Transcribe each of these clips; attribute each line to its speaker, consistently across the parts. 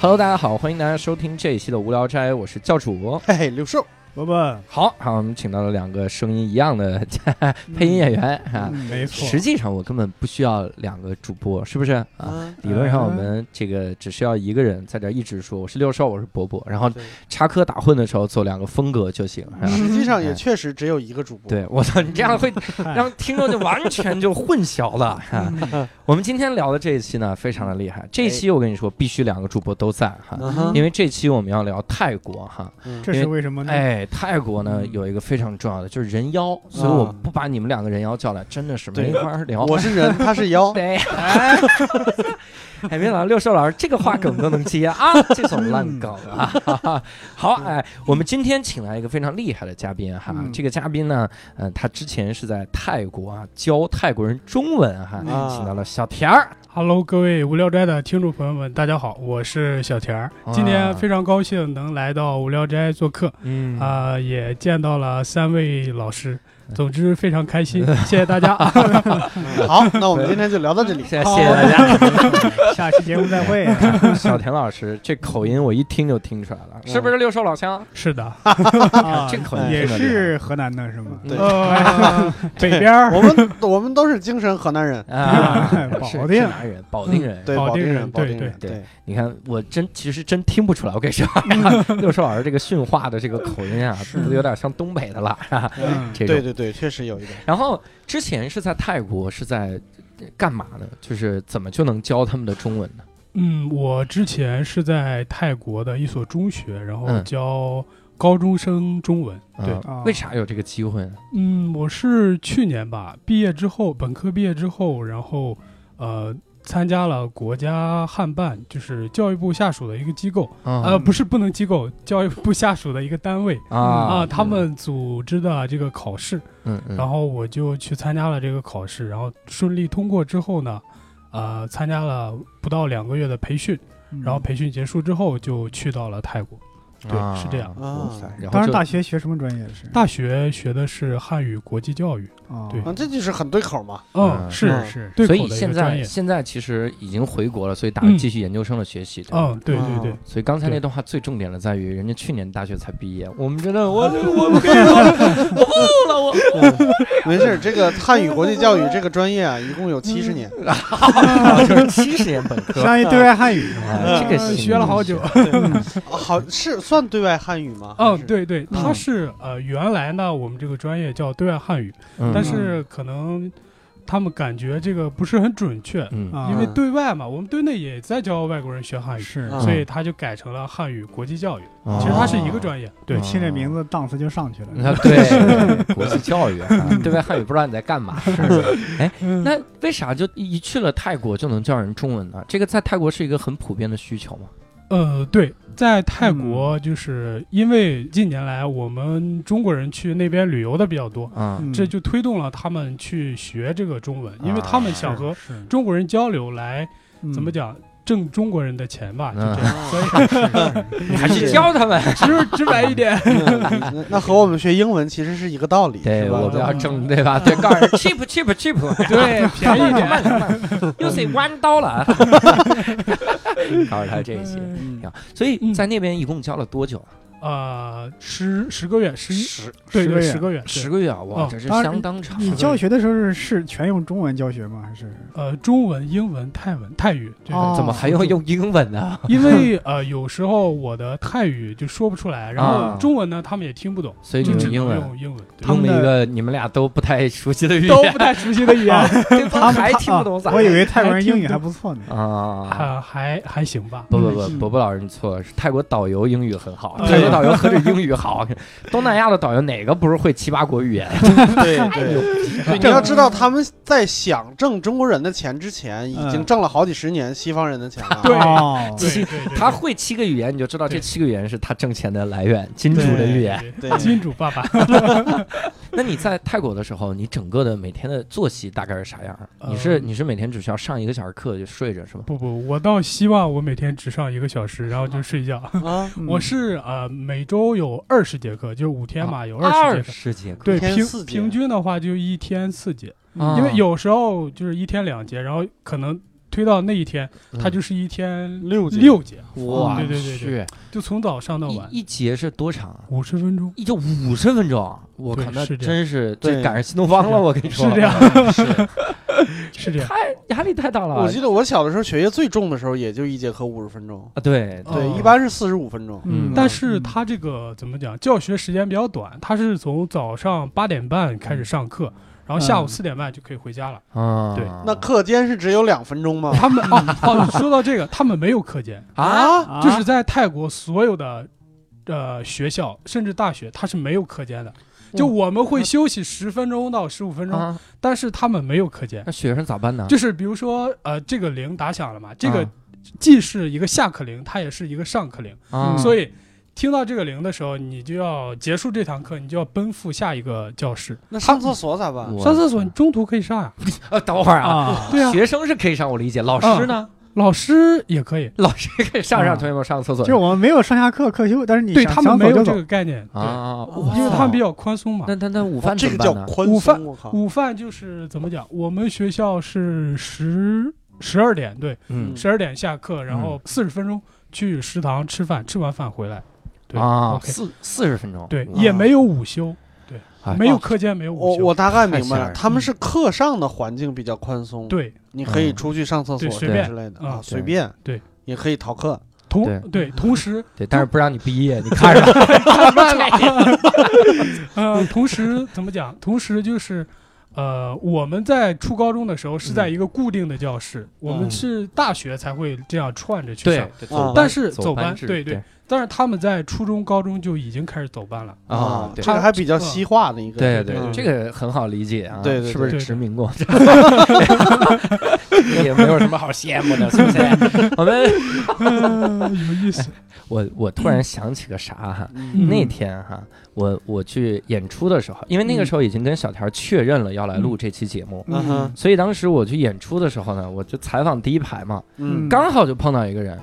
Speaker 1: Hello，大家好，欢迎大家收听这一期的无聊斋，我是教主。
Speaker 2: 嘿嘿，刘寿，
Speaker 3: 伯伯，
Speaker 1: 好，好，我们请到了两个声音一样的 配音演员
Speaker 2: 嗯
Speaker 1: 啊。
Speaker 3: 嗯没错，
Speaker 1: 实际上我根本不需要两个主播，是不是啊？
Speaker 2: 啊，
Speaker 1: 理论上我们这个只需要一个人在这一直说，我是六兽，我是伯伯，然后
Speaker 2: 对嗯
Speaker 1: 插科打诨的时候做两个风格就行，是吧？
Speaker 2: 实际上
Speaker 1: 哎
Speaker 2: 也确实只有一个主播。
Speaker 1: 对，我操，你这样 会
Speaker 3: 哎
Speaker 1: 让听众就完全就混淆了哈。
Speaker 2: 嗯
Speaker 1: 我们今天聊的这一期呢，非常的厉害。这一期我跟你说，必须两个主播都在哈，
Speaker 2: 哎嗯哼，
Speaker 1: 因为这期我们要聊泰国哈。
Speaker 2: 嗯
Speaker 3: 这是为什么呢？
Speaker 1: 哎，泰国呢
Speaker 3: 嗯
Speaker 1: 有一个非常重要的就是人妖，所以我不把你们两个人妖叫来，真的是没法儿聊。，
Speaker 2: 我是人，他是 妖
Speaker 1: 对，哎，哎没想到六兽老师这个话梗都能接啊，这种烂梗啊！哈哈 好，哎，我们今天请来一个非常厉害的嘉宾哈，
Speaker 3: 嗯
Speaker 1: 这个嘉宾呢，嗯，他之前是在泰国啊教泰国人中文哈，
Speaker 2: 啊
Speaker 1: 请到了小田儿，
Speaker 3: Hello，各位无聊斋的听众朋友们，大家好，我是小田儿
Speaker 1: 啊，
Speaker 3: 今天非常高兴能来到无聊斋做客，
Speaker 1: 嗯
Speaker 3: 啊、也见到了三位老师，总之非常 开心，谢谢大家，啊
Speaker 2: 好，那我们今天就聊到这里。
Speaker 1: 谢谢大家。
Speaker 3: 下期节目再会。
Speaker 1: 小田老师这口音我一听就听出来了， 是不是六兽老乡？
Speaker 3: 是的， 啊
Speaker 1: 这口音
Speaker 3: 也
Speaker 1: 听着厉害
Speaker 3: 是河南的是吗？
Speaker 2: 对
Speaker 3: 呃， 北边儿
Speaker 2: 我们我们都是精神河南人，
Speaker 1: 啊，
Speaker 3: 保
Speaker 1: 是
Speaker 3: 定嗯
Speaker 1: 是哪人？保定人。
Speaker 2: 对，
Speaker 3: 保
Speaker 2: 保
Speaker 3: 定
Speaker 2: 定
Speaker 3: 人
Speaker 2: 保
Speaker 3: 对
Speaker 2: 定人，
Speaker 1: 对
Speaker 2: 对，
Speaker 1: 你看，我真其实真听不出来。我跟你说，啊 六叔老师这个训话的这个口音啊，都有点像东北的了。 哈哈
Speaker 3: 嗯
Speaker 1: 啊这
Speaker 2: 对
Speaker 1: 种。
Speaker 2: 对对，确实有一点。
Speaker 1: 然后之前是在泰国，是在呃干嘛呢？就是怎么就能教他们的中文呢？
Speaker 3: 嗯，我之前是在泰国的一所中学，然后
Speaker 1: 嗯
Speaker 3: 教高中生中文。对，
Speaker 1: 啊为啥有这个机会呢？
Speaker 3: 嗯，我是去年吧，毕业之后，本科毕业之后，然后呃，参加了国家汉办，就是教育部下属的一个机构，
Speaker 1: 啊
Speaker 3: 呃，不是不能机构，教育部下属的一个单位啊、
Speaker 1: 啊
Speaker 3: 他们哦组织的这个考试，
Speaker 1: 嗯嗯，
Speaker 3: 然后我就去参加了这个考试，然后顺利通过之后呢，呃，参加了不到两个月的培训，然后培训结束之后就去到了泰国。对
Speaker 1: 啊
Speaker 3: 是这样哦
Speaker 1: 哇塞
Speaker 2: 啊
Speaker 1: 然后
Speaker 4: 当时
Speaker 1: 就
Speaker 4: 大学学什么专业是？
Speaker 3: 大学学的是汉语国际教育，
Speaker 4: 啊
Speaker 3: 对
Speaker 2: 啊，这就是很对口嘛。
Speaker 1: 嗯
Speaker 3: 嗯，
Speaker 2: 嗯
Speaker 3: 是是，对
Speaker 1: 所
Speaker 3: 口
Speaker 1: 以
Speaker 3: 的一
Speaker 1: 现
Speaker 3: 个专
Speaker 1: 在
Speaker 3: 业。
Speaker 1: 现在其实已经回国了，所以打
Speaker 3: 嗯
Speaker 1: 继续研究生的学习。对吧
Speaker 3: 嗯，对对对
Speaker 2: 哦，
Speaker 1: 所以刚才那
Speaker 3: 对
Speaker 1: 段话最重点的在于，人家去年大学才毕业，我们真的，我我我跟你说，我忘了我。
Speaker 2: 没事儿，这个汉语国际教育这个专业啊，一共有七十年。
Speaker 1: 就是七十年本科，
Speaker 4: 商业对外汉语是吗？
Speaker 1: 啊这个
Speaker 3: 呃
Speaker 1: 行
Speaker 3: 学了好久。
Speaker 2: 啊好，是算对外汉语吗？还
Speaker 3: 嗯
Speaker 2: 是，，
Speaker 3: 对对，它是呃，原来呢，我们这个专业叫对外汉语，
Speaker 1: 嗯
Speaker 3: 但是可能他们感觉这个不是很准确，
Speaker 1: 嗯，
Speaker 4: 啊
Speaker 3: 因为对外嘛，我们对内也在教外国人学汉语，
Speaker 4: 是
Speaker 2: 啊
Speaker 3: 所以他就改成了汉语国际教育。
Speaker 1: 哦
Speaker 3: 其实它是一个专业，对
Speaker 1: 嗯，
Speaker 4: 听这名字档次就上去
Speaker 3: 嗯
Speaker 4: 了。
Speaker 1: 啊对国际教育啊，对外汉语不知道你在干嘛。哎，那为啥就一去了泰国就能教人中文呢？这个在泰国是一个很普遍的需求嘛？
Speaker 3: 呃，对，在泰国就是因为近年来我们中国人去那边旅游的比较多，
Speaker 1: 啊
Speaker 4: 嗯
Speaker 3: 这就推动了他们去学这个中文，因为他们想和
Speaker 4: 是
Speaker 3: 中国人交流来
Speaker 4: 嗯
Speaker 3: 怎么讲挣中国人的钱吧，就
Speaker 1: 嗯
Speaker 3: 这样。
Speaker 2: 啊
Speaker 3: 所以
Speaker 1: 你还去教他们？
Speaker 3: 直直白一点，
Speaker 2: 嗯那和我们学英文其实是一个道理，
Speaker 1: 对，
Speaker 2: 是吧
Speaker 1: 我们要挣对吧？对，告诉人 cheap cheap cheap，
Speaker 3: 对，便宜一点。
Speaker 1: 又是弯刀了，告诉他这些。
Speaker 4: 嗯
Speaker 1: 呀所以在那边一共教了多久啊？
Speaker 3: 呃，十十个月，十一，
Speaker 2: 十
Speaker 3: 对
Speaker 4: 十
Speaker 3: 对，
Speaker 4: 个月
Speaker 3: 十个月，对
Speaker 1: 十个月啊！哇，
Speaker 3: 哦
Speaker 1: 这是
Speaker 4: 当然
Speaker 1: 相当长。
Speaker 4: 你教学的时候是是全用中文教学吗？还是
Speaker 3: 呃，中文、英文、泰文、泰语，这个
Speaker 4: 哦
Speaker 1: 怎么还要用英文
Speaker 4: 嗯
Speaker 1: 呢？
Speaker 3: 因为呃，有时候我的泰语就说不出来，然
Speaker 1: 啊
Speaker 3: 后中文呢，他们也听不懂，
Speaker 1: 所以
Speaker 3: 就
Speaker 1: 你
Speaker 3: 只
Speaker 1: 用
Speaker 3: 能
Speaker 1: 英文，
Speaker 3: 用英文，对
Speaker 4: 他
Speaker 1: 用
Speaker 4: 们
Speaker 1: 了
Speaker 4: 的
Speaker 1: 一个你们俩都不太熟悉的语
Speaker 3: 都
Speaker 1: 言，
Speaker 3: 不太熟悉的语言，
Speaker 1: 对
Speaker 4: 他
Speaker 1: 方
Speaker 4: 们
Speaker 1: 还
Speaker 4: 他
Speaker 1: 听不懂
Speaker 4: 啊
Speaker 1: 咋？
Speaker 4: 我以为泰国人英语还不错呢。
Speaker 1: 啊。
Speaker 3: 啊，还还行 吧。
Speaker 1: 不不不，
Speaker 4: 嗯
Speaker 1: 伯伯老师你错了，是泰国导游英语很好，
Speaker 3: 哎
Speaker 1: 泰国导游何止英语好，东南亚的导游哪个不是会七八国语言？
Speaker 2: 对对。
Speaker 1: 对
Speaker 2: 你要知道，他们在想挣中国人的钱之前，已
Speaker 1: 嗯
Speaker 2: 经挣了好几十年西方人的钱 了。啊
Speaker 3: 对
Speaker 4: 哦
Speaker 3: 对，
Speaker 1: 七
Speaker 3: 对对 对
Speaker 1: 他会七个语言，你就知道这
Speaker 3: 对
Speaker 1: 七个语言是他挣钱的来源，金主的
Speaker 4: 对
Speaker 1: 语
Speaker 3: 对
Speaker 1: 言。
Speaker 3: 对
Speaker 2: 对
Speaker 3: 金主爸 爸，
Speaker 1: 那你在泰国的时候，你整个的每天的作息大概是啥样啊？
Speaker 3: 呃
Speaker 1: 你是你是每天只需要上一个小时课就睡着是吗？
Speaker 3: 不不，我倒希望我每天只上一个小时，然后就睡觉。
Speaker 2: 啊，
Speaker 4: 嗯
Speaker 3: 我是呃每周有二十节课，就是五天嘛，有二
Speaker 1: 二
Speaker 3: 十节课。
Speaker 1: 十节课，
Speaker 3: 对，
Speaker 2: 一天
Speaker 3: 平
Speaker 2: 四节
Speaker 3: 平均的话就一天四节，
Speaker 1: 啊
Speaker 3: 因为有时候就是一天两节，然后可能。推到那一天，
Speaker 1: 嗯
Speaker 3: 它就是一天
Speaker 2: 六节
Speaker 3: 六节，
Speaker 1: 哇
Speaker 3: 对对对
Speaker 1: 去，
Speaker 3: 就从早上到晚
Speaker 1: 一一节是多长啊？
Speaker 3: 五十分钟。
Speaker 1: 一就五十分钟，我
Speaker 3: 对
Speaker 1: 靠，那
Speaker 3: 是这样
Speaker 1: 真是
Speaker 2: 对
Speaker 1: 这赶上新东方了，我跟你说嗯
Speaker 3: 是这样，
Speaker 1: 是
Speaker 3: 是这样。
Speaker 1: 太压力太大了。
Speaker 2: 我记得我小的时候学业最重的时候，也就一节课五十分钟，
Speaker 1: 啊，对
Speaker 3: 哦
Speaker 2: 对，一般是四十五分钟。
Speaker 1: 嗯
Speaker 3: 但是
Speaker 4: 嗯
Speaker 3: 它这个怎么讲？教学时间比较短，它是从早上八点半开始上课，然后下午
Speaker 4: 嗯
Speaker 3: 四点半就可以回家了。
Speaker 1: 啊，
Speaker 3: 对
Speaker 2: 那课间是只有两分钟吗？
Speaker 3: 他们哦哦，说到这个，他们没有课间，
Speaker 1: 啊，
Speaker 4: 啊
Speaker 3: 就是在泰国所有的呃学校甚至大学，它是没有课间的。就我们会休息十分钟到十五分钟，
Speaker 1: 啊，嗯
Speaker 3: 但是他们没有课间
Speaker 1: 那，学生咋办呢？
Speaker 3: 就是比如说呃，这个铃打响了嘛，这个
Speaker 1: 啊
Speaker 3: 既是一个下课铃，它也是一个上课铃，
Speaker 1: 啊，
Speaker 3: 所以。听到这个铃的时候，你就要结束这堂课，你就要奔赴下一个教室。
Speaker 2: 那上厕所咋办？
Speaker 1: 我
Speaker 3: 上厕所，你中途可以上呀、
Speaker 1: 呃，等会儿啊，
Speaker 4: 啊，
Speaker 3: 对啊嗯
Speaker 1: 学生是可以上，我理解，老师呢？
Speaker 3: 老师也可以。
Speaker 1: 老师也可以上
Speaker 4: 啊
Speaker 3: 嗯
Speaker 1: 让同学们上厕所
Speaker 4: 就是我们没有上下课课休，但是你
Speaker 3: 对
Speaker 4: 想
Speaker 3: 他们
Speaker 4: 想走
Speaker 3: 没有
Speaker 4: 就
Speaker 3: 这
Speaker 4: 走
Speaker 3: 个概念，对
Speaker 1: 啊，
Speaker 4: 哇
Speaker 3: 因为他们比较宽松嘛
Speaker 1: 那。那那午饭
Speaker 2: 这
Speaker 1: 怎么
Speaker 2: 个叫
Speaker 1: 办呢？
Speaker 2: 宽
Speaker 3: 午饭
Speaker 2: 松，我
Speaker 1: 啊
Speaker 2: 靠！
Speaker 3: 午饭就是怎么讲？我们学校是十十二点，对，
Speaker 1: 嗯
Speaker 3: 十二点下课，然后四十分钟去食堂吃饭，吃完饭回来。对
Speaker 1: 啊，
Speaker 3: ，OK，
Speaker 1: 四四十分钟，
Speaker 3: 对，
Speaker 1: 哇
Speaker 3: 也没有午休，对
Speaker 1: 哎，
Speaker 3: 没有课间，没有午
Speaker 2: 我
Speaker 3: 休。
Speaker 2: 我大
Speaker 1: 太
Speaker 2: 概明
Speaker 1: 吓
Speaker 2: 白
Speaker 1: 人
Speaker 2: 了，
Speaker 1: 了
Speaker 2: 他们是课上的环境比较宽松，，
Speaker 3: 对
Speaker 2: 你可以
Speaker 1: 嗯
Speaker 2: 出去上厕所
Speaker 3: 对随
Speaker 1: 便嗯
Speaker 2: 之类的
Speaker 3: 啊
Speaker 2: 啊，随
Speaker 1: 对
Speaker 2: 便，
Speaker 3: 对，
Speaker 2: 也可以逃课。
Speaker 1: 对
Speaker 3: 同对同 时，
Speaker 1: 对，但是不让你毕业，你看着看着
Speaker 3: 呃，同时怎么讲？同时就是，呃，我们在初高中的时候
Speaker 1: 嗯
Speaker 3: 是在一个固定的教室，我们
Speaker 2: 嗯
Speaker 3: 是大学才会这样串着去上
Speaker 1: 对。，走
Speaker 3: 但是走
Speaker 1: 班
Speaker 3: 班，
Speaker 1: 制
Speaker 3: 对
Speaker 1: 对
Speaker 3: 但是他们在初中、高中就已经开始走班了。
Speaker 1: 啊，对
Speaker 2: 这个还比较西化的一个，
Speaker 1: 对
Speaker 3: 对
Speaker 1: 对，
Speaker 2: 嗯
Speaker 1: 这个很好理解啊，
Speaker 2: 对对
Speaker 1: 是不是
Speaker 3: 对
Speaker 1: 殖民过？ 也没有什么好羡慕的，是不是？我 们
Speaker 3: 有意思。
Speaker 1: 我我突然想起个啥哈，
Speaker 2: 嗯
Speaker 1: 那天哈，我我去演出的时候，因为那个时候已经跟小条确认了要来录这期节目，
Speaker 2: 嗯哼
Speaker 1: 所以当时我去演出的时候呢，我就采访第一排嘛，
Speaker 2: 嗯
Speaker 4: 嗯
Speaker 1: 刚好就碰到一个人，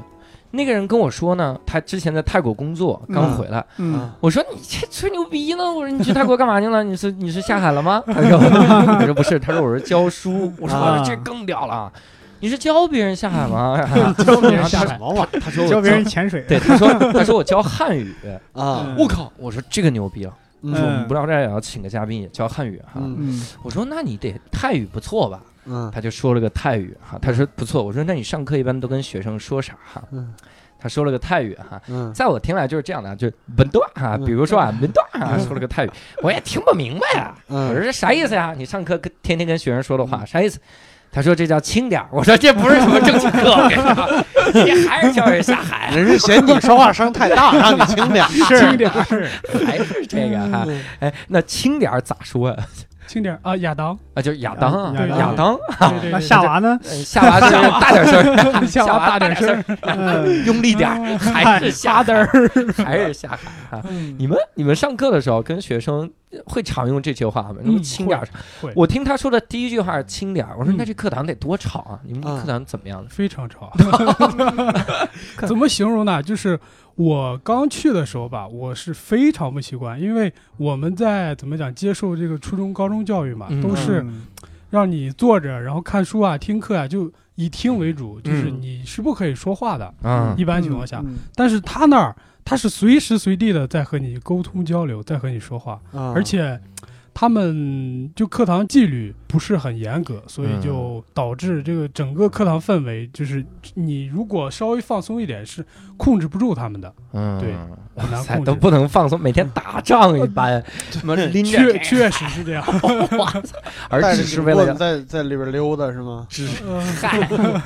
Speaker 1: 那个人跟我说呢，他之前在泰国工作，刚
Speaker 4: 嗯
Speaker 1: 回来。
Speaker 2: 啊
Speaker 4: 嗯
Speaker 1: 我说你这吹牛逼呢？我说你去泰国干嘛去了？你是你是下海了吗？他说他说不是，他说我是教书。 我说
Speaker 4: 啊
Speaker 1: 我这更屌了，你是教别人下海吗？
Speaker 3: 嗯
Speaker 1: 教
Speaker 4: 别人下
Speaker 2: 什么玩意
Speaker 1: 他说我
Speaker 4: 教别人潜水，
Speaker 1: 对，他说他说我教汉语。
Speaker 2: 儿啊？
Speaker 4: 嗯
Speaker 1: 我靠！我说这个牛逼了，我说我
Speaker 4: 嗯
Speaker 1: 们不聊斋也要请个嘉宾也教汉语哈。
Speaker 2: 嗯
Speaker 4: 嗯
Speaker 1: 我说那你得泰语不错吧？
Speaker 2: 嗯
Speaker 1: 他就说了个泰语哈，他说不错。我说那你上课一般都跟学生说啥哈？
Speaker 2: 嗯
Speaker 1: 他说了个泰语啊哈，
Speaker 2: 嗯
Speaker 1: 在我听来就是这样的啊，就是本段啊，
Speaker 2: 嗯
Speaker 1: 比如说啊，本段啊，说了个泰语，我也听不明白啊。我说
Speaker 2: 嗯，
Speaker 1: 这啥意思呀？你上课跟天天跟学生说的话啥意思？他说这叫轻点儿。我说这不是什么正经课，我跟你说，你还是叫人下海，啊
Speaker 2: 人是嫌你说话声太 大，让你轻点儿。
Speaker 4: 是
Speaker 1: 点儿，还是这个哈。
Speaker 2: 嗯
Speaker 1: 哎，那轻点儿咋说呀？
Speaker 3: 轻点儿啊，亚当，
Speaker 1: 啊，就是亚当啊，
Speaker 4: 亚
Speaker 3: 当
Speaker 1: 亚当，
Speaker 3: 对对
Speaker 4: 那
Speaker 3: 对，
Speaker 4: 夏娃呢？
Speaker 1: 呃夏娃就是大点声儿，
Speaker 3: 夏
Speaker 1: 夏
Speaker 3: 娃
Speaker 1: 娃
Speaker 3: 大
Speaker 1: 点
Speaker 3: 点
Speaker 1: 声儿，
Speaker 4: 嗯
Speaker 1: 用力点儿，还是下海，还是下海啊。你们你们上课的时候跟学生会常用这句话吗？那么
Speaker 3: 嗯
Speaker 1: 轻点儿
Speaker 3: 会会。
Speaker 1: 我听他说的第一句话是轻点儿，我说
Speaker 3: 嗯
Speaker 1: 那这课堂得多吵啊！你们
Speaker 2: 啊
Speaker 1: 课堂怎么样呢？
Speaker 3: 非常吵。 怎么形容呢？就是我刚去的时候吧，我是非常不习惯，因为我们在怎么讲接受这个初中、高中教育嘛，
Speaker 1: 嗯
Speaker 3: 都是让你坐着，然后看书啊、听课啊，就以听为主，就是
Speaker 1: 嗯
Speaker 3: 你是不可以说话的，
Speaker 1: 嗯
Speaker 3: 一般情况下。
Speaker 4: 嗯
Speaker 3: 但是他那儿，他是随时随地的在和你沟通交流，在和你说话，
Speaker 2: 啊
Speaker 3: 而且。他们就课堂纪律不是很严格，所以就导致这个整个课堂氛围，就是你如果稍微放松一点，是控制不住他们的，
Speaker 1: 嗯，
Speaker 3: 对很
Speaker 1: 哇
Speaker 3: 难
Speaker 1: 塞，
Speaker 3: 控制。
Speaker 1: 都不能放松，每天打仗一般，什么拎着
Speaker 3: 确
Speaker 1: 这
Speaker 3: 确实是这样。
Speaker 1: 个，哇塞而
Speaker 2: 带着
Speaker 1: 只
Speaker 2: 你
Speaker 1: 是为了
Speaker 2: 棍
Speaker 1: 让
Speaker 2: 在在里边溜达是吗？
Speaker 1: 只是
Speaker 3: 呃
Speaker 1: 嗨，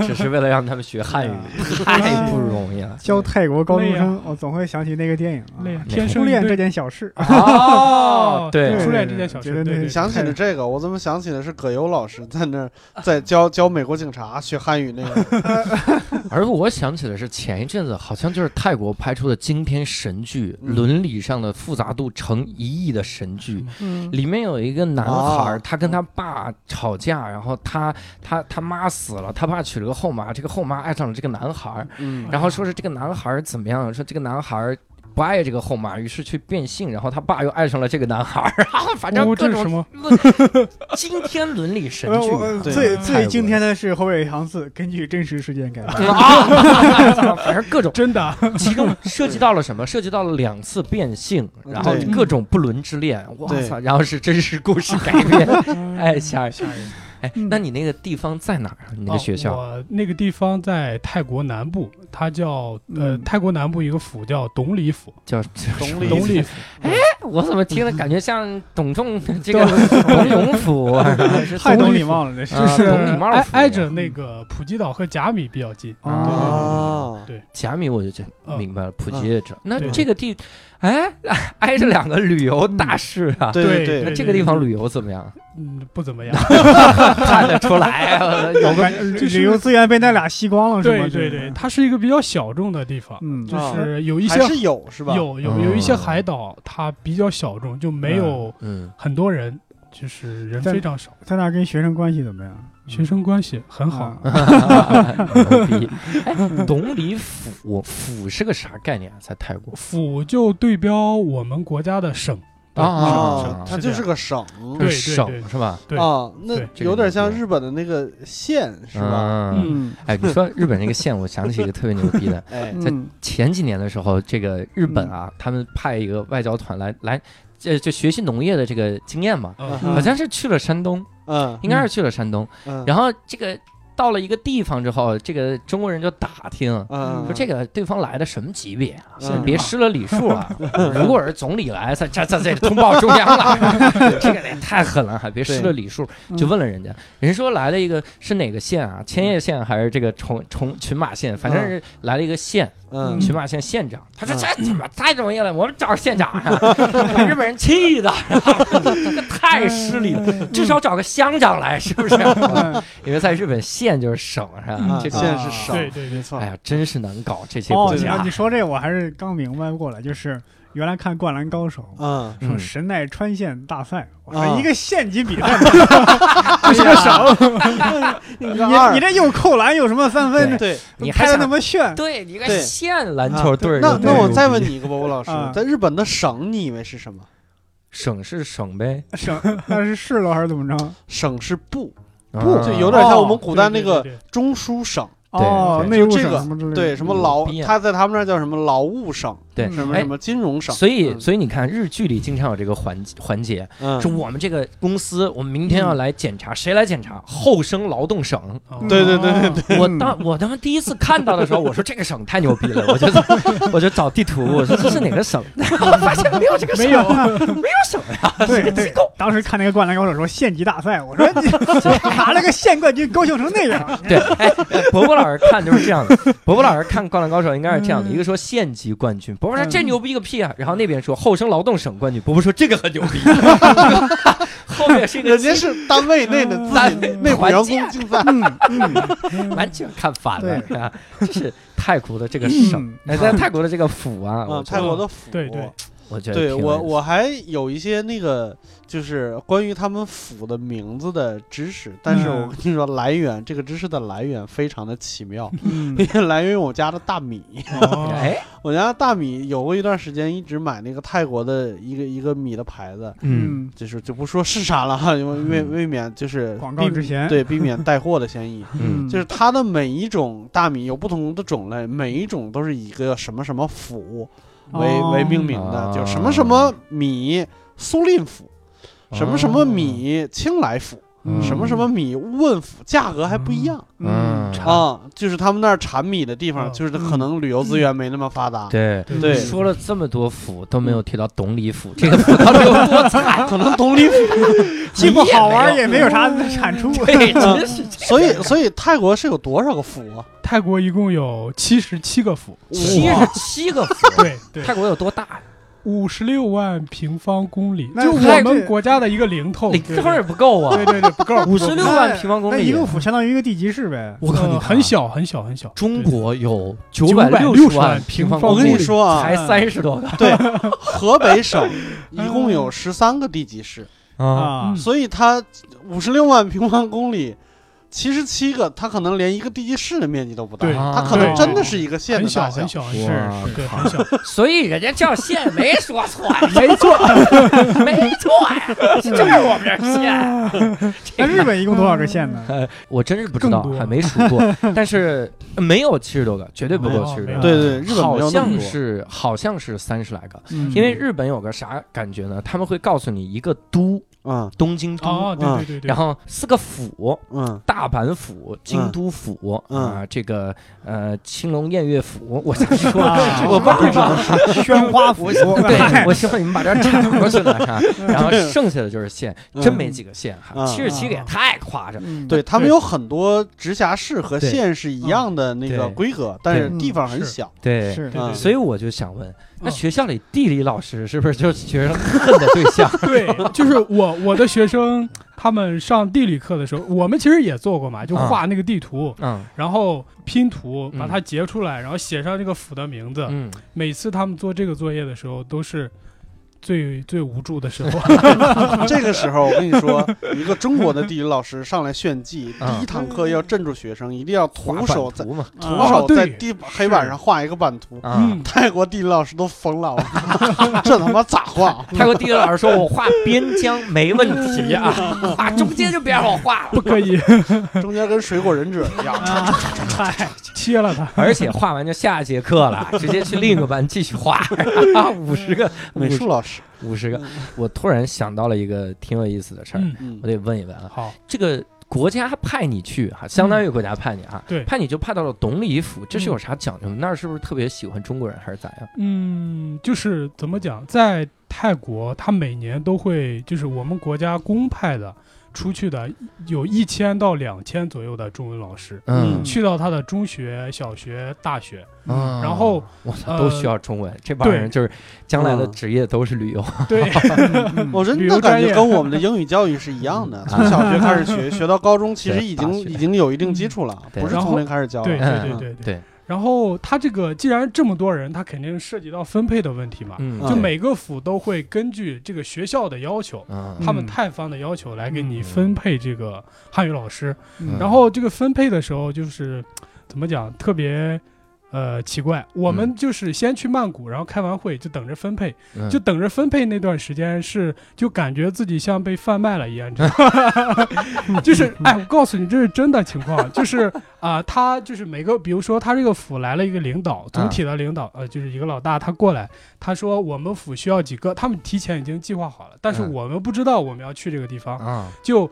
Speaker 1: 只是为了让他们学汉语，
Speaker 2: 嗯
Speaker 1: 太不
Speaker 2: 哎
Speaker 1: 容易了。啊
Speaker 4: 教泰国高中
Speaker 3: 累啊
Speaker 4: 生，我总会想起那个电影啊
Speaker 3: 累啊，
Speaker 4: 《
Speaker 3: 天
Speaker 4: 初
Speaker 3: 生一
Speaker 4: 恋这
Speaker 3: 对。
Speaker 4: 件小事》
Speaker 1: 哦，啊对
Speaker 3: 对，初恋
Speaker 4: 对
Speaker 3: 这件小
Speaker 4: 觉得
Speaker 3: 事，
Speaker 4: 那
Speaker 3: 对
Speaker 4: 个
Speaker 3: 对，
Speaker 2: 想起
Speaker 3: 太
Speaker 2: 了这个，我怎么想起的是葛优老师在那儿在教教美国警察学汉语那个？
Speaker 1: 而我想起的是，前一阵子好像就是泰国拍出的惊天神剧，
Speaker 2: 嗯
Speaker 1: 伦理上的复杂度成一亿的神剧。
Speaker 4: 嗯
Speaker 1: 里面有一个男孩儿，
Speaker 2: 哦
Speaker 1: 他跟他爸吵架，然后他他他妈死了，他爸娶了个后妈，这个后妈爱上了这个男孩儿，
Speaker 2: 嗯
Speaker 1: 然后说是这个男孩儿怎么样，说这个男孩儿不爱这个后妈，于是去变性，然后他爸又爱上了这个男孩儿， 啊，反正
Speaker 3: 哦
Speaker 1: 各
Speaker 3: 这是什
Speaker 1: 种
Speaker 3: 么？
Speaker 1: 惊天伦理神
Speaker 4: 呃
Speaker 1: 剧啊
Speaker 4: 我呃
Speaker 2: 对
Speaker 4: 最
Speaker 1: 泰
Speaker 4: 最
Speaker 1: 国
Speaker 4: 惊天的是后尾长次根据真实事件改 编，
Speaker 1: 啊， 反正各种，
Speaker 3: 真的，
Speaker 1: 其中涉及到了什么？涉及到了两次变性，然后
Speaker 2: 对
Speaker 1: 各种不伦之恋，哇
Speaker 2: 对
Speaker 1: 操！然后是真实故事改编，哎，吓人！
Speaker 3: 吓人。
Speaker 1: 哎，
Speaker 4: 嗯
Speaker 1: 那你那个地方在哪儿啊？你那个学校？
Speaker 3: 哦我那个地方在泰国南部，它叫呃
Speaker 4: 嗯
Speaker 3: 泰国南部一个府叫董里府，
Speaker 1: 叫叫
Speaker 2: 懂
Speaker 1: 什么
Speaker 2: 礼
Speaker 3: 董里府
Speaker 1: 我怎么听着感觉像董仲这个董永府啊？是
Speaker 4: 太
Speaker 1: 董
Speaker 4: 懂
Speaker 1: 礼
Speaker 4: 礼貌了，这是
Speaker 1: 啊
Speaker 3: 是
Speaker 1: 董里猫
Speaker 3: 挨
Speaker 1: 府
Speaker 3: 挨着那个普吉岛和甲米比较近。
Speaker 4: 啊
Speaker 2: 啊，
Speaker 1: 贾米我就这明白了，普吉也知道。那
Speaker 3: 对
Speaker 1: 这个地，哎，挨着两个旅游大市啊。
Speaker 2: 对
Speaker 3: 对
Speaker 1: 那
Speaker 2: 对，
Speaker 1: 这个地方旅游怎么样？
Speaker 3: 嗯，不怎么 样。
Speaker 1: 看得出来啊，有个
Speaker 4: 感觉呃旅游资源被那俩吸光了，是吗？
Speaker 3: 对对对，，它是一个嗯比较小众的地方，
Speaker 4: 嗯，
Speaker 3: 就
Speaker 2: 啊
Speaker 3: 是有一些
Speaker 2: 还是有是吧？
Speaker 3: 有哦有有一些海岛它比较小众，就没有
Speaker 1: 嗯，
Speaker 3: 很多人，就是人
Speaker 4: 但
Speaker 3: 非常少，
Speaker 4: 在那儿跟学生关系怎么样？啊
Speaker 3: 学生关系很
Speaker 4: 很
Speaker 3: 好。
Speaker 1: 牛逼！哎，董里府府是个啥概念啊？在泰国
Speaker 3: 府就对标我们国家的省对
Speaker 1: 啊
Speaker 3: 省
Speaker 2: 啊
Speaker 3: 省，
Speaker 2: 它
Speaker 3: 是
Speaker 2: 就
Speaker 3: 这
Speaker 2: 是
Speaker 3: 样
Speaker 2: 个省
Speaker 3: 对对
Speaker 1: 省是吧？
Speaker 3: 对
Speaker 2: 啊，那
Speaker 3: 对
Speaker 1: 这个
Speaker 2: 有点
Speaker 1: 牛
Speaker 2: 像
Speaker 1: 逼
Speaker 2: 日本的那个县是吧？
Speaker 1: 嗯，
Speaker 4: 嗯
Speaker 1: 哎，你说日本那个县，我想起一个特别牛逼 的，
Speaker 2: 哎，
Speaker 4: 嗯，
Speaker 1: 前几年的时候，这个日本
Speaker 2: 嗯
Speaker 1: 啊，他们派一个外交团来来，这就学习农业的这个经验嘛，
Speaker 3: 嗯
Speaker 2: 嗯
Speaker 1: 好像是去了山东，
Speaker 2: 嗯
Speaker 1: 应该是去了山东。
Speaker 2: 嗯，
Speaker 1: 然后这个到了一个地方之后，这个中国人就打听，
Speaker 2: 嗯，
Speaker 1: 说这个对方来的什么级别啊？
Speaker 2: 嗯
Speaker 1: 别失了礼数啊！ 如果是总理来，这这这这通报中央 了，这个也太狠了，还别失了礼数，
Speaker 4: 对
Speaker 2: 嗯
Speaker 1: 就问了人家，人说来了一个是哪个县啊？千
Speaker 2: 嗯
Speaker 1: 叶县还是这个重重群马县？反正是来了一个县，
Speaker 2: 嗯
Speaker 1: 群马县县长。他说
Speaker 2: 嗯
Speaker 1: 这他妈太容易了，我们找县长啊！把日本人气的，这个太失
Speaker 2: 嗯
Speaker 1: 礼
Speaker 4: 哎
Speaker 1: 了，至少找个乡长来，是不是？
Speaker 4: 嗯
Speaker 1: 因为在日本县就是省是吧
Speaker 4: 嗯？
Speaker 1: 这个
Speaker 2: 县是
Speaker 4: 啊
Speaker 2: 省，
Speaker 3: 对对
Speaker 2: 没
Speaker 3: 对，
Speaker 2: 错
Speaker 1: 哎，呀，真是难搞这些
Speaker 4: 哦
Speaker 1: 国，家。
Speaker 4: 你你说这我还是刚明白过来，就是原来看《灌篮高手》。
Speaker 2: 嗯，
Speaker 4: 说
Speaker 1: 嗯
Speaker 4: 神奈川县大赛，我
Speaker 2: 啊
Speaker 4: 说一个县级比赛， 不是个省，
Speaker 2: 你
Speaker 4: 你你这又扣篮又什么三分，
Speaker 2: 对，
Speaker 1: 你还
Speaker 4: 拍的那
Speaker 1: 想
Speaker 4: 么炫，
Speaker 1: 对你个
Speaker 2: 对啊
Speaker 1: 县篮球队儿
Speaker 2: 那
Speaker 1: 就
Speaker 4: 对
Speaker 1: 对
Speaker 2: 那
Speaker 1: 了？
Speaker 2: 我再问你一个吧，吴老师
Speaker 4: 啊，
Speaker 2: 在日本的省你以为是什么？
Speaker 1: 省是省呗，
Speaker 4: 省那是市了还是怎么着？
Speaker 2: 省是部，
Speaker 1: 啊
Speaker 2: 就有点像我们
Speaker 4: 哦
Speaker 2: 古代那个
Speaker 3: 对对对
Speaker 2: 中书省，
Speaker 4: 哦，
Speaker 1: 对
Speaker 4: 内务
Speaker 2: 就这
Speaker 4: 省
Speaker 2: 个
Speaker 4: 什么之类的，
Speaker 2: 对，什么
Speaker 1: 嗯
Speaker 2: 劳
Speaker 1: 不一，样
Speaker 2: 他在他们那儿叫什么劳务省，
Speaker 1: 对
Speaker 4: 嗯
Speaker 2: 什么
Speaker 1: 哎
Speaker 2: 什么金融省，
Speaker 1: 所以，
Speaker 2: 嗯
Speaker 1: 所以你看日剧里经常有这个环环节，
Speaker 2: 嗯
Speaker 1: 说，我们这个公司，我们明天要来检查，谁来检查？后生劳动省。
Speaker 3: 哦
Speaker 2: 对对对对
Speaker 4: 嗯
Speaker 1: 我当我他妈第一次看到的时候，我说这个省太牛逼了， 我就我就找地图，我说这是哪个省？ 发现没有这个省，
Speaker 4: 没有
Speaker 1: 没有省呀，
Speaker 4: 对对， 当时看那个《灌篮高手》说县级大赛，我说你拿了个县冠军，高兴成那 样。
Speaker 1: 对，哎，伯伯老师看就是这样的。伯伯老师看《灌篮高手》应该是这样的：一个说县级冠军，伯伯说这牛逼个屁啊！然后那边说后生劳动省冠军，伯伯说这个很牛逼。后面是一个
Speaker 2: 人家是单位内的自
Speaker 1: 嗯单
Speaker 2: 己内部
Speaker 1: 环
Speaker 2: 员
Speaker 1: 境
Speaker 2: 工竞赛，
Speaker 4: 嗯嗯，
Speaker 1: 完全看反了，
Speaker 4: 对
Speaker 1: 啊，就是泰国的这个省，哎，在泰国的这个府啊，
Speaker 2: 嗯，
Speaker 1: 我觉
Speaker 2: 泰
Speaker 1: 得
Speaker 2: 国的府，
Speaker 3: 对对
Speaker 1: 我觉得
Speaker 2: 对
Speaker 1: 挺有
Speaker 2: 我
Speaker 1: 意思
Speaker 2: 我还有一些那个就是关于他们府的名字的知识，但是我
Speaker 4: 嗯
Speaker 2: 跟你说来源这个知识的来源非常的奇妙，
Speaker 4: 嗯
Speaker 2: 因为来源于我家的大米，
Speaker 3: 哦
Speaker 1: 哎，
Speaker 2: 我家的大米有过一段时间一直买那个泰国的一个一个米的牌子，
Speaker 1: 嗯，
Speaker 4: 嗯，
Speaker 2: 就是就不说是啥了哈，因为为
Speaker 1: 嗯
Speaker 2: 未免就是
Speaker 4: 广告
Speaker 2: 避
Speaker 4: 之嫌
Speaker 2: 对，避免带货的 嫌疑。
Speaker 1: 嗯
Speaker 2: 就是它的每一种大米有不同的种类，每一种都是以一个什么什么府为、
Speaker 4: 哦
Speaker 2: 为命名的
Speaker 1: 啊，
Speaker 2: 就什么什么米苏令府，什么什么
Speaker 4: 哦
Speaker 2: 米清莱府，
Speaker 1: 嗯
Speaker 2: 什么什么米乌汶府，价格还不一样、
Speaker 1: 嗯
Speaker 4: 嗯，
Speaker 3: 嗯
Speaker 2: 啊。就是他们那儿产米的地方，
Speaker 3: 嗯
Speaker 2: 就是可能旅游资源没那么发达。
Speaker 1: 对。
Speaker 2: 对
Speaker 1: 说了这么多府都没有提到董里府，这个府到底有多惨？
Speaker 2: 可能东里 府，
Speaker 3: 嗯
Speaker 4: 既不 好玩也没有啥产出。啊
Speaker 1: 对，真是这样
Speaker 2: 所以所以泰国是有多少个府啊？
Speaker 3: 泰国一共有七十七个府，
Speaker 1: 七
Speaker 2: 哇
Speaker 1: 十七个府，
Speaker 3: 对对，
Speaker 1: 泰国有多大？
Speaker 3: 五十六万平方公里，
Speaker 4: 那
Speaker 3: 就我
Speaker 4: 泰
Speaker 3: 们国家的一个零头，
Speaker 1: 零
Speaker 3: 哦对
Speaker 1: 当然不够啊
Speaker 3: 对！对对，不够，
Speaker 1: 五十六万平方公
Speaker 4: 那
Speaker 1: 里，
Speaker 4: 一个府相当于一个地级市呗。嗯
Speaker 1: 我靠，你
Speaker 3: 呃
Speaker 1: 看
Speaker 3: 很。小很小很小。
Speaker 1: 中国有九百
Speaker 3: 960
Speaker 1: 万
Speaker 3: 万
Speaker 1: 平
Speaker 3: 平
Speaker 1: 方
Speaker 3: 方
Speaker 1: 公
Speaker 2: 我
Speaker 1: 里，
Speaker 2: 跟你说啊，
Speaker 1: 才三十多个
Speaker 2: 对，河北省一共有十三个地级市，
Speaker 1: 啊！
Speaker 4: 啊
Speaker 3: 嗯
Speaker 2: 所以它五十六万平方公里，七十七个，它可能连一个地级市的面积都不大，
Speaker 3: 对
Speaker 2: 它可能
Speaker 3: 对
Speaker 2: 真的是一个县
Speaker 3: 很
Speaker 2: 的大
Speaker 3: 小
Speaker 2: 小
Speaker 3: 很。小，很
Speaker 1: 是
Speaker 3: 小
Speaker 1: 哇
Speaker 3: 对，很小。
Speaker 1: 所以人家叫县没说错呀，
Speaker 4: 没错。
Speaker 1: 没错呀，就是我们这儿县。
Speaker 4: 那日本一共多少个县呢？
Speaker 1: 我真是不知道
Speaker 3: 更，多
Speaker 1: 还没数过，但是呃没有七十多个，绝对不够七十多
Speaker 3: 没有
Speaker 1: 个。
Speaker 2: 对对，日本没
Speaker 1: 好
Speaker 2: 有那么
Speaker 1: 像
Speaker 2: 多。
Speaker 1: 是好像是三十来个，
Speaker 4: 嗯
Speaker 1: 因为日本有个啥感觉呢？他们会告诉你一个都，
Speaker 2: 嗯
Speaker 1: 东京都，
Speaker 3: 哦，对对对对，
Speaker 1: 然后四个府，
Speaker 2: 嗯，
Speaker 1: 大阪府、京都府啊、
Speaker 2: 嗯
Speaker 1: 这个呃青龙偃月府， 我想说，
Speaker 4: 啊
Speaker 1: 我不知道。
Speaker 4: 宣 花府，
Speaker 1: 对，我希望你们把这儿插过去了 哈。然后剩下的就是县，
Speaker 2: 嗯
Speaker 1: 真没几个县哈，
Speaker 2: 嗯
Speaker 1: 七十七个也太夸张。
Speaker 4: 嗯
Speaker 2: 对他们
Speaker 3: 对
Speaker 2: 有很多直辖市和
Speaker 1: 对
Speaker 2: 县是一样的那个
Speaker 1: 对
Speaker 2: 规格，但是
Speaker 4: 嗯
Speaker 2: 地方很
Speaker 3: 是
Speaker 2: 小。
Speaker 1: 对，
Speaker 4: 是
Speaker 3: 对
Speaker 2: 啊
Speaker 3: 对，
Speaker 1: 所以我就想问，那
Speaker 3: 嗯
Speaker 1: 学校里地理老师是不是就是学生恨的对 象？
Speaker 3: 对，就是我我的学生他们上地理课的时候，我们其实也做过嘛，就画那个地图，
Speaker 1: 嗯
Speaker 3: 然后拼图
Speaker 1: 嗯
Speaker 3: 把它截出来，然后写上这个府的名字。
Speaker 1: 嗯，
Speaker 3: 每次他们做这个作业的时候，都是最最无助的时候。
Speaker 1: 啊
Speaker 2: 这个时候，我跟你 说，一个中国的地理老师上来炫技，
Speaker 1: 嗯
Speaker 3: 啊
Speaker 2: 第一堂课要镇住学生，一定要徒手
Speaker 1: 画版
Speaker 2: 在
Speaker 1: 图嘛，
Speaker 2: 徒
Speaker 4: 啊
Speaker 2: 手在
Speaker 3: 哦对
Speaker 2: 地黑板上画一个版图。
Speaker 1: 啊。
Speaker 3: 嗯，
Speaker 2: 泰国地理老师都疯了，我 这他妈咋画？
Speaker 1: 泰国地理老师说：“我画边疆没问题啊，
Speaker 2: 嗯
Speaker 1: 画中间就别让我画了。
Speaker 3: 不可以
Speaker 2: 中间跟水果忍者一样。
Speaker 4: 啊，嗨，
Speaker 3: 切了 它。
Speaker 1: 而且画完就下节课 了，直接去另一个班继续画， 五十
Speaker 3: 嗯
Speaker 1: 个
Speaker 2: 美术老师，
Speaker 1: 五十个。我突然想到了一个挺有意思的事儿，
Speaker 3: 嗯，
Speaker 2: 嗯
Speaker 1: 我，得问一问啊，
Speaker 3: 好，
Speaker 1: 这个国家派你去哈，相当于国家派你哈，
Speaker 3: 嗯对
Speaker 1: 派你就派到了董里府，这是有啥讲究吗？那儿是不是特别喜欢中国人还是咋样？
Speaker 3: 嗯，就是怎么讲，在泰国，他每年都会，就是我们国家公派的出去的，有一千到两千左右的中文老师。
Speaker 1: 嗯
Speaker 4: 嗯
Speaker 3: 去到他的中学、小学、大 学，
Speaker 1: 啊
Speaker 3: 嗯然后
Speaker 1: 我操，
Speaker 3: 呃
Speaker 1: 都需要中文，这帮人就是将来的职业都是旅游，
Speaker 3: 对，
Speaker 1: 嗯
Speaker 2: 我真
Speaker 3: 旅
Speaker 2: 的
Speaker 3: 游
Speaker 2: 感
Speaker 3: 专
Speaker 2: 觉
Speaker 3: 业
Speaker 2: 跟我们的英语教育是一 样的，从小学开始学，学到高中，其实已
Speaker 1: 大
Speaker 2: 经
Speaker 1: 学
Speaker 2: 已经有一定基础了，
Speaker 1: 对
Speaker 2: 不是
Speaker 3: 然后
Speaker 2: 从零开始教
Speaker 3: 嗯对对
Speaker 2: 的。
Speaker 1: 嗯
Speaker 3: 对对对。
Speaker 1: 对，
Speaker 3: 然后他这个既然这么多人，他肯定涉及到分配的问题嘛，
Speaker 1: 嗯，
Speaker 3: 就
Speaker 2: 对
Speaker 3: 每个府都会根据这个学校的要求，
Speaker 1: 嗯
Speaker 3: 他们泰方的要求来给你分配这个汉语老师。
Speaker 1: 嗯
Speaker 3: 然后这个分配的时候就是怎么讲，特别。呃，奇怪，我们就是先去曼谷，然后开完会就等着分配，
Speaker 1: 嗯
Speaker 3: 就等着分配那段时间是就感觉自己像被贩卖了一样，你知道 吗 就是哎，我告诉你，这是真的情况， 就是啊、他就是每个，比如说他这个府来了一个领导，总体的领导，呃，就是一个老大，他过来，他说我们府需要几个，他们提前已经计划好了，但是
Speaker 1: 嗯
Speaker 3: 我们不知道我们要去这个地方，
Speaker 1: 啊，
Speaker 3: 就，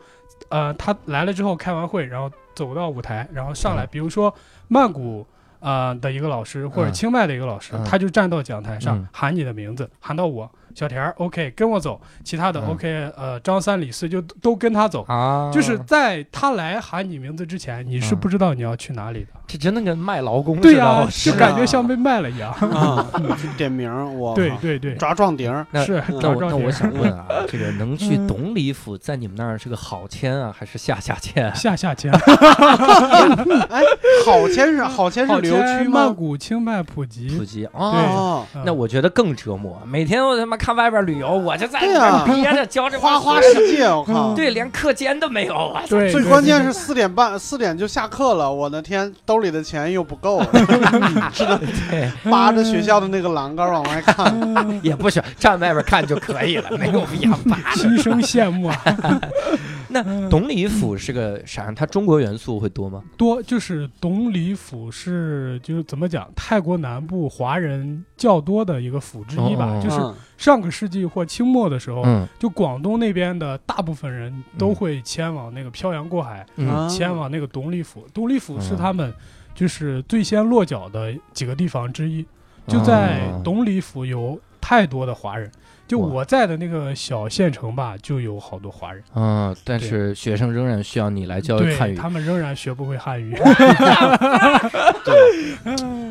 Speaker 3: 呃，他来了之后开完会，然后走到舞台，然后上来，
Speaker 1: 嗯
Speaker 3: 比如说曼谷呃的一个老师或者
Speaker 1: 嗯
Speaker 3: 清迈的一个老师，
Speaker 1: 嗯
Speaker 3: 他就站到讲台上、
Speaker 1: 嗯
Speaker 3: 喊你的名字，喊到我小田儿，OK，跟我走，其他的、
Speaker 1: 嗯
Speaker 3: OK，呃，张三李四就都跟他走。
Speaker 1: 啊，
Speaker 3: 就是在他来喊你名字之前，你是
Speaker 1: 嗯
Speaker 3: 不知道你要去哪里的。
Speaker 1: 这真的跟卖劳工
Speaker 3: 对
Speaker 1: 似的哦
Speaker 3: 呀、
Speaker 1: 我
Speaker 3: 就是感
Speaker 2: 啊
Speaker 3: 觉像被卖了一样。
Speaker 2: 啊，去点名儿，我
Speaker 3: 对
Speaker 2: 靠
Speaker 3: 对对，
Speaker 2: 抓壮丁儿，
Speaker 1: 那
Speaker 3: 是
Speaker 2: 嗯
Speaker 1: 那
Speaker 3: 找
Speaker 1: 我
Speaker 3: 张
Speaker 1: 那我
Speaker 3: 杰
Speaker 1: 想问啊，这个能去董里府，在你们那儿是个好签啊，还是下下签？
Speaker 3: 下下签，
Speaker 2: 哎，好 签是好签是
Speaker 3: 好
Speaker 2: 旅游
Speaker 3: 签
Speaker 2: 区
Speaker 3: 曼
Speaker 2: 吗？
Speaker 3: 谷、清迈、普
Speaker 1: 普
Speaker 3: 吉。
Speaker 1: 及
Speaker 3: 嗯对
Speaker 1: 哦。
Speaker 2: 哦，
Speaker 3: 嗯
Speaker 1: 那我觉得更折磨，每天我他妈看外边旅游，我就在
Speaker 2: 对
Speaker 1: 那
Speaker 2: 啊
Speaker 1: 儿憋着教这
Speaker 2: 花
Speaker 1: 帮
Speaker 2: 花
Speaker 1: 学生
Speaker 2: 世界，我靠！
Speaker 1: 对，连课间都没有啊。
Speaker 3: 对，
Speaker 2: 最
Speaker 3: 对
Speaker 2: 关键
Speaker 3: 对
Speaker 2: 是四点半，四点就下课了。我的天，兜里的钱又不够， 只能
Speaker 1: 对，
Speaker 2: 扒着学校的那个栏杆往外看。
Speaker 1: 也不需要站外边看就可以了，没有必要 扒着。
Speaker 3: 呃心生羡慕啊。嗯
Speaker 1: 董里府是个啥？它中国元素会多吗？
Speaker 3: 多就是董里府是就是怎么讲，泰国南部华人较多的一个府之一吧。
Speaker 1: 哦
Speaker 3: 就是
Speaker 2: 嗯
Speaker 3: 上个世纪或清末的时候，
Speaker 1: 嗯
Speaker 3: 就广东那边的大部分人都会迁往那个漂洋过海，
Speaker 1: 嗯
Speaker 2: 啊
Speaker 3: 迁往那个董里府。董里府是
Speaker 1: 嗯
Speaker 3: 他们就是最先落脚的几个地方之一。就在
Speaker 1: 哦
Speaker 3: 董里府有太多的华人，就
Speaker 1: 哇
Speaker 3: 我在的那个小县城吧，就有好多华人。
Speaker 1: 嗯，但是学生仍然需要你来教育汉
Speaker 3: 对
Speaker 1: 语
Speaker 3: 他。们仍然学不会汉语。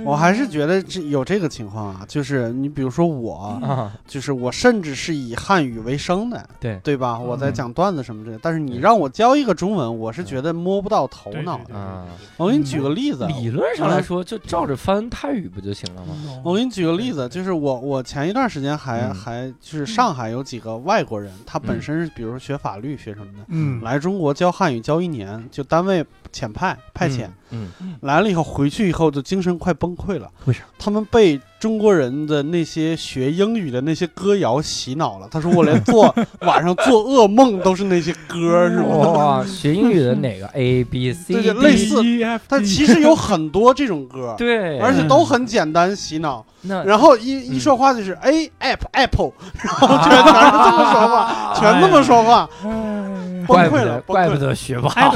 Speaker 2: 我还是觉得这有这个情况啊，就是你比如说我，
Speaker 1: 啊，
Speaker 2: 就是我甚至是以汉语为生的，
Speaker 1: 对，
Speaker 2: 对吧？我在
Speaker 1: 嗯
Speaker 2: 讲段子什么之类的，但是你
Speaker 1: 对
Speaker 2: 让我教一个中文，我是觉得摸不到 头
Speaker 3: 对对
Speaker 2: 脑的。
Speaker 3: 对
Speaker 1: 啊
Speaker 2: 我给你举个例子，
Speaker 1: 理论上
Speaker 3: 嗯
Speaker 1: 来说，就照着翻泰语不就行了吗？哦
Speaker 3: 对
Speaker 2: 嗯我给你举个例
Speaker 3: 对对
Speaker 2: 子，就是我我前一段时间还、
Speaker 1: 嗯
Speaker 2: 还就是上海有几个外国人，他本身是比如说学法律、学什么的，
Speaker 4: 嗯，
Speaker 2: 来中国教汉语教一年，就单位遣派派遣、
Speaker 1: 嗯，
Speaker 2: 来了以后，回去以后就精神快崩溃了。
Speaker 1: 为啥？
Speaker 2: 他们被中国人的那些学英语的那些歌谣洗脑了。他说我 连做晚上做噩梦都是那些歌，是吧？
Speaker 1: 哇，学英语的哪个 A B C
Speaker 2: 对
Speaker 1: D？
Speaker 2: 对类似
Speaker 3: D E F，
Speaker 2: 但其实有很多这种歌，
Speaker 1: 对，
Speaker 2: 而且都很简单洗脑。
Speaker 1: 那
Speaker 2: 然后
Speaker 1: 嗯
Speaker 2: 一一说话就是 A app apple，然后全全是这么 说话，全这么说话，崩
Speaker 1: 怪不得
Speaker 2: 溃了，崩
Speaker 1: 啊哎怪不
Speaker 2: 溃了。哎
Speaker 1: 得学霸。
Speaker 4: 哎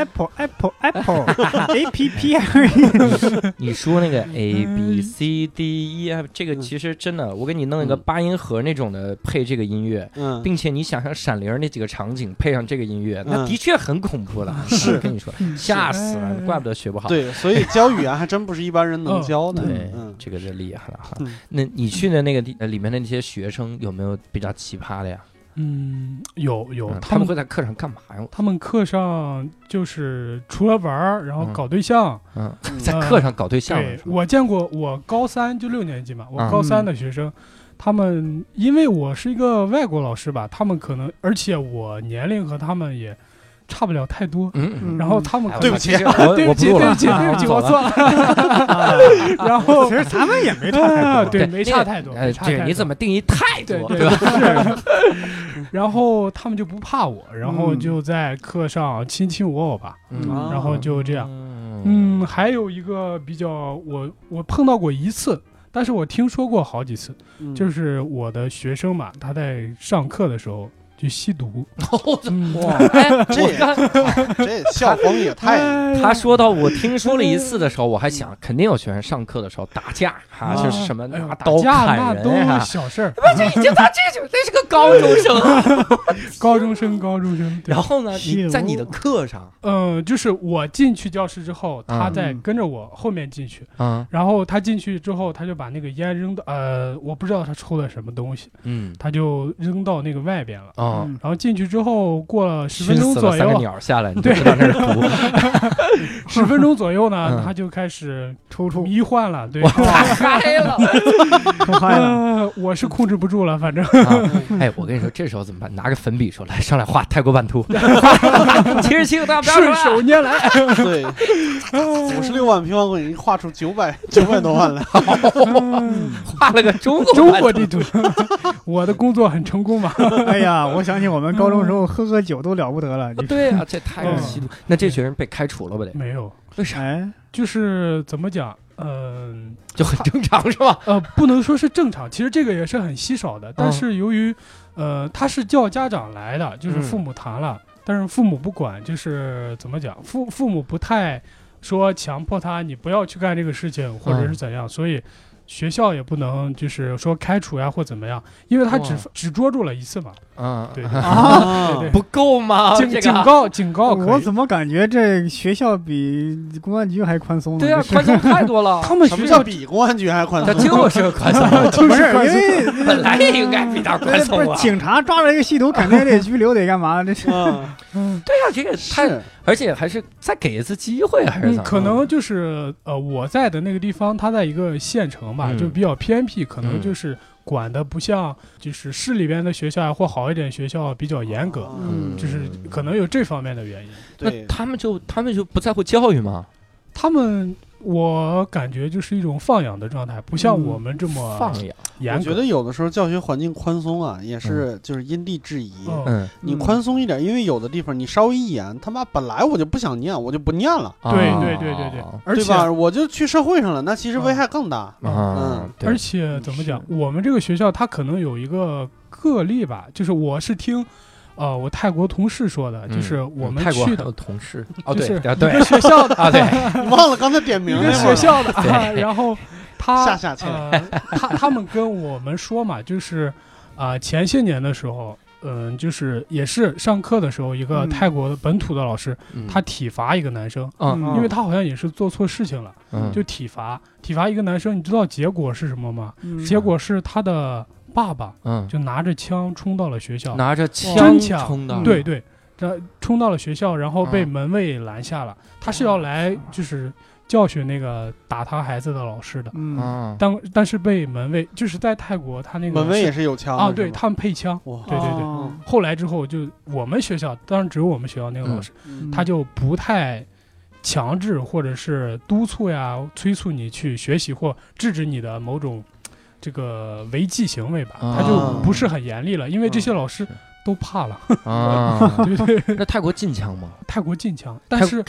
Speaker 4: Apple Apple Apple A P P，
Speaker 1: 你说那个
Speaker 2: 嗯
Speaker 1: A B C D E F，这个其实真的，我给你弄一个
Speaker 2: 嗯
Speaker 1: 八音盒那种的配这个音乐，
Speaker 2: 嗯，
Speaker 1: 并且你想想《闪灵》那几个场景配上这个音乐，
Speaker 2: 嗯
Speaker 1: 那的确很恐怖的。
Speaker 2: 是嗯
Speaker 1: 跟你说，吓死了，怪不得学不好。
Speaker 2: 对，所以教语言还真不是一般人能教的。
Speaker 1: 对
Speaker 2: 嗯，
Speaker 1: 这个是厉害了哈
Speaker 2: 嗯。
Speaker 1: 那你去的那个地呃里面的那些学生有没有比较奇葩的呀？
Speaker 3: 嗯，有有
Speaker 1: 嗯，
Speaker 3: 他
Speaker 1: 他们
Speaker 3: 们
Speaker 1: 会在课上干嘛呀？
Speaker 3: 他们课上就是除了玩儿，然后
Speaker 1: 嗯
Speaker 3: 搞对象，
Speaker 1: 嗯，
Speaker 2: 嗯
Speaker 1: 在课上搞对象了
Speaker 3: 对
Speaker 1: 是，吧，
Speaker 3: 我见过，我高三就六年级嘛，我
Speaker 1: 啊
Speaker 3: 高三的学生，他们因为我是一个外国老师吧，他们可能，而且我年龄和他们也差不了太多，
Speaker 1: 嗯嗯。
Speaker 4: 嗯
Speaker 3: 然后他们可
Speaker 1: 哎
Speaker 3: 能
Speaker 2: 对不起
Speaker 1: 我我
Speaker 3: 对不起，
Speaker 1: 录
Speaker 3: 对
Speaker 1: 了啊
Speaker 3: 不起，对 不起，
Speaker 1: 走
Speaker 3: 我
Speaker 1: 了
Speaker 3: 错了。 然后
Speaker 4: 其实咱们也没差
Speaker 3: 啊，
Speaker 4: 太多。
Speaker 3: 对，
Speaker 1: 对
Speaker 3: 没差太多，
Speaker 1: 哎，
Speaker 3: 没差太
Speaker 1: 这
Speaker 3: 多
Speaker 1: 你怎么定义啊太
Speaker 3: 对
Speaker 1: 多，
Speaker 3: 对
Speaker 1: 吧？
Speaker 3: 吧？是。 然后他们就不怕我，然后
Speaker 4: 嗯
Speaker 3: 就在课上亲亲我我吧，
Speaker 2: 嗯
Speaker 3: 然后就这样。
Speaker 1: 啊嗯
Speaker 3: 嗯，还有一个比较，我我碰到过一次，但是我听说过好几次，
Speaker 2: 嗯
Speaker 3: 就是我的学生嘛，他在上课的时候就吸毒，
Speaker 1: 哦
Speaker 3: 嗯
Speaker 1: 哇，哎
Speaker 2: 这
Speaker 1: 我哎
Speaker 2: 也
Speaker 1: 刚
Speaker 2: 这校风也太……
Speaker 1: 他说到我听说了一次的时候，我还想肯定有学生上课的时候打架啊，
Speaker 2: 啊
Speaker 1: 就是什么
Speaker 3: 哎呦
Speaker 1: 拿
Speaker 3: 打
Speaker 1: 刀
Speaker 3: 架
Speaker 1: 砍
Speaker 3: 那
Speaker 1: 人
Speaker 3: 都
Speaker 1: 啊
Speaker 3: 是。 小事儿，
Speaker 1: 不是，已经到这就那是个高中生。啊
Speaker 3: 高中生，高中生。对
Speaker 1: 然，后呢，
Speaker 4: 吸
Speaker 1: 你在
Speaker 4: 毒
Speaker 1: 你的课上，
Speaker 3: 嗯，就是我进去教室之后，他
Speaker 1: 嗯
Speaker 3: 在跟着我后面进去，
Speaker 1: 嗯
Speaker 3: 然后他进去之后，他就把那个烟扔到，呃，我不知道他抽的什么东西，
Speaker 1: 嗯
Speaker 3: 他就扔到那个外边了。
Speaker 1: 哦，
Speaker 3: 然后进去之后，过了嗯十
Speaker 1: 熏
Speaker 3: 分钟
Speaker 1: 死
Speaker 3: 左
Speaker 1: 了三
Speaker 3: 右
Speaker 1: 个
Speaker 3: 啊，
Speaker 1: 鸟下来，你就知道那是毒。
Speaker 3: 十分钟左右呢，
Speaker 1: 嗯
Speaker 3: 他就开始
Speaker 4: 抽搐，
Speaker 3: 迷幻了，对
Speaker 1: 我，嗨了。
Speaker 4: 抽嗨了。
Speaker 3: 呃，我是控制不住了，反正
Speaker 1: 啊哎，我跟你说，这时候怎么办？拿个粉笔说来，上来画泰国版 图，七十七个大标啊
Speaker 3: 顺手拈来，
Speaker 2: 对，五十六万平方公里画出九百九百多万来，
Speaker 1: 画了个中国
Speaker 3: 中国地图， 我的工作很成功嘛，
Speaker 4: 哎呀，我想起我们高中时候喝喝酒都了不得了。你
Speaker 1: 对啊，这太
Speaker 3: 嗯
Speaker 1: 吸毒。那这学生被开除了不得？
Speaker 3: 没有，
Speaker 1: 为啥？
Speaker 4: 哎，
Speaker 3: 就是怎么讲，嗯
Speaker 1: 就很正常是吧？
Speaker 3: 呃不能说是正常，其实这个也是很稀少的，但是由于，呃，他是叫家长来的，就是
Speaker 1: 嗯
Speaker 3: 父母谈了，但是父母不管，就是怎么讲，父父母不太说强迫他你不要去干这个事情，或者是怎样，所以。学校也不能就是说开除呀或怎么样，因为他只
Speaker 1: 哇
Speaker 3: 只捉住了一次嘛，
Speaker 1: 嗯，
Speaker 3: 对
Speaker 2: 啊
Speaker 3: 对对
Speaker 1: 不够吗？
Speaker 3: 警
Speaker 1: 这
Speaker 3: 警
Speaker 1: 个。
Speaker 3: 告警告哦可
Speaker 4: 我
Speaker 3: 以，
Speaker 4: 怎么感觉这学校比公安局还宽松呢？
Speaker 1: 对啊，
Speaker 4: 这是
Speaker 1: 宽松太多了。
Speaker 3: 他们
Speaker 2: 什
Speaker 3: 学
Speaker 2: 么叫
Speaker 3: 校
Speaker 2: 比公安局还宽
Speaker 1: 他
Speaker 2: 松？
Speaker 1: 就是宽松，
Speaker 4: 不是
Speaker 3: 宽
Speaker 4: 因为呃
Speaker 1: 本来也应该比他 宽
Speaker 4: 不
Speaker 1: 松
Speaker 4: 是
Speaker 1: 啊。
Speaker 4: 警察抓着一个吸毒，肯定得拘留，得干嘛？这是
Speaker 2: 嗯，
Speaker 1: 对呀，这个太，
Speaker 2: 是
Speaker 1: 而且还是再给一次机会，还是
Speaker 3: 嗯
Speaker 1: 咋？
Speaker 3: 可能就是呃，我在的那个地方，它在一个县城吧，
Speaker 1: 嗯
Speaker 3: 就比较偏僻，可能
Speaker 1: 嗯
Speaker 3: 就是管的不像就是市里边的学校啊，或好一点学校比较严格，
Speaker 2: 嗯，
Speaker 3: 就是可能有这方面的原因。
Speaker 1: 那
Speaker 2: 对，
Speaker 1: 他们就他们就不在乎教育吗？
Speaker 3: 他们我感觉就是一种放养的状态，不像
Speaker 4: 嗯
Speaker 3: 我们这么
Speaker 1: 放养，
Speaker 3: 严
Speaker 2: 我
Speaker 3: 格。
Speaker 2: 觉得有的时候教学环境宽松啊，也是就是因地制宜。
Speaker 3: 嗯
Speaker 1: 嗯
Speaker 2: 你宽松一点，因为有的地方你稍微一严，他妈本来我就不想念，我就不念了，
Speaker 1: 啊
Speaker 3: 对对对对对，而
Speaker 2: 对
Speaker 3: 且
Speaker 2: 吧？我就去社会上了，那其实危
Speaker 3: 嗯
Speaker 2: 害更大。
Speaker 1: 啊
Speaker 2: 嗯，
Speaker 1: 对
Speaker 3: 而且怎么讲，
Speaker 4: 是
Speaker 3: 我们这个学校它可能有一个个例吧，就是我是听。呃，我泰国同事说的，就是
Speaker 1: 嗯
Speaker 3: 我
Speaker 1: 嗯
Speaker 3: 们
Speaker 1: 泰国
Speaker 3: 去
Speaker 1: 还
Speaker 3: 的
Speaker 1: 有同事哦，对
Speaker 3: 就是
Speaker 1: 啊对
Speaker 3: 一个学校的
Speaker 1: 啊对，
Speaker 2: 你忘了刚才点名
Speaker 3: 一
Speaker 2: 那
Speaker 3: 个
Speaker 2: 会
Speaker 3: 嗯学
Speaker 2: 儿了，
Speaker 3: 校的，啊、然后他
Speaker 2: 下下线
Speaker 3: 呃，他他们跟我们说嘛，就是啊、前些年的时候，嗯、就是也是上课的时候，一个
Speaker 4: 嗯
Speaker 3: 泰国的本土的老师，
Speaker 1: 嗯
Speaker 3: 他体罚一个男生，
Speaker 1: 嗯
Speaker 4: 嗯
Speaker 3: 因为他好像也是做错事情了，
Speaker 1: 嗯
Speaker 3: 就体罚体罚一个男生，你知道结果是什么吗？
Speaker 2: 嗯
Speaker 4: 嗯
Speaker 3: 结果是他的爸爸
Speaker 1: 嗯
Speaker 3: 就拿着枪冲到了学校，
Speaker 1: 拿着
Speaker 3: 真
Speaker 1: 枪
Speaker 3: 枪
Speaker 1: 冲的，
Speaker 3: 对对，然后冲到了学校，然后被
Speaker 1: 嗯
Speaker 3: 门卫拦下了。他是要来
Speaker 2: 嗯
Speaker 3: 就是教训那个打他孩子的老师的，
Speaker 4: 嗯，
Speaker 1: 嗯，
Speaker 3: 但但是被门卫就是在泰国他那个
Speaker 2: 门卫
Speaker 3: 是
Speaker 2: 也是有枪
Speaker 3: 啊，
Speaker 2: 的
Speaker 3: 对
Speaker 2: 是吗
Speaker 3: 他们配枪。
Speaker 2: 哇，
Speaker 3: 对对对
Speaker 4: 哦
Speaker 3: 后来之后就我们学校，当然只有我们学校那个老师，
Speaker 2: 嗯
Speaker 3: 他就不太强制或者是督促呀、催促你去学习或制止你的某种这个违纪行为吧，他
Speaker 2: 啊
Speaker 3: 就不是很严厉了，因为这些老师
Speaker 1: 嗯
Speaker 3: 都怕了，
Speaker 1: 啊，
Speaker 3: 对对，对
Speaker 1: 那泰国禁枪吗？
Speaker 3: 泰国禁枪，但是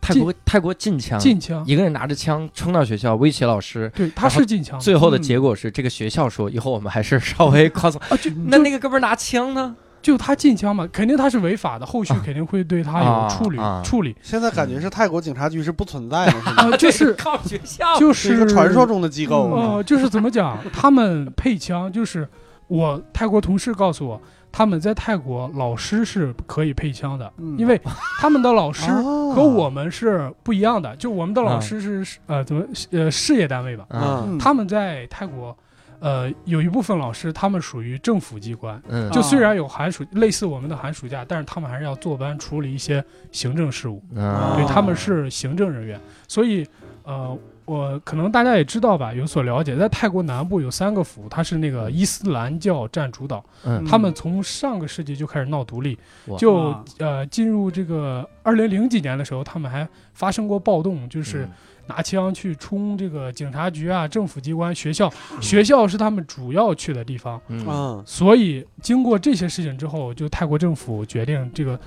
Speaker 1: 泰国泰国禁枪，
Speaker 3: 禁枪，
Speaker 1: 一个人拿着枪冲到学校威胁老师，
Speaker 3: 对，他是禁枪，
Speaker 1: 最后的结果是这个学校说以后我们还是稍微宽松。
Speaker 3: 嗯啊，就
Speaker 1: 那那个哥们儿拿枪呢？
Speaker 3: 就他禁枪嘛，肯定他是违法的，后续
Speaker 1: 啊
Speaker 3: 肯定会对他有
Speaker 1: 啊
Speaker 3: 处理
Speaker 1: 啊
Speaker 3: 处理，
Speaker 2: 现在感觉是泰国警察局是不存在的，是 吗？
Speaker 3: 啊，就是
Speaker 1: 靠学校
Speaker 3: 就是
Speaker 2: 一
Speaker 3: 是
Speaker 2: 个传说中的机构。
Speaker 3: 哦，就是怎么讲，他们配枪，就是我泰国同事告诉我，他们在泰国老师是可以配枪的，
Speaker 4: 嗯
Speaker 3: 因为他们的老师
Speaker 2: 哦
Speaker 3: 嗯和我们是不一样的，就我们的老师是、呃怎么呃事业单位吧，
Speaker 1: 嗯
Speaker 3: 他们在泰国。呃，有一部分老师他们属于政府机关，
Speaker 1: 嗯
Speaker 3: 就虽然有寒暑类似我们的寒暑假，但是他们还是要坐班处理一些行政事务。
Speaker 1: 啊
Speaker 3: 对，他们是行政人员，所以呃，我可能大家也知道吧，有所了解，在泰国南部有三个府，它是那个伊斯兰教占主导，
Speaker 1: 嗯
Speaker 3: 他们从上个世纪就开始闹独立
Speaker 1: 哇，
Speaker 3: 就
Speaker 4: 啊
Speaker 3: 呃进入这个二零零几年的时候，他们还发生过暴动，
Speaker 1: 嗯
Speaker 3: 就是拿枪去冲这个警察局啊、政府机关、学校，学校是他们主要去的地方，
Speaker 1: 嗯
Speaker 2: 嗯，
Speaker 3: 所以经过这些事情之后，就泰国政府决定这个，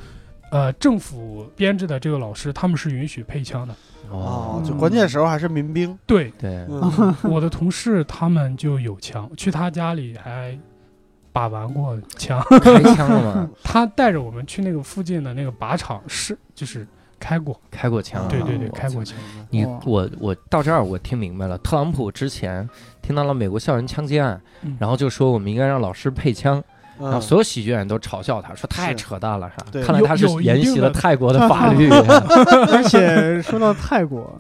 Speaker 3: 呃，政府编制的这个老师他们是允许配枪的。
Speaker 2: 哦
Speaker 1: 哦，，
Speaker 2: 就关键时候还是民兵。
Speaker 3: 对
Speaker 1: 对，
Speaker 2: 嗯
Speaker 3: 我的同事他们就有枪，去他家里还把玩过 枪。
Speaker 1: 开枪了吗？
Speaker 2: 嗯
Speaker 3: 他带着我们去那个附近的那个靶场试，就是开过。
Speaker 1: 开过枪，啊
Speaker 3: 对对对，
Speaker 4: 嗯
Speaker 1: 我
Speaker 3: 开过枪。
Speaker 1: 你
Speaker 4: 哇
Speaker 1: 我我到这儿我听明白了，特朗普之前听到了美国校园枪击案，
Speaker 3: 嗯
Speaker 1: 然后就说我们应该让老师配枪，然后啊
Speaker 2: 嗯，
Speaker 1: 所有喜剧演员都嘲笑他，说太扯淡了啥
Speaker 2: 对。
Speaker 1: 看来他是
Speaker 3: 有有一定
Speaker 1: 沿袭了
Speaker 3: 的
Speaker 1: 泰国 的法 律。
Speaker 4: 而且说到泰国、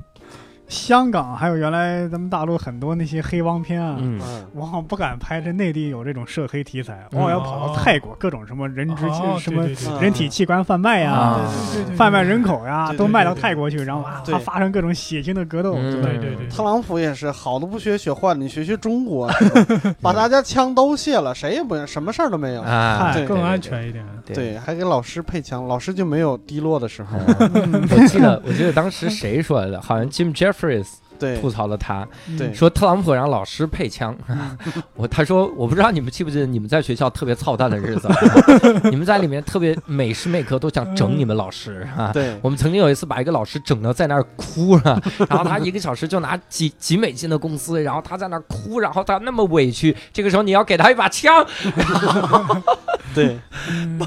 Speaker 4: 香港，还有原来咱们大陆很多那些黑帮片啊，
Speaker 1: 嗯，
Speaker 2: 嗯
Speaker 4: 往往不敢拍这内地有这种涉黑题材，
Speaker 1: 嗯
Speaker 4: 往往要跑到泰国各种什么人质、
Speaker 3: 哦
Speaker 4: 什么
Speaker 3: 对对对
Speaker 4: 人体器官贩卖呀、
Speaker 1: 啊
Speaker 3: 对对对
Speaker 4: 贩卖人口呀、
Speaker 2: 对对
Speaker 4: 都卖到泰国去，然后啊，
Speaker 2: 对
Speaker 4: 还发生各种血腥的格斗。
Speaker 1: 嗯
Speaker 3: 对对对，
Speaker 2: 特朗普也是，好的不学学坏了，你学学中国，是吧把大家枪都卸了，谁也不什么事儿都没有。
Speaker 1: 啊，
Speaker 2: 对
Speaker 3: 哎更安全一点。
Speaker 1: 对。对
Speaker 2: 嗯对，还给老师配枪，老师就没有低落的时候。
Speaker 1: 嗯我记得，我记得当时谁说来的？好像 Jim Jeffries
Speaker 2: 对，
Speaker 1: 吐槽了他，
Speaker 2: 对
Speaker 1: 说特朗普让老师配枪。 我他说我不知道你们记不记得你们在学校特别操蛋的 日子，你们在里面特别每时每刻都想整你们老师啊。
Speaker 2: 对，
Speaker 1: 我们曾经有一次把一个老师整到在那儿哭 了，然后他一个小时就拿几几美金的工资，然后他在那儿哭，然后他那么委屈，这个时候你要给他一把枪，
Speaker 2: 对，
Speaker 3: 嗯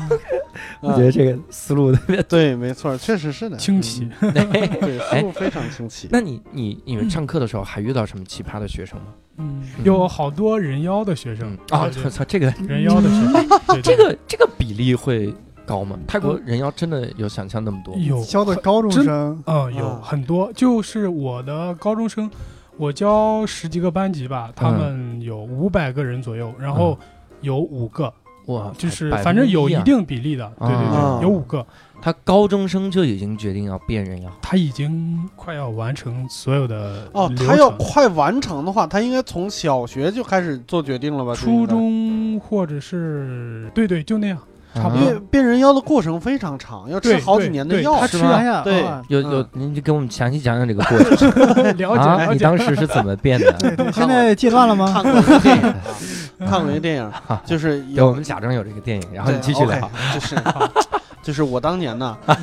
Speaker 1: 我觉得
Speaker 2: 嗯
Speaker 1: 这个思路特别。
Speaker 2: 对，没错，确实是的。 嗯
Speaker 3: 清奇，
Speaker 2: 对，思路非常清晰。
Speaker 1: 那你你你们上课的时候还遇到什么奇葩的学生吗？
Speaker 3: 嗯，有好多人妖的学生
Speaker 1: 嗯啊，
Speaker 3: 对
Speaker 1: 我操，这个
Speaker 3: 人妖的学生，对对
Speaker 1: 这个这个比例会高吗？泰国人妖真的有想象那么多？
Speaker 3: 呃有
Speaker 4: 教的嗯高中生，
Speaker 3: 嗯，有
Speaker 2: 啊
Speaker 3: 很多，就是我的高中生，我教十几个班级吧，他
Speaker 1: 嗯
Speaker 3: 们有五百个人左右，然后有五个，
Speaker 1: 哇，
Speaker 3: 就是
Speaker 1: 嗯啊百
Speaker 3: 反正有一
Speaker 1: 啊，
Speaker 3: 定比例的，对对
Speaker 2: 啊
Speaker 3: 对，有五个，
Speaker 1: 他高中生就已经决定要变人妖，
Speaker 3: 他已经快要完成所有的
Speaker 2: 哦，
Speaker 3: 流
Speaker 2: 他要
Speaker 3: 程
Speaker 2: 快完成的话，他应该从小学就开始做决定了吧？
Speaker 3: 初中或者是对对，就那样，差不多
Speaker 2: 这应该，因为变人妖的过程非常长，要吃
Speaker 3: 对
Speaker 2: 好几年的
Speaker 3: 对
Speaker 2: 药
Speaker 4: 他。
Speaker 1: 是
Speaker 4: 啊吃
Speaker 1: 吗
Speaker 4: 完呀，
Speaker 2: 对
Speaker 4: 哇
Speaker 1: 有有，您就给我们详细讲讲这个过 程
Speaker 3: 了解
Speaker 1: 啊？
Speaker 3: 了
Speaker 1: 你
Speaker 3: 解，
Speaker 1: 当时是怎么变的？
Speaker 4: 对，现在戒断了吗？
Speaker 2: 看过一个电影，啊看过一个电影，就是
Speaker 1: 对，我
Speaker 2: 有
Speaker 1: 们假装有这个电影，然后
Speaker 2: 对
Speaker 1: 你继续聊
Speaker 2: OK，。就是 就是我当年呢，
Speaker 4: 要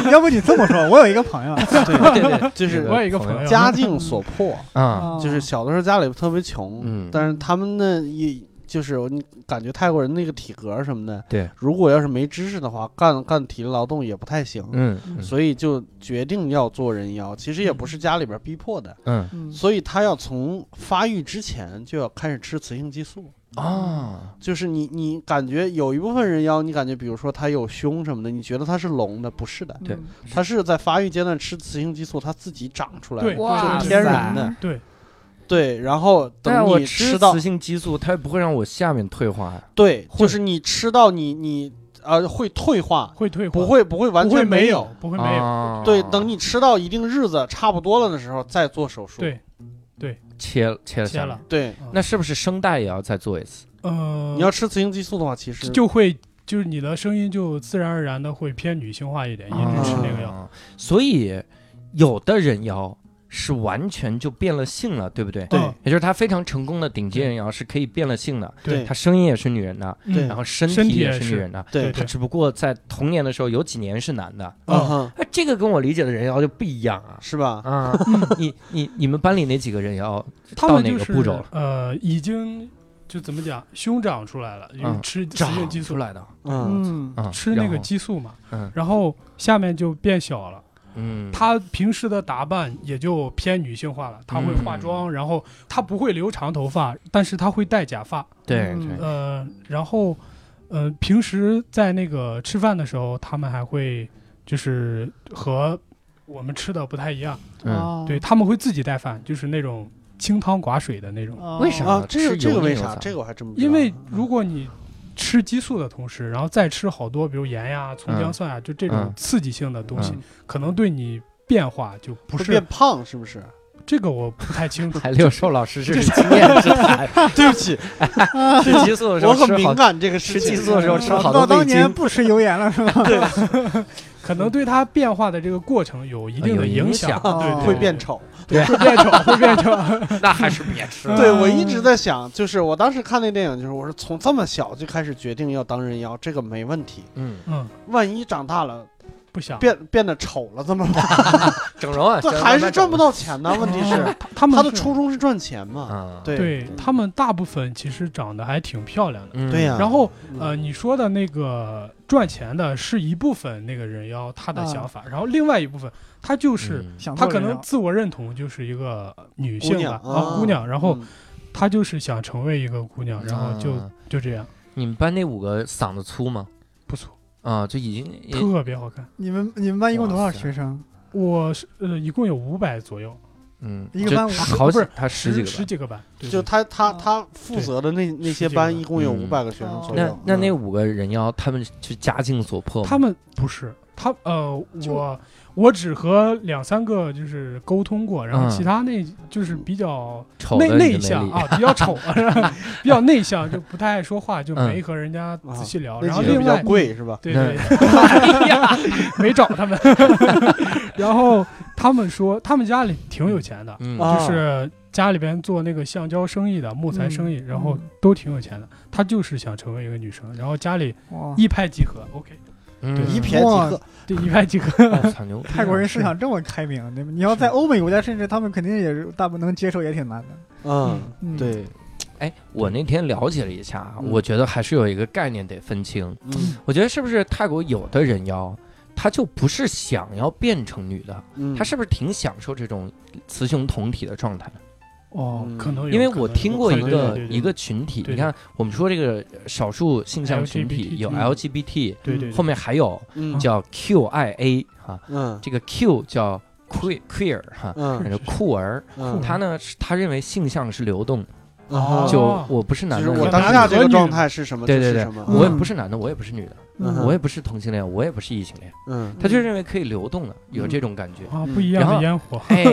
Speaker 4: 不要不你这么说，我有一个朋
Speaker 2: 啊
Speaker 4: 友，
Speaker 1: 对对对，
Speaker 2: 就是
Speaker 1: 这
Speaker 3: 我有一个朋友
Speaker 2: 家境所迫，
Speaker 1: 啊，
Speaker 2: 就是小的时候家里特别穷，
Speaker 1: 嗯
Speaker 2: 但是他们呢也就是我感觉泰国人那个体格什么的，
Speaker 1: 对，
Speaker 2: 如果要是没知识的话，干干体力劳动也不太行，
Speaker 1: 嗯嗯
Speaker 2: 所以就决定要做人妖。其实也不是家里边逼迫的，
Speaker 1: 嗯
Speaker 4: 嗯
Speaker 2: 所以他要从发育之前就要开始吃雌性激素。
Speaker 3: 哦
Speaker 1: 啊，
Speaker 2: 就是你，你感觉有一部分人妖，你感觉比如说他有胸什么的，你觉得他是聋的，不是的，
Speaker 1: 对
Speaker 4: 嗯
Speaker 2: 他是在发育阶段吃雌性激素，他自己长出来的，
Speaker 3: 对哇
Speaker 2: 就是天然的。
Speaker 3: 对，
Speaker 2: 对，然后
Speaker 1: 但
Speaker 3: 啊
Speaker 2: 等
Speaker 1: 我
Speaker 2: 你
Speaker 1: 吃
Speaker 2: 到
Speaker 1: 雌性激素，它不会让我下面退化呀。
Speaker 2: 对，就
Speaker 3: 会
Speaker 2: 是你吃到你你呃会退化，
Speaker 3: 会退化，
Speaker 2: 不会不会完
Speaker 3: 不会
Speaker 2: 全
Speaker 3: 没
Speaker 2: 有。，
Speaker 3: 不会没有。
Speaker 1: 啊
Speaker 2: 对，等你吃到一定日子差不多了的时候再做手术。
Speaker 3: 对，
Speaker 1: 切切了
Speaker 3: 切
Speaker 1: 下
Speaker 3: 了
Speaker 1: 来，
Speaker 2: 对，
Speaker 1: 那是不是声带也要再做一次？
Speaker 3: 呃，
Speaker 1: 嗯
Speaker 2: 你要吃雌性激素的话，其实
Speaker 3: 就会就是你的声音就自然而然的会偏女性化一点，一直吃那个药。
Speaker 1: 啊所以有的人妖是完全就变了性了，对不对？
Speaker 2: 对
Speaker 3: 嗯
Speaker 1: 也就是他非常成功的顶级人妖是可以变了性的，
Speaker 2: 对
Speaker 1: 他声音也是女人的，
Speaker 3: 嗯
Speaker 2: 对
Speaker 1: 然后身
Speaker 3: 身体
Speaker 1: 体也
Speaker 3: 也
Speaker 1: 是女
Speaker 3: 是
Speaker 1: 人的，
Speaker 2: 对
Speaker 3: 对，
Speaker 1: 他只不过在童年的时候有几年是男的。
Speaker 2: 嗯哼，
Speaker 1: 哎，这个跟我理解的人妖就不一样啊。
Speaker 2: 是吧？
Speaker 1: 啊，你你你们班里哪几个人妖？
Speaker 3: 他
Speaker 1: 到
Speaker 3: 们
Speaker 1: 哪
Speaker 3: 就
Speaker 1: 个
Speaker 3: 是
Speaker 1: 步骤了
Speaker 3: 呃，已经就怎么讲，胸长出来了，因为
Speaker 1: 嗯
Speaker 3: 吃雌性
Speaker 1: 长
Speaker 3: 激
Speaker 1: 出
Speaker 3: 素，
Speaker 1: 来的，
Speaker 2: 嗯
Speaker 4: 嗯，
Speaker 1: 啊，
Speaker 3: 吃那
Speaker 1: 然
Speaker 3: 个
Speaker 1: 后，
Speaker 3: 激素嘛，
Speaker 1: 嗯
Speaker 3: 然后下面就变小了。
Speaker 1: 嗯，
Speaker 3: 她平时的打扮也就偏女性化了，她会化
Speaker 1: 嗯
Speaker 3: 妆，然后她不会留长头发，但是她会戴假发，
Speaker 1: 对
Speaker 4: 嗯
Speaker 1: 对，
Speaker 3: 呃，然后，呃，平时在那个吃饭的时候，他们还会就是和我们吃的不太一样，
Speaker 1: 嗯，
Speaker 4: 啊
Speaker 3: 对，他们会自己带饭，就是那种清汤寡水的那种。
Speaker 4: 啊
Speaker 1: 为啥
Speaker 2: 啊，这
Speaker 1: 吃
Speaker 2: 个这个
Speaker 1: 油腻
Speaker 2: 为
Speaker 1: 牛
Speaker 2: 啥？
Speaker 1: 杂
Speaker 2: 这个我还真不知道。
Speaker 3: 因为如果你吃激素的同时，然后再吃好多，比如盐呀、葱姜
Speaker 1: 嗯
Speaker 3: 蒜呀，啊就这种
Speaker 1: 嗯。
Speaker 3: 刺激性的东西，
Speaker 4: 嗯
Speaker 3: 可能对你变化就不
Speaker 2: 会
Speaker 3: 是
Speaker 2: 变胖是不是？
Speaker 3: 这个我不太清楚
Speaker 1: 还六兽老师这是经验之谈，
Speaker 2: 对 不起，
Speaker 1: 吃激素的时
Speaker 2: 我
Speaker 1: 候
Speaker 2: 很
Speaker 1: 吃好
Speaker 2: 敏感这个事
Speaker 1: 吃激。
Speaker 2: 情
Speaker 1: 素的时候吃好
Speaker 4: 哦到
Speaker 1: 多
Speaker 4: 当
Speaker 1: 味
Speaker 4: 年
Speaker 1: 精，
Speaker 4: 不吃油盐了是吧？
Speaker 3: 可能对它变化的这个过程有一定
Speaker 1: 啊有
Speaker 3: 的
Speaker 1: 影
Speaker 3: 响，
Speaker 1: 响
Speaker 3: 对对
Speaker 4: 哦
Speaker 3: 对
Speaker 2: 会变丑，
Speaker 3: 会变丑，会变 丑。
Speaker 1: 那还是别吃了。
Speaker 2: 对我一直在想，就是我当时看那电影，就是我是从这么小就开始决定要当人妖，这个没问题。
Speaker 1: 嗯，
Speaker 3: 嗯，
Speaker 2: 万一长大了
Speaker 3: 不想。
Speaker 2: 变变得丑了怎么办？
Speaker 1: 整容啊，
Speaker 2: 这
Speaker 1: 整容
Speaker 2: 还
Speaker 1: 慢
Speaker 2: 是
Speaker 1: 慢
Speaker 2: 赚不
Speaker 1: 整
Speaker 2: 到钱呢？问题是
Speaker 3: 他们
Speaker 2: 他的
Speaker 3: 是
Speaker 2: 初衷是赚钱
Speaker 1: 容
Speaker 2: 嘛？
Speaker 1: 啊，
Speaker 2: 对
Speaker 3: 对他们大部分其实长得还挺漂亮的。
Speaker 1: 嗯
Speaker 2: 对呀
Speaker 3: 然后
Speaker 2: 嗯
Speaker 3: 呃，你说的那个赚钱的是一部分那个人妖他的
Speaker 4: 啊
Speaker 3: 想法，然后另外一部分他就是
Speaker 1: 嗯
Speaker 4: 想
Speaker 3: 他
Speaker 4: 做
Speaker 3: 可
Speaker 4: 人
Speaker 3: 能
Speaker 4: 妖
Speaker 3: 自我认同就是一个女
Speaker 2: 姑
Speaker 3: 性
Speaker 2: 娘
Speaker 3: 吧啊姑娘，然后
Speaker 2: 嗯
Speaker 3: 他就是想成为一个姑娘，然后就
Speaker 1: 啊
Speaker 3: 就这样
Speaker 1: 你们班那五个嗓子粗吗？
Speaker 3: 不错，
Speaker 1: 啊，就已经也
Speaker 3: 特别好看。
Speaker 4: 你们你们班一共多少
Speaker 1: 哇塞
Speaker 4: 学生？
Speaker 3: 我是呃一共有五百左右，
Speaker 1: 嗯，
Speaker 4: 一个
Speaker 1: 就
Speaker 4: 班五
Speaker 1: 十好
Speaker 3: 不
Speaker 1: 几
Speaker 3: 是，
Speaker 1: 他十几
Speaker 3: 十
Speaker 1: 个
Speaker 3: 十
Speaker 1: 班。
Speaker 3: 几个班，对
Speaker 2: 就
Speaker 3: 对啊
Speaker 2: 他他
Speaker 4: 对
Speaker 2: 他负责的那那些班，
Speaker 3: 十几个哦
Speaker 2: 一共有
Speaker 1: 嗯
Speaker 2: 五百个学生左
Speaker 1: 那
Speaker 2: 右。
Speaker 1: 那那
Speaker 2: 嗯
Speaker 1: 五个人妖，他们是家境所迫吗？
Speaker 3: 他们不是他呃
Speaker 4: 就
Speaker 3: 我我只和两三个就是沟通过，然后
Speaker 1: 嗯
Speaker 3: 其他那就是比较
Speaker 1: 丑
Speaker 3: 内
Speaker 1: 的你
Speaker 3: 内
Speaker 1: 就没
Speaker 3: 向
Speaker 1: 理
Speaker 3: 啊，比 较丑，比较内向，就不太爱说话，
Speaker 1: 嗯
Speaker 3: 就没和人家仔细聊。
Speaker 2: 啊那
Speaker 3: 然后
Speaker 2: 几个
Speaker 3: 另
Speaker 2: 比较
Speaker 3: 外
Speaker 2: 贵是吧？
Speaker 3: 对
Speaker 1: 那
Speaker 3: 对， 没找他们。然后他们说他们家里挺有钱的，
Speaker 1: 嗯
Speaker 2: 啊
Speaker 3: 就是家里边做那个橡胶生意的、木材生意，
Speaker 4: 嗯
Speaker 3: 然后
Speaker 4: 嗯
Speaker 3: 都挺有钱的。他就是想成为一个女生，然后家里
Speaker 4: 哇，
Speaker 3: 一拍即合，OK，
Speaker 1: 嗯
Speaker 2: 一便宜
Speaker 4: 哇
Speaker 2: 几个，
Speaker 3: 对，一拍即合。
Speaker 1: 我操牛逼啊！
Speaker 4: 泰国人思想这么开明，对吧？你要在欧美国家，甚至他们肯定也是大部分能接受，也挺难的。
Speaker 2: 嗯，
Speaker 4: 嗯，
Speaker 2: 对，
Speaker 1: 哎，我那天了解了一下啊，
Speaker 2: 嗯
Speaker 1: 我觉得还是有一个概念得分清。
Speaker 2: 嗯
Speaker 1: 我觉得是不是泰国有的人妖，他就不是想要变成女的，
Speaker 2: 嗯，
Speaker 1: 他是不是挺享受这种雌雄同体的状态？
Speaker 3: 哦
Speaker 2: 嗯，
Speaker 3: 可能有
Speaker 1: 因为
Speaker 3: 可
Speaker 1: 我
Speaker 3: 能
Speaker 1: 听过
Speaker 3: 有
Speaker 1: 一
Speaker 3: 可能
Speaker 1: 个
Speaker 3: 对对对
Speaker 1: 一个群体，
Speaker 3: 对
Speaker 1: 你
Speaker 3: 对
Speaker 1: 看我们说这个呃少数性向群体
Speaker 3: LGBT
Speaker 1: 有
Speaker 3: 嗯
Speaker 1: LGBT，
Speaker 3: 对对对
Speaker 1: 后面还有
Speaker 2: 嗯
Speaker 1: 叫 QIA 哈，
Speaker 2: 嗯
Speaker 1: 这个 Q 叫 queer queer 哈，
Speaker 2: 嗯
Speaker 1: 叫酷儿，
Speaker 2: 嗯
Speaker 1: 他呢是他认为性向是流动，
Speaker 2: 啊
Speaker 1: 就
Speaker 3: 哦
Speaker 1: 我不是男
Speaker 2: 就是
Speaker 1: 的，
Speaker 2: 我
Speaker 1: 也
Speaker 2: 当
Speaker 1: 不是
Speaker 2: 下
Speaker 1: 女的
Speaker 2: 这个状态是什么就
Speaker 1: 对对
Speaker 2: 是
Speaker 1: 对
Speaker 2: 什，么，
Speaker 1: 我也
Speaker 4: 嗯
Speaker 1: 不是男的，我也不是女的，
Speaker 4: 嗯
Speaker 1: 我也不是同性恋，我也不是异性恋，
Speaker 2: 嗯
Speaker 1: 他就认为可以流动的，有这种 感觉。
Speaker 3: 啊
Speaker 2: 嗯
Speaker 3: 不一样
Speaker 1: 然后
Speaker 3: 的烟火，
Speaker 1: 哎，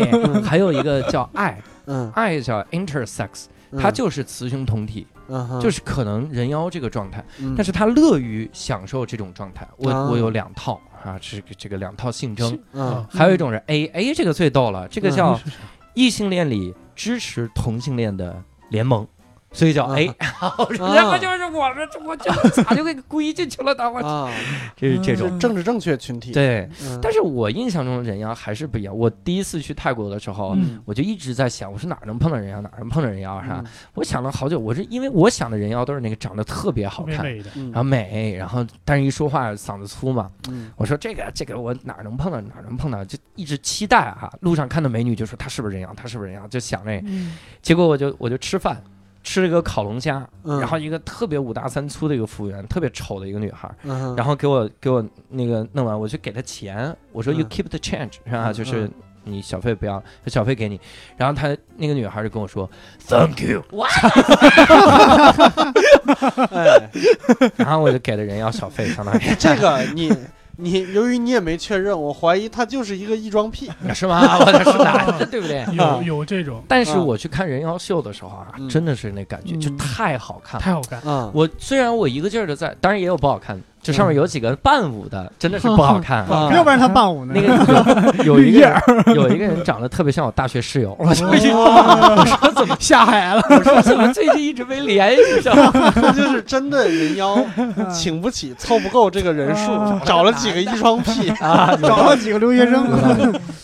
Speaker 1: 还有一个叫爱，
Speaker 2: 嗯，
Speaker 1: 爱叫 intersex，
Speaker 2: 嗯
Speaker 1: 它就是雌雄同体，
Speaker 2: 嗯哼
Speaker 1: 就是可能人妖这个状态，
Speaker 2: 嗯
Speaker 1: 但是他乐于享受这种状态。我
Speaker 2: 啊
Speaker 1: 我有两套啊，这个这个两套性征
Speaker 3: 是，
Speaker 2: 嗯
Speaker 1: 还有一种是 A A 这个最逗了，这个
Speaker 2: 嗯
Speaker 1: 叫
Speaker 3: 是是是
Speaker 1: 异性恋里支持同性恋的联盟，所以叫
Speaker 2: 啊
Speaker 1: A。然 后就是我们，我就咋就给归进去了呢？我
Speaker 2: 啊，
Speaker 1: 这是这
Speaker 2: 就
Speaker 1: 种
Speaker 2: 政治正确群体，
Speaker 1: 对。
Speaker 2: 嗯，
Speaker 1: 但是我印象中的人妖还是不一样。我第一次去泰国的时候，
Speaker 3: 嗯
Speaker 1: 我就一直在想，我说哪儿能碰到人妖，哪儿能碰到人妖啥
Speaker 2: 嗯？
Speaker 1: 我想了好久，我是因为我想的人妖都是那个长得特别好
Speaker 3: 特别
Speaker 1: 看，
Speaker 3: 美的，
Speaker 2: 嗯
Speaker 1: 然后美，然后但是一说话嗓子粗嘛，
Speaker 2: 嗯
Speaker 1: 我说这个这个我哪儿能碰到哪儿能碰到，就一直期待啊。路上看到美女就说她是不是人妖，她是不是人妖，就想那。
Speaker 4: 嗯，
Speaker 1: 结果我就我就吃饭，吃了个烤龙虾，
Speaker 2: 嗯
Speaker 1: 然后一个特别五大三粗的一个服务员，特别丑的一个女孩。
Speaker 2: 嗯哼，
Speaker 1: 然后给我给我那个弄完，我就给她钱，我说
Speaker 2: 嗯
Speaker 1: you keep the change，是吧？
Speaker 2: 嗯
Speaker 1: 就是你小费不要了，小费给你。然后他那个女孩就跟我说 Thank you，
Speaker 2: 哎，
Speaker 1: 然后我就给了人要小费，相当于
Speaker 2: 这个你你由于你也没确认，我怀疑他就是一个异装癖。啊
Speaker 1: 是吗？ 我的是男的，对不对？
Speaker 3: 有有这种，
Speaker 1: 但是
Speaker 2: 嗯
Speaker 1: 我去看人妖秀的时候啊，
Speaker 2: 嗯
Speaker 1: 真的是那感觉，就
Speaker 4: 嗯
Speaker 1: 太好看了。
Speaker 3: 太好看。
Speaker 2: 啊，
Speaker 1: 我虽然我一个劲儿的在，当然也有不好看的，这上面有几个伴舞的，真的是不好看。
Speaker 2: 啊
Speaker 4: 要不然他伴舞呢
Speaker 1: 那？个有有一个人有一个人长得特别像我大学室友，我就一我说怎么
Speaker 3: 下海了，
Speaker 1: 我说怎么最近一直没联系上？
Speaker 2: 他哦就是真的 人妖， 请不起，凑不够这个人数，
Speaker 4: 啊
Speaker 2: 找了几个异装癖。
Speaker 1: 啊，
Speaker 4: 找了几个留学生，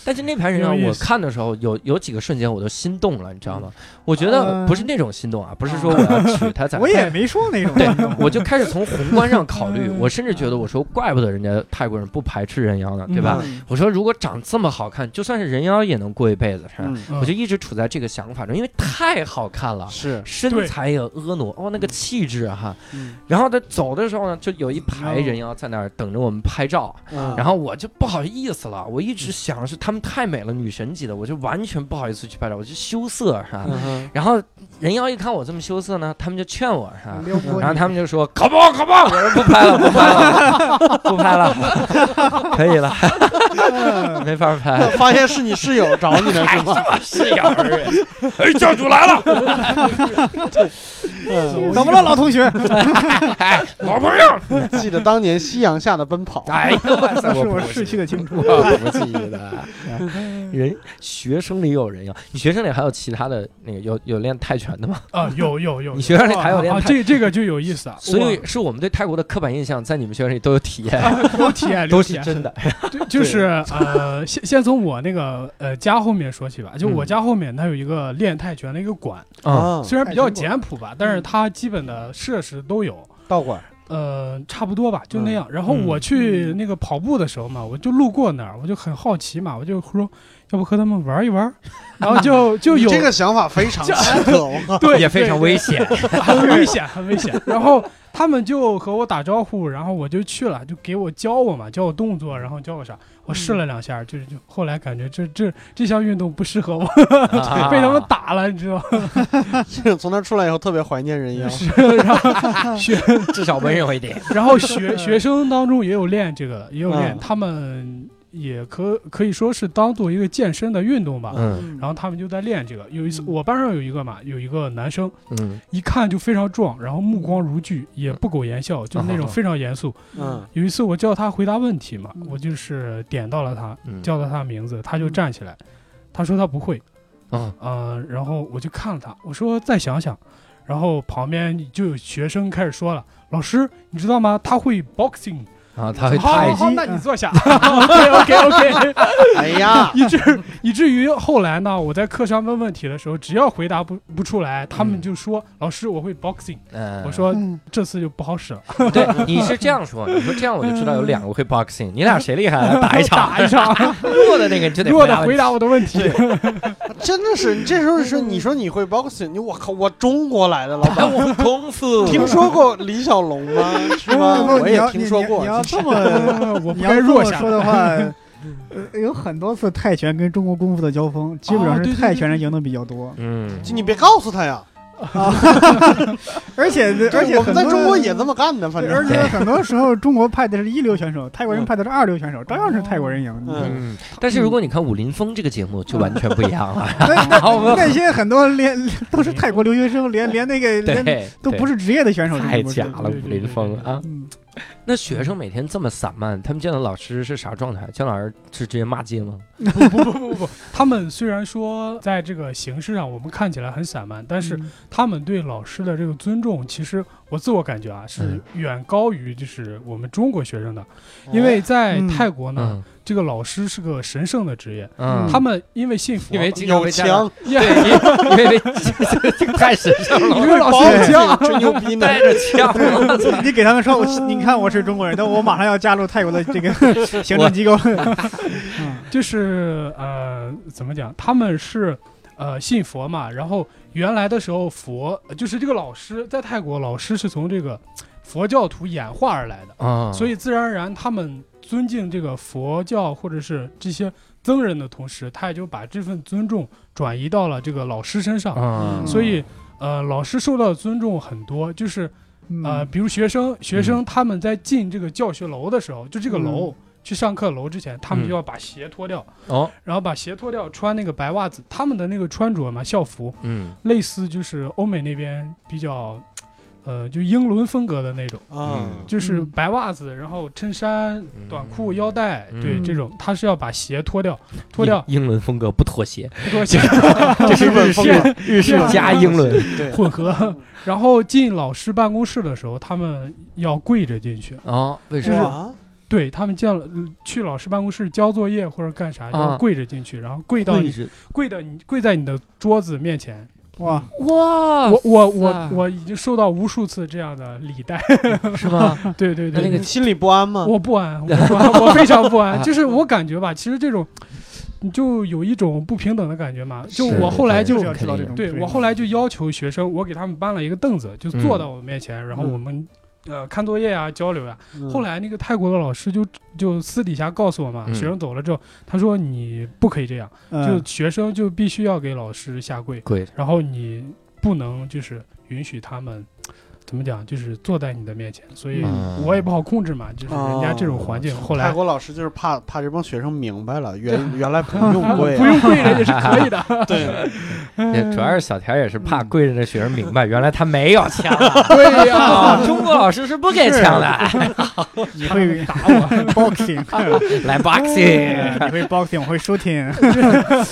Speaker 1: 但是那盘人妖
Speaker 3: 有意思
Speaker 1: 我看的时候，有有几个瞬间我都心动了，你知道吗？我觉得
Speaker 4: 嗯
Speaker 1: 不是那种心动啊，不是说我要娶她咋，
Speaker 4: 我也没说那种。
Speaker 1: 对，我就开始从宏观上考虑，
Speaker 4: 嗯
Speaker 1: 我甚至觉得我说，怪不得人家泰国人不排斥人妖呢，对吧？
Speaker 2: 嗯
Speaker 1: 我说如果长这么好看，就算是人妖也能过一辈子，是吧？
Speaker 2: 嗯，
Speaker 3: 嗯
Speaker 1: 我就一直处在这个想法中，因为太好看了。
Speaker 2: 是，
Speaker 1: 身材也婀娜哦，那个气质哈、
Speaker 2: 嗯
Speaker 1: 然后他走的时候呢，就有一排人妖在那儿等着我们拍照，
Speaker 2: 嗯
Speaker 1: 然后我就不好意思了，我一直想是他们太美了，女神级的，我就完全不好意思去拍照，我就羞涩是吧？
Speaker 2: 嗯哼
Speaker 1: 然后人妖一看我这么羞涩呢，他们就劝我是
Speaker 2: 嗯
Speaker 1: 吧？
Speaker 4: 撩拨
Speaker 1: 然后
Speaker 4: 你，
Speaker 1: 他们就说：“搞不好，搞不好！”我说：“不拍了，不拍了，不拍了，可以了，
Speaker 4: 嗯
Speaker 1: 没法 拍。
Speaker 2: 发现是你室友找你了是吗？
Speaker 1: 哎”是呀，哎，教主来了，
Speaker 2: 嗯
Speaker 4: 怎么了，老同 学？
Speaker 1: 哎，老朋友，
Speaker 2: 记得当年夕阳下的奔跑，
Speaker 1: 哎呦，我
Speaker 4: 那
Speaker 1: 操
Speaker 4: 是
Speaker 1: 我
Speaker 4: 我
Speaker 1: 不
Speaker 4: 逝去的青春。
Speaker 3: 哎
Speaker 1: 我不记 得。人学生里有人妖，啊你学生里还有其他的那个有有练泰拳的吗？
Speaker 3: 啊，有有有
Speaker 1: 你，学生里还有练
Speaker 3: 啊，
Speaker 1: 泰，
Speaker 3: 这这啊个就有意思啊，
Speaker 1: 所以是我们对泰国的刻板印象，在你们学生里都有体验，
Speaker 3: 我都 体验
Speaker 1: 都
Speaker 3: 都
Speaker 1: 是
Speaker 3: 体验，
Speaker 1: 真的。
Speaker 3: 对，就是呃，先先从我那个呃家后面说起吧，就我
Speaker 1: 嗯
Speaker 3: 家后面它有一个练泰拳的一个馆，
Speaker 1: 啊，
Speaker 2: 啊，
Speaker 3: 虽然比较
Speaker 4: 泰拳
Speaker 3: 简朴吧，但是它基本的设施都有。
Speaker 2: 道馆
Speaker 3: 呃，差不多吧，就那样。然后
Speaker 1: 嗯
Speaker 3: 我去那个跑步的时候嘛，我就路过那儿，我就很好奇嘛，我就说，要不和他们玩一玩？然后 就就有
Speaker 2: 这个想法非常奇特，我靠，
Speaker 3: 对
Speaker 1: 也非常
Speaker 3: 危。
Speaker 1: 危险。
Speaker 3: 很危险，很危险。然后他们就和我打招呼，然后我就去了，就给我教我嘛，教我动作，然后教我啥，我试
Speaker 1: 嗯
Speaker 3: 了两下，就是就后来感觉这这这项运动不适合我，
Speaker 1: 啊
Speaker 3: 被他们打了，你知道吗？
Speaker 2: 从那儿出来以后特别怀念人妖，
Speaker 3: 是，
Speaker 1: 哦
Speaker 3: 然后学，
Speaker 1: 至少温柔一 点。
Speaker 3: 然后学学生当中也有练这个的，也有练，
Speaker 4: 啊
Speaker 2: 嗯
Speaker 3: 他们也可可以说是当做一个健身的运动吧。
Speaker 1: 嗯
Speaker 3: 然后他们就在练这个。有一次，
Speaker 4: 嗯
Speaker 3: 我班上有一个嘛，有一个男生，
Speaker 1: 嗯
Speaker 3: 一看就非常壮，然后目光如炬，也不苟言笑，就是那种非常严肃。
Speaker 2: 嗯
Speaker 3: 有一次我叫他回答问题嘛，
Speaker 4: 嗯
Speaker 3: 我就是点到了他，
Speaker 1: 嗯，
Speaker 3: 叫到他名字，他就站起来，他说他不会，
Speaker 1: 啊
Speaker 3: 呃，然后我就看了他，我说再想想，然后旁边就有学生开始说了。老师，你知道吗？他会 boxing，
Speaker 1: 啊，他会
Speaker 3: 好
Speaker 1: 太
Speaker 3: 好
Speaker 1: 极
Speaker 3: 好，那你坐下。OK OK OK，
Speaker 2: 哎呀，
Speaker 3: 以至以至于后来呢，我在课上问问题的时候，只要回答不不出来，他们
Speaker 1: 嗯
Speaker 3: 就说、老师我会 boxing，
Speaker 1: 嗯，
Speaker 3: 我说
Speaker 4: 嗯
Speaker 3: 这次就不好使了，
Speaker 1: 对，你是这样说，你说这样我就知道有两个会 boxing，你俩谁厉害，来打一场，
Speaker 3: 打一场，
Speaker 1: 弱的那个你就得
Speaker 3: 弱的回答
Speaker 1: 我。
Speaker 3: 我的问题。
Speaker 2: 真的是，你这时候是你说你会 boxing，你我靠，我中国 来的老
Speaker 1: 哎，
Speaker 2: 板，
Speaker 1: 我会功夫，
Speaker 2: 听说过李小龙吗？是吗？
Speaker 4: 不
Speaker 2: 我
Speaker 4: 嗯你
Speaker 2: 也
Speaker 4: 要
Speaker 2: 听说
Speaker 4: 你
Speaker 2: 过
Speaker 4: 你。要这么，
Speaker 3: 我不
Speaker 4: 你要
Speaker 3: 该
Speaker 4: 这
Speaker 3: 弱
Speaker 4: 么
Speaker 3: 下
Speaker 4: 说的话， 呃有很多次泰拳跟中国功夫的交锋，基本上
Speaker 3: 哦对
Speaker 4: 是
Speaker 3: 对
Speaker 4: 泰拳人赢的比较 多。
Speaker 1: 嗯，
Speaker 2: 就你别告诉他呀，
Speaker 4: 而且
Speaker 2: 这
Speaker 4: 而且
Speaker 2: 我们在
Speaker 4: 很多
Speaker 2: 中国也这么干的，反
Speaker 4: 对而
Speaker 2: 正
Speaker 4: 且很多时候，中国派的是一流选手，泰国人派的是二流选手，照样是泰国人赢。
Speaker 2: 嗯
Speaker 1: 嗯，但是如果你看《武林风》这个节目，就完全不一样 了。
Speaker 4: 那那
Speaker 1: 好吧
Speaker 4: 那些很多连都是泰国留学生，连连那个连
Speaker 1: 对，
Speaker 4: 都不
Speaker 1: 是
Speaker 4: 是职业的选手，真
Speaker 1: 太
Speaker 4: 的不是
Speaker 1: 假了，《武林风》啊。
Speaker 4: 嗯，
Speaker 1: 那学生每天这么散漫，他们见到老师是啥状态？见老师是直接骂街吗？
Speaker 3: 不不不不不，他们虽然说在这个形式上我们看起来很散漫，但是
Speaker 4: 嗯
Speaker 3: 他们对老师的这个尊重，其实我自我感觉啊是
Speaker 1: 嗯哦
Speaker 3: 远高于就是我们中国学生的，因
Speaker 2: 哎
Speaker 3: 为在
Speaker 4: 嗯
Speaker 3: 泰国呢，
Speaker 1: 嗯
Speaker 3: 这个老师是个神圣的职业，
Speaker 1: 嗯，
Speaker 3: 他们因为信佛，
Speaker 1: 因为经常
Speaker 2: 有
Speaker 1: 被家长
Speaker 2: 枪，
Speaker 1: 对，因为因为被这个太神圣了，
Speaker 3: 因为老师
Speaker 4: 对
Speaker 3: 有
Speaker 2: 枪
Speaker 3: 枪，
Speaker 2: 吹牛逼呢。
Speaker 1: 带着枪，我操！
Speaker 4: 你给他们说，我是你看我是中国人，但我马上要加入泰国的这个 行政机构。
Speaker 3: 就是呃，怎么讲？他们是呃信佛嘛，然后原来的时候佛呃就是这个老师在泰国，老师是从这个佛教徒演化而来的，
Speaker 1: 啊，
Speaker 3: 所以自然而然他们尊敬这个佛教或者是这些僧人的同时，他也就把这份尊重转移到了这个老师身
Speaker 4: 啊
Speaker 3: 上，
Speaker 1: 嗯，
Speaker 3: 所以呃，老师受到的尊重很多，就是呃，
Speaker 4: 嗯
Speaker 3: 比如学生，学生
Speaker 1: 嗯
Speaker 3: 他们在进这个教学楼的时候，就这个
Speaker 4: 嗯
Speaker 3: 楼、去上课楼之前，他
Speaker 1: 嗯
Speaker 3: 们就要把鞋脱掉，
Speaker 1: 哦，
Speaker 3: 然后把鞋脱掉，穿那个白袜子。他们的那个穿着嘛，校服
Speaker 1: 嗯
Speaker 3: 类似就是欧美那边比较，呃，就英伦风格的那种，
Speaker 2: 啊
Speaker 1: 嗯，
Speaker 3: 就是
Speaker 4: 嗯
Speaker 3: 白袜子，然后衬衫、短裤、腰带，
Speaker 1: 嗯
Speaker 3: 对
Speaker 4: 嗯
Speaker 3: 这种，他是要把鞋脱掉，脱 掉，
Speaker 1: 英英伦风格不妥协，
Speaker 3: 不脱鞋
Speaker 1: 这是啊日
Speaker 2: 日本
Speaker 1: 式日式
Speaker 4: 啊
Speaker 1: 加英伦，
Speaker 2: 对，
Speaker 3: 混合，然后进老师办公室的时候，他们要跪着进去。
Speaker 1: 哦，为什
Speaker 2: 是
Speaker 1: 么？
Speaker 2: 啊，
Speaker 3: 对他们见了去老师办公室交作业或者干啥，
Speaker 1: 啊
Speaker 3: 要跪着进去，然后跪到你
Speaker 1: 着
Speaker 3: 跪到你跪在你的桌子面前。
Speaker 4: 哇，
Speaker 1: 啊哇，
Speaker 3: 我我我
Speaker 1: 塞
Speaker 3: 我已经受到无数次这样的 礼待，
Speaker 1: 是 吗？
Speaker 3: 对对
Speaker 1: 那
Speaker 3: 对，
Speaker 1: 个
Speaker 2: 你心里不安吗？
Speaker 3: 我不安，我不安，我非常不安。
Speaker 1: 啊
Speaker 3: 就是我感觉吧，其实这种你就有一种不平等的感觉嘛。就是我后来就
Speaker 4: 就是要知道这种
Speaker 3: 对我后来就要求学生，我给他们搬了一个凳子，就坐到我面前，然后
Speaker 2: 嗯
Speaker 3: 我们呃看作业啊，交流呀、
Speaker 2: 嗯
Speaker 3: 后来那个泰国的老师就就私底下告诉我嘛，
Speaker 1: 嗯
Speaker 3: 学生走了之后，他说你不可以这样，
Speaker 4: 嗯
Speaker 3: 就学生就必须要给老师下跪，
Speaker 1: 跪着，
Speaker 3: 然后你不能就是允许他们。怎么讲？就是坐在你的面前，所以
Speaker 1: 嗯
Speaker 3: 我也不好控制嘛。就是
Speaker 1: 哦
Speaker 3: 人家这种环境，后
Speaker 2: 泰
Speaker 3: 来
Speaker 2: 国老师就是怕怕这帮学生明白了，原原来不用跪啊，
Speaker 3: 不用跪着也是可 以的。
Speaker 2: 对，
Speaker 1: 也主要是小田也是怕跪着那学生明白，原来他没有枪啊
Speaker 3: 对
Speaker 1: 啊， 中国老师是不给枪的，
Speaker 4: 你会
Speaker 3: 打 我，
Speaker 4: boxing，
Speaker 1: 来 boxing，
Speaker 4: 你会 boxing，我会 shooting，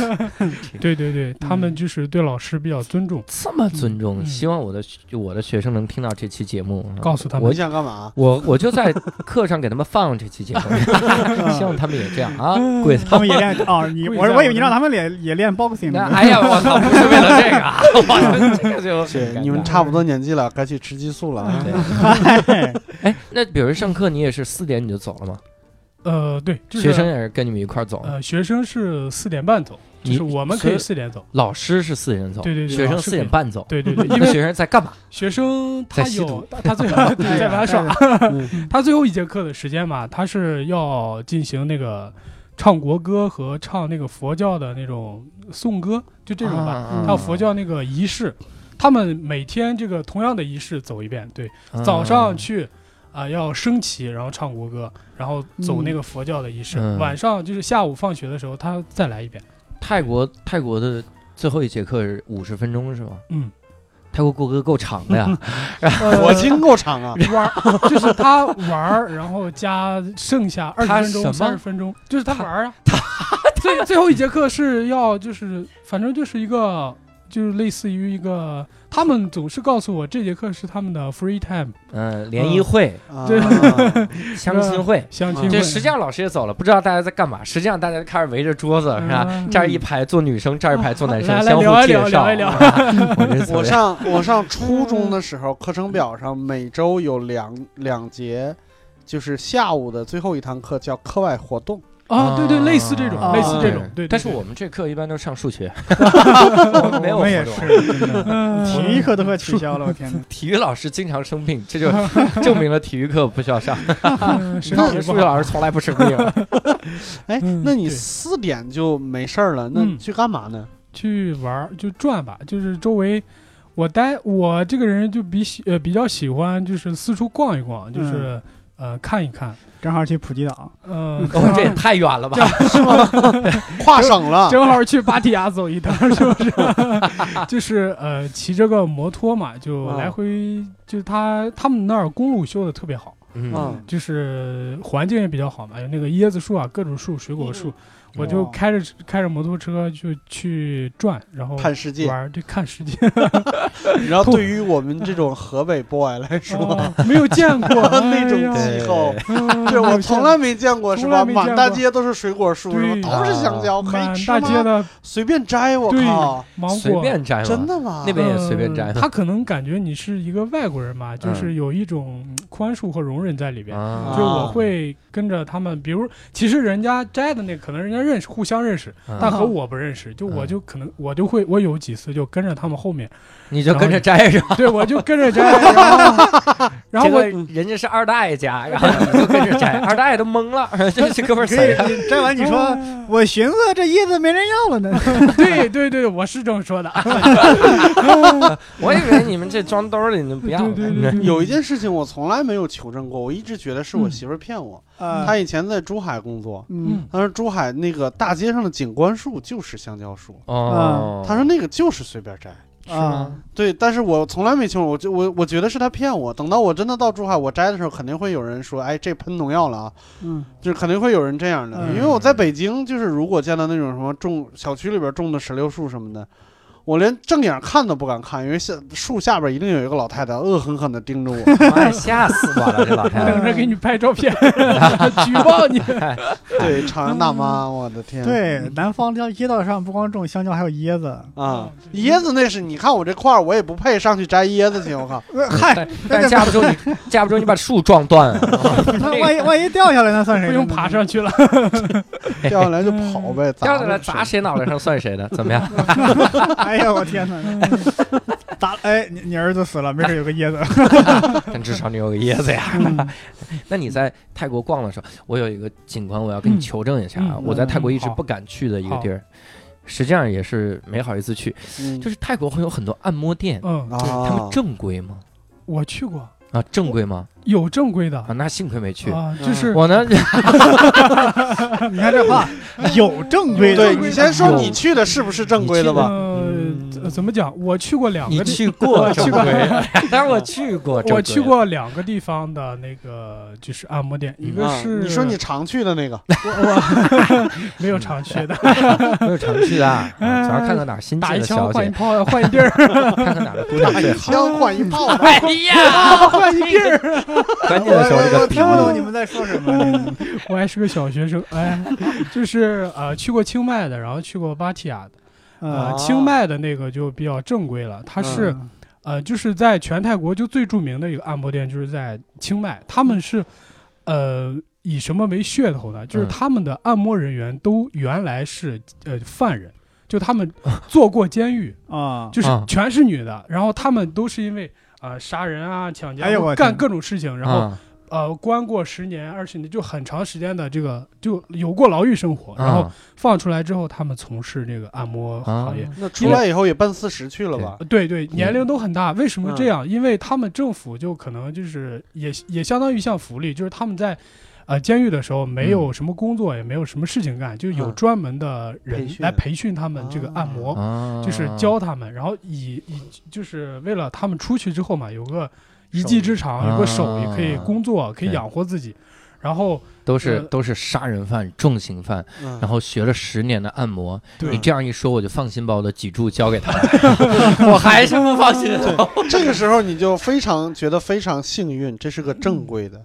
Speaker 3: 对对
Speaker 1: 嗯
Speaker 3: 对，他们就是对老师比较尊重，
Speaker 1: 这么尊重，
Speaker 3: 嗯
Speaker 1: 希望我的就我的学生能听到这期节目，
Speaker 3: 告诉他
Speaker 1: 我
Speaker 3: 们
Speaker 2: 你想干嘛？
Speaker 1: 我我就在课上给他们放这期节目， 希望他们也这样啊，跪
Speaker 4: 他
Speaker 1: 到
Speaker 4: 们也练哦，你我我以为你让他们也也练 boxing
Speaker 1: 那
Speaker 4: 呢，
Speaker 1: 哎呀，我操，不是为了这个啊，我这个就
Speaker 2: 姐
Speaker 1: 很尴，尬
Speaker 2: 你们差不多年纪了，该去吃激素 了啊。
Speaker 1: 对 哎，那比如上课你也是四点你就走了吗？
Speaker 3: 呃，对，就是
Speaker 1: 学生也是跟你们一块儿走，
Speaker 3: 呃，学生是四点半走，就
Speaker 1: 你
Speaker 3: 是我们可
Speaker 1: 所
Speaker 3: 以
Speaker 1: 以
Speaker 3: 四点走。
Speaker 1: 老师是四点走，
Speaker 3: 对对对
Speaker 1: 学生
Speaker 3: 老师
Speaker 1: 四点半走。
Speaker 3: 对对对，因
Speaker 1: 那
Speaker 3: 为
Speaker 1: 学生在干嘛？
Speaker 3: 学生他
Speaker 1: 在吸
Speaker 3: 有
Speaker 1: 毒
Speaker 3: 他他 最后对在玩耍，
Speaker 2: 嗯
Speaker 3: 他最后一节课的时间嘛，他是要进行那个唱国歌和唱那个佛教的那种颂歌，就这种吧。
Speaker 1: 吧
Speaker 3: 还有佛教那个仪式，他们每天这个同样的仪式走一遍，对，
Speaker 1: 啊
Speaker 3: 早
Speaker 1: 嗯
Speaker 3: 上，去啊、要升旗，然后唱国歌，然后走那个佛教的仪式，
Speaker 1: 嗯
Speaker 3: 晚上就是下午放学的时候他再来一 遍，
Speaker 1: 嗯泰国泰国的最后一节课是五十分钟是吧？
Speaker 3: 嗯，
Speaker 1: 泰国国歌够长的呀，
Speaker 2: 火经够长啊，
Speaker 3: 玩儿就是他玩儿，然后加剩下二十
Speaker 1: 他
Speaker 3: 分
Speaker 1: 什么
Speaker 3: 钟、三十分钟，就是他
Speaker 1: 他
Speaker 3: 玩儿啊。最最后一节课是要就是反正就是一个就是类似于一个，他们总是告诉我这节课是他们的 free time
Speaker 1: 嗯，联谊会、
Speaker 2: 啊
Speaker 3: 对
Speaker 1: 相亲会，
Speaker 3: 相亲会，
Speaker 2: 嗯
Speaker 1: 啊这实际上老师也走了，不知道大家在干嘛。实际上大家开始围着桌子是吧？
Speaker 3: 嗯
Speaker 1: 这儿一排坐女生，这儿一排坐男生，
Speaker 3: 来来
Speaker 1: 相
Speaker 3: 聊
Speaker 1: 互
Speaker 3: 一聊
Speaker 1: 介绍。
Speaker 3: 聊一聊
Speaker 1: 啊我这
Speaker 2: 我上我上初中的时候，课程表上每周有两两节，就是下午的最后一堂课叫课外活动。
Speaker 3: 啊，对对，类似这种，
Speaker 4: 啊
Speaker 3: 类似这种，对。对
Speaker 1: 但是
Speaker 3: 对
Speaker 1: 我们这课一般都上数 学，没有
Speaker 4: 我们也
Speaker 1: 活动
Speaker 4: 是，真的
Speaker 3: 嗯
Speaker 4: 体育课都快取消了，我天哪！
Speaker 1: 体育老师经常生病， 这就证明了体育课不需要上。
Speaker 3: 嗯 身
Speaker 1: 那
Speaker 3: 体
Speaker 1: 数
Speaker 3: 不
Speaker 1: 学
Speaker 3: 好。
Speaker 1: 老师从来不生 病。
Speaker 2: 哎，
Speaker 3: 嗯
Speaker 2: 那你
Speaker 3: 对
Speaker 2: 四点就没事儿了，那
Speaker 3: 嗯
Speaker 2: 去干嘛呢？
Speaker 3: 去玩儿就转吧，就是周围，我待我这个人就比喜呃比较喜欢就是四处逛一逛，就是、
Speaker 1: 嗯
Speaker 3: 呃看一看，
Speaker 4: 正好去普吉岛，
Speaker 3: 呃，
Speaker 1: 哦，这也太远了吧？
Speaker 2: 跨省了，
Speaker 3: 正好去芭提雅走一 趟，是不是？就是呃骑这个摩托嘛，就
Speaker 2: 啊
Speaker 3: 来回，就是他他们那儿公路修的特别好，
Speaker 1: 嗯，
Speaker 2: 嗯，
Speaker 3: 就是环境也比较好嘛，有那个椰子树啊，各种树，水果树，
Speaker 2: 嗯
Speaker 3: 我就
Speaker 2: 哦
Speaker 4: 哇
Speaker 3: 开着开着摩托车就去转，然后
Speaker 2: 看世界
Speaker 3: 玩。儿，就看世界。
Speaker 2: 然后对于我们这种河北 boy 来 说，
Speaker 3: 哦 没有见过
Speaker 2: 那
Speaker 3: 哎
Speaker 2: 种
Speaker 3: 呀
Speaker 2: 气候，
Speaker 3: 嗯
Speaker 2: 这我从来没见过，是
Speaker 3: 从
Speaker 2: 吧？
Speaker 3: 来没见过
Speaker 2: 满大街都是水果树，什么
Speaker 3: 对啊
Speaker 2: 都是香蕉，可以
Speaker 3: 满
Speaker 2: 吃
Speaker 3: 大街
Speaker 2: 吗？
Speaker 3: 的
Speaker 2: 随便摘，我
Speaker 3: 对
Speaker 2: 靠，
Speaker 3: 芒果，
Speaker 1: 随便摘嘛。
Speaker 2: 真的
Speaker 1: 哎
Speaker 2: 吗？
Speaker 1: 那边也随便
Speaker 3: 呃
Speaker 1: 摘嘛
Speaker 3: 他可能感觉你是一个外国 人嘛，就是有一种嗯宽恕和容忍在里边。
Speaker 1: 啊
Speaker 3: 就我会跟着他们，比如其实人家摘的那可能人家们认识，互相认识，
Speaker 1: 嗯
Speaker 3: 但和我不认识，就我
Speaker 1: 嗯
Speaker 3: 就可能我就会，我有几次就跟着他们 后面，
Speaker 1: 你就跟着摘是吧？
Speaker 3: 对我就跟着摘，然后然后我
Speaker 1: 结果人家是二大爷 家，然后你就跟着摘，二大爷都懵了， 这这哥们儿
Speaker 4: 可以
Speaker 1: 谁啊？，
Speaker 4: 你摘哎完你说，我寻思这叶子没人要了呢。
Speaker 3: 对对对，我是这 么说的，
Speaker 1: 我以为你们这装兜里呢，不要了。
Speaker 3: 对对对对
Speaker 2: 有一件事情我从来没有求证过，我一直觉得
Speaker 3: 嗯
Speaker 2: 是我媳妇儿骗我。
Speaker 4: 啊，
Speaker 2: 她以前在珠海工作，
Speaker 4: 嗯，
Speaker 2: 她说珠海那个大街上的景观树就是香蕉树，
Speaker 3: 啊
Speaker 1: 哦，
Speaker 2: 她说那个就是随便摘。
Speaker 4: 啊，
Speaker 2: 对，但是我从来没清楚，我就我我觉得是她骗我。等到我真的到珠海，我摘的时候，肯定会有人说：“哎，这喷农药了啊！”
Speaker 4: 嗯
Speaker 2: 就是肯定会有人这样的，
Speaker 4: 嗯
Speaker 2: 因为我在北京，就是如果见到那种什么种小区里边种的石榴树什么的，我连正眼看都不敢看，因为下树下边一定有一个老太太恶狠狠地盯 着我。
Speaker 1: 妈呀，吓死我了，这老太太
Speaker 3: 等着给你拍照片， 举报你。
Speaker 2: 对，朝阳大妈，
Speaker 1: 嗯
Speaker 2: 我的天！
Speaker 4: 对，南方这街道上不光种香蕉，还有椰子。
Speaker 2: 啊，椰子那是，你看我这块儿，我也不配上去摘椰子去，我靠！
Speaker 4: 呃嗨，
Speaker 1: 但但架不住你，架不住你把树撞断 啊！
Speaker 4: 那万一万一掉下来，那算谁？
Speaker 3: 不用爬，上去了，
Speaker 2: 掉下来就跑呗，
Speaker 1: 掉下来
Speaker 2: 砸
Speaker 1: 砸
Speaker 2: 谁
Speaker 1: 谁脑袋上算谁的，怎么样？
Speaker 4: 哎呀，我天哪！ 打哎，你你儿子死了，没准有个椰子。
Speaker 1: 但至少你有个椰子呀。
Speaker 3: 嗯
Speaker 1: 那你在泰国逛的时候，我有一个景观，我要跟你
Speaker 3: 嗯
Speaker 1: 求证一下啊！
Speaker 3: 嗯
Speaker 1: 我在泰国一直
Speaker 3: 嗯好
Speaker 1: 不敢去的一个地儿，实际上也是没好意思去，
Speaker 2: 嗯
Speaker 1: 就是泰国会有很多按摩店，
Speaker 3: 嗯，
Speaker 2: 啊，
Speaker 4: 哦
Speaker 1: 他们正规吗？
Speaker 3: 我去过，
Speaker 1: 啊，正规吗？
Speaker 3: 有正规的
Speaker 1: 啊，那幸亏没 去。嗯
Speaker 3: 啊，就是
Speaker 1: 我呢，
Speaker 4: 你看这话， 有正规的
Speaker 2: 对，你先说你去的是不是正规的吧？
Speaker 1: 嗯
Speaker 3: 呃，怎么讲？我去过两
Speaker 1: 你
Speaker 3: 个地，
Speaker 1: 去 过正
Speaker 3: 去
Speaker 1: 规
Speaker 3: 过，
Speaker 1: 但是我去过正规，
Speaker 3: 我去过两个地方的那个就是按摩店，一
Speaker 1: 嗯
Speaker 3: 个
Speaker 2: 啊，
Speaker 3: 是
Speaker 2: 你 说你常去的那个，
Speaker 3: 没有常去的，
Speaker 1: 没有常去的，啊主要看看哪儿新
Speaker 3: 打
Speaker 1: 进
Speaker 3: 一
Speaker 1: 的
Speaker 3: 枪
Speaker 1: 嗯小
Speaker 3: 换一
Speaker 1: 姐，
Speaker 3: 炮换 一地儿，
Speaker 1: 看看哪儿的姑娘最好。
Speaker 2: 枪换一炮吧。
Speaker 1: 哎呀，换地儿！关键的时候这
Speaker 4: 我
Speaker 1: 个
Speaker 4: 我
Speaker 1: 比
Speaker 4: 听不懂你
Speaker 1: 喻，
Speaker 4: 们在说什么。
Speaker 3: 我还是个小学生，哎， 就是呃去过清迈的，然后去过芭提雅的，
Speaker 4: 啊
Speaker 3: 呃，
Speaker 2: 啊
Speaker 3: 清迈的那个就比较正规了，它是。
Speaker 4: 嗯
Speaker 3: 呃，就是在全泰国就最著名的一个按摩店，就是在清迈，他们是，呃，以什么为噱头呢？就是
Speaker 1: 嗯
Speaker 3: 他们的按摩人员都原来是呃犯人，就他们坐过 监狱，
Speaker 4: 啊，
Speaker 3: 就是
Speaker 1: 啊
Speaker 3: 全是女的，然后他们都是因为呃杀人啊、抢劫啊、
Speaker 4: 哎呦我
Speaker 3: 干
Speaker 4: 天
Speaker 3: 各种事情，然后、
Speaker 1: 啊
Speaker 3: 呃关过十年、二十年，就很长时间的这个就有过牢狱生活，然后
Speaker 1: 啊
Speaker 3: 放出来之后，他们从事这个按摩
Speaker 1: 啊
Speaker 3: 行业。
Speaker 2: 那出来以后也奔四十去了吧？
Speaker 3: 呃对对，
Speaker 1: 嗯
Speaker 3: 年龄都很大。为什么这
Speaker 2: 啊
Speaker 3: 样？
Speaker 2: 嗯
Speaker 3: 因为他们政府就可能就是也也相当于一项福利，就是他们在呃监狱的时候没有什么工作，也没有什么事情干，就有
Speaker 2: 嗯
Speaker 3: 专门的人
Speaker 2: 培训
Speaker 3: 来培训他们这个按摩，
Speaker 1: 啊
Speaker 3: 哦就是教他们，然后以以就是为了他们出去之后嘛，有个一技之长，有个手艺可以工作，可以
Speaker 1: 对
Speaker 3: 养活自己。然后
Speaker 1: 都是
Speaker 3: 呃
Speaker 1: 都是杀人犯、重刑犯，
Speaker 2: 嗯
Speaker 1: 然后学了十年的按摩。
Speaker 3: 对
Speaker 1: 你这样一说，我就放心把我的脊柱交给他了。 我还是不放心。
Speaker 2: 这个时候你就非常觉得非常幸运，这是个正规的，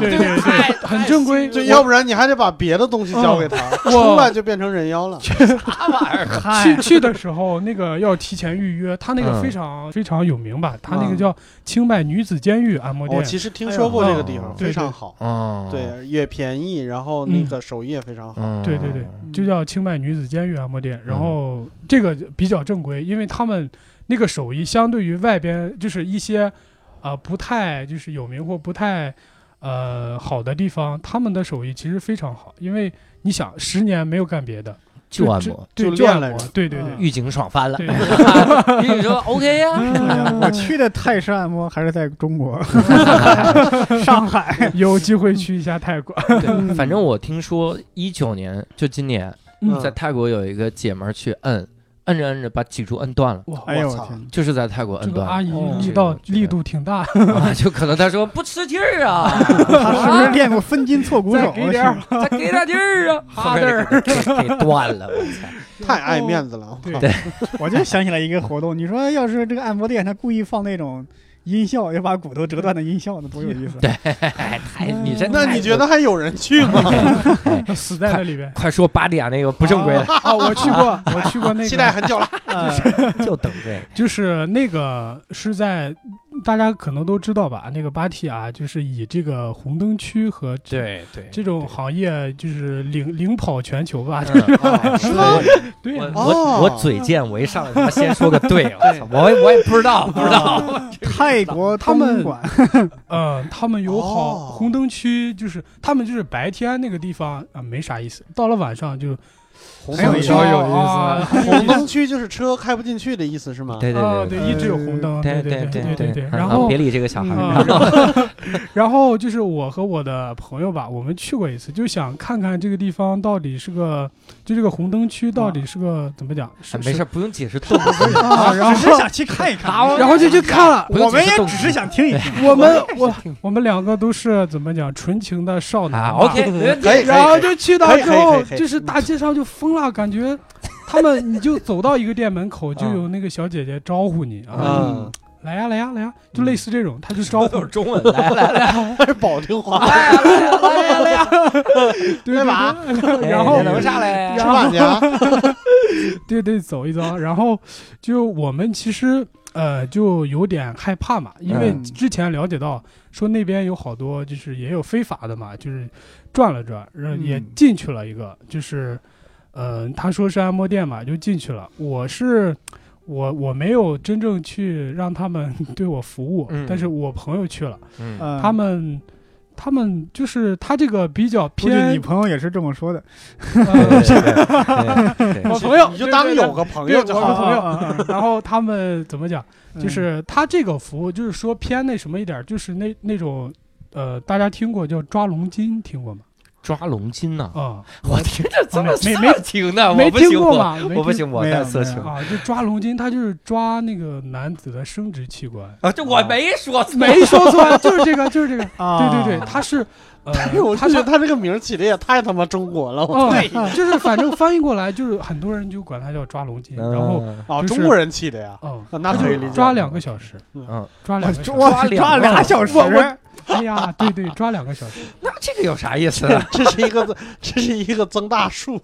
Speaker 3: 对对 对，很正规。
Speaker 2: 就
Speaker 3: 我
Speaker 2: 要不然你还得把别的东西交给他，出来就变成人妖了。
Speaker 1: 啥玩意儿？
Speaker 4: 嗨
Speaker 3: 去，去的时候，那个要提前预约，他那个非常、非常有名吧？他那个叫清迈女子监狱按摩店。
Speaker 2: 我哦其实听说过这个地
Speaker 1: 哎
Speaker 2: 方，
Speaker 3: 对
Speaker 2: 非常好，
Speaker 1: 哦，
Speaker 2: 对，也便宜，然后那个手艺也非常好。
Speaker 1: 嗯，
Speaker 3: 对对对，就叫清迈女子监狱按摩店。然
Speaker 1: 嗯
Speaker 3: 后这个比较正规，因为他们那个手艺相对于外边就是一些啊、呃不太就是有名或不太呃好的地方，他们的手艺其实非常好，因为你想十年没有干别的，
Speaker 1: 就按
Speaker 3: 只
Speaker 1: 摩，
Speaker 3: 对，
Speaker 2: 就
Speaker 3: 就按
Speaker 2: 练
Speaker 3: 摩
Speaker 2: 了，
Speaker 3: 对对
Speaker 4: 嗯
Speaker 3: 对
Speaker 1: 狱警爽翻了。
Speaker 3: 对。 嗯
Speaker 1: 狱警 说 OK 呀，
Speaker 4: 哎呀我去的泰式按摩还是在中 国，上海。
Speaker 3: 有机会去一下泰国，
Speaker 1: 对，反正我听说一九年就今年，
Speaker 2: 嗯
Speaker 1: 在泰国有一个姐们儿去摁，摁着摁着把脊柱摁断了，
Speaker 3: 哇
Speaker 4: 哎呦
Speaker 2: 我
Speaker 4: 我
Speaker 2: 操
Speaker 4: 天，
Speaker 1: 就是在泰国
Speaker 3: 这
Speaker 1: 摁
Speaker 3: 个
Speaker 1: 断
Speaker 3: 阿
Speaker 1: 了。
Speaker 3: 姨
Speaker 4: 哦
Speaker 3: 力道力度挺大，
Speaker 1: 啊， 就可能她说不吃劲儿啊，
Speaker 4: 他是不是练过分筋错骨
Speaker 3: 再
Speaker 4: 手？啊
Speaker 3: 给点儿，
Speaker 1: 再给点劲儿啊， 后边儿给给给断了，我操！
Speaker 2: 太爱面子了，
Speaker 3: 对
Speaker 1: 对
Speaker 4: 我就想起来一个活动，你说要是这个按摩店他故意放那种音效，要把骨头折断的音效，那多有意思！对，
Speaker 1: 哎，太你真
Speaker 2: 那
Speaker 1: 太。
Speaker 2: 你觉得还有人去吗？
Speaker 3: 死在那里边
Speaker 1: 快说巴迪亚那个不正规的，
Speaker 3: 啊，我去过，我去过那
Speaker 2: 期待
Speaker 4: 哎
Speaker 3: 个，
Speaker 2: 很久了，
Speaker 1: 就等这个
Speaker 3: 就是那个是在大家可能都知道吧，那个巴提雅就是以这个红灯区和这
Speaker 1: 对对，嗯
Speaker 3: 这种行业就是领领跑全球吧。
Speaker 2: 哦 是吗？
Speaker 3: 对
Speaker 1: 我
Speaker 3: 呀，
Speaker 1: 我我嘴贱，我一上来他妈先说个对，我操我也我也不知道不知道，
Speaker 4: 泰国
Speaker 3: 他们
Speaker 4: 东莞
Speaker 3: 嗯，他们有好
Speaker 2: 哦
Speaker 3: 红灯区，就是他们就是白天那个地方啊、没啥意思，到了晚上就
Speaker 2: 红
Speaker 4: 很有
Speaker 2: 灯
Speaker 4: 意
Speaker 2: 区
Speaker 4: 思，
Speaker 3: 啊很有意
Speaker 2: 红
Speaker 3: 思
Speaker 2: 灯区就是车开不进去的意思是吗？
Speaker 1: 对
Speaker 3: 啊，
Speaker 1: 对
Speaker 3: 对，一直有红灯，
Speaker 1: 对
Speaker 3: 对
Speaker 1: 对
Speaker 3: 对
Speaker 1: 对，
Speaker 3: 然
Speaker 1: 啊
Speaker 3: 后
Speaker 1: 别理这个小孩
Speaker 4: 嗯
Speaker 1: 儿，
Speaker 3: 啊，然后然后就是我和我的朋友吧，我们去过一次，就想看看这个地方到底是个，就这个红灯区到底是个、怎么讲？是
Speaker 1: 哎没事，儿，不用解释动作，
Speaker 4: 啊，只是想去看一看，
Speaker 3: 是然后就去看了。
Speaker 1: 啊不用
Speaker 4: 我们
Speaker 1: 解释
Speaker 4: 也
Speaker 1: 动
Speaker 4: 只
Speaker 1: 机
Speaker 4: 是想听一听。
Speaker 3: 我们我我们两个都是怎么讲纯情的少男
Speaker 1: 啊
Speaker 3: 吧
Speaker 1: ，OK，没问题
Speaker 2: 可以
Speaker 3: 然后就去到之
Speaker 2: 可
Speaker 3: 后，
Speaker 2: 以可以可以可以
Speaker 3: 就是大街上就疯了，感觉他们你就走到一个店门口，就有那个小姐姐招呼你啊，
Speaker 2: 嗯，
Speaker 3: 来呀来呀来呀，就类似这种，她就招
Speaker 1: 都
Speaker 3: 呼
Speaker 1: 是，中文，来来来
Speaker 2: 那是保 定话，
Speaker 1: 啊来呀来呀，
Speaker 3: 对
Speaker 2: 来
Speaker 3: 对
Speaker 2: 吧
Speaker 3: 对，
Speaker 1: 哎
Speaker 3: 然
Speaker 1: 你
Speaker 3: 后
Speaker 1: 能上来
Speaker 2: 吃？饭去啊！
Speaker 3: 对对走一遭，然后就我们其实呃就有点害怕嘛，因为
Speaker 2: 嗯
Speaker 3: 之前了解到说那边有好多就是也有非法的嘛，就是转了转，然后也
Speaker 4: 嗯
Speaker 3: 进去了一个，就是呃他说是按摩店嘛，就进去了。我是我我没有真正去让他们 对我服务，
Speaker 1: 嗯
Speaker 3: 但是我朋友去了，
Speaker 1: 嗯，
Speaker 4: 嗯
Speaker 3: 他们。他们就是他这个比较
Speaker 4: 估计你
Speaker 3: 偏，
Speaker 4: 朋友也是这么说的。
Speaker 1: 对
Speaker 3: 呃
Speaker 1: 对对对对
Speaker 3: 我朋友
Speaker 2: 你就当有个朋友就
Speaker 3: 我的
Speaker 2: 好
Speaker 3: 朋
Speaker 2: 了。
Speaker 3: 友
Speaker 4: 啊，
Speaker 3: 然后他们怎么讲？
Speaker 4: 嗯
Speaker 3: 就是他这个服务，就是说偏那什么一点儿，就是那那种，呃，大家听过叫抓龙筋，听过吗？
Speaker 1: 抓龙筋呢？
Speaker 3: 啊、
Speaker 1: 我听 着怎么
Speaker 3: 没没
Speaker 1: 色情呢？
Speaker 3: 没
Speaker 1: 啊我不
Speaker 3: 听
Speaker 1: 行，
Speaker 3: 过
Speaker 1: 我
Speaker 3: 吗？没
Speaker 1: 我不
Speaker 3: 听
Speaker 1: 行，我
Speaker 4: 没有
Speaker 1: 太色
Speaker 4: 没
Speaker 1: 情
Speaker 4: 有
Speaker 1: 了
Speaker 3: 啊，就抓龙筋，他就是抓那个男子的生殖器官，
Speaker 1: 啊！这我 没说错，
Speaker 3: 没说错，就是这个，就是这个，
Speaker 4: 啊，
Speaker 3: 对对对，他是，呃
Speaker 2: 哎呦，，我
Speaker 3: 他
Speaker 2: 就觉得
Speaker 3: 是。
Speaker 2: 他这个名儿起的也太他妈中国了！我
Speaker 3: 哦
Speaker 1: 对，
Speaker 3: 就是反正翻译过来，就是很多人就管它叫抓龙筋，然后，
Speaker 1: 嗯
Speaker 2: 啊，
Speaker 3: 就是
Speaker 2: 中国人起的呀，
Speaker 3: 嗯，
Speaker 2: 那
Speaker 3: 他
Speaker 2: 可以理
Speaker 3: 就
Speaker 2: 解。
Speaker 3: 抓两个小时，
Speaker 1: 嗯，
Speaker 3: 抓两个小时，
Speaker 4: 我
Speaker 1: 抓两
Speaker 4: 抓
Speaker 1: 个
Speaker 4: 俩小时，
Speaker 2: 我
Speaker 3: 哎呀，对对，抓两个小时，
Speaker 1: 那这个有啥意思？ 啊
Speaker 2: 这是一个，这是一个增大术，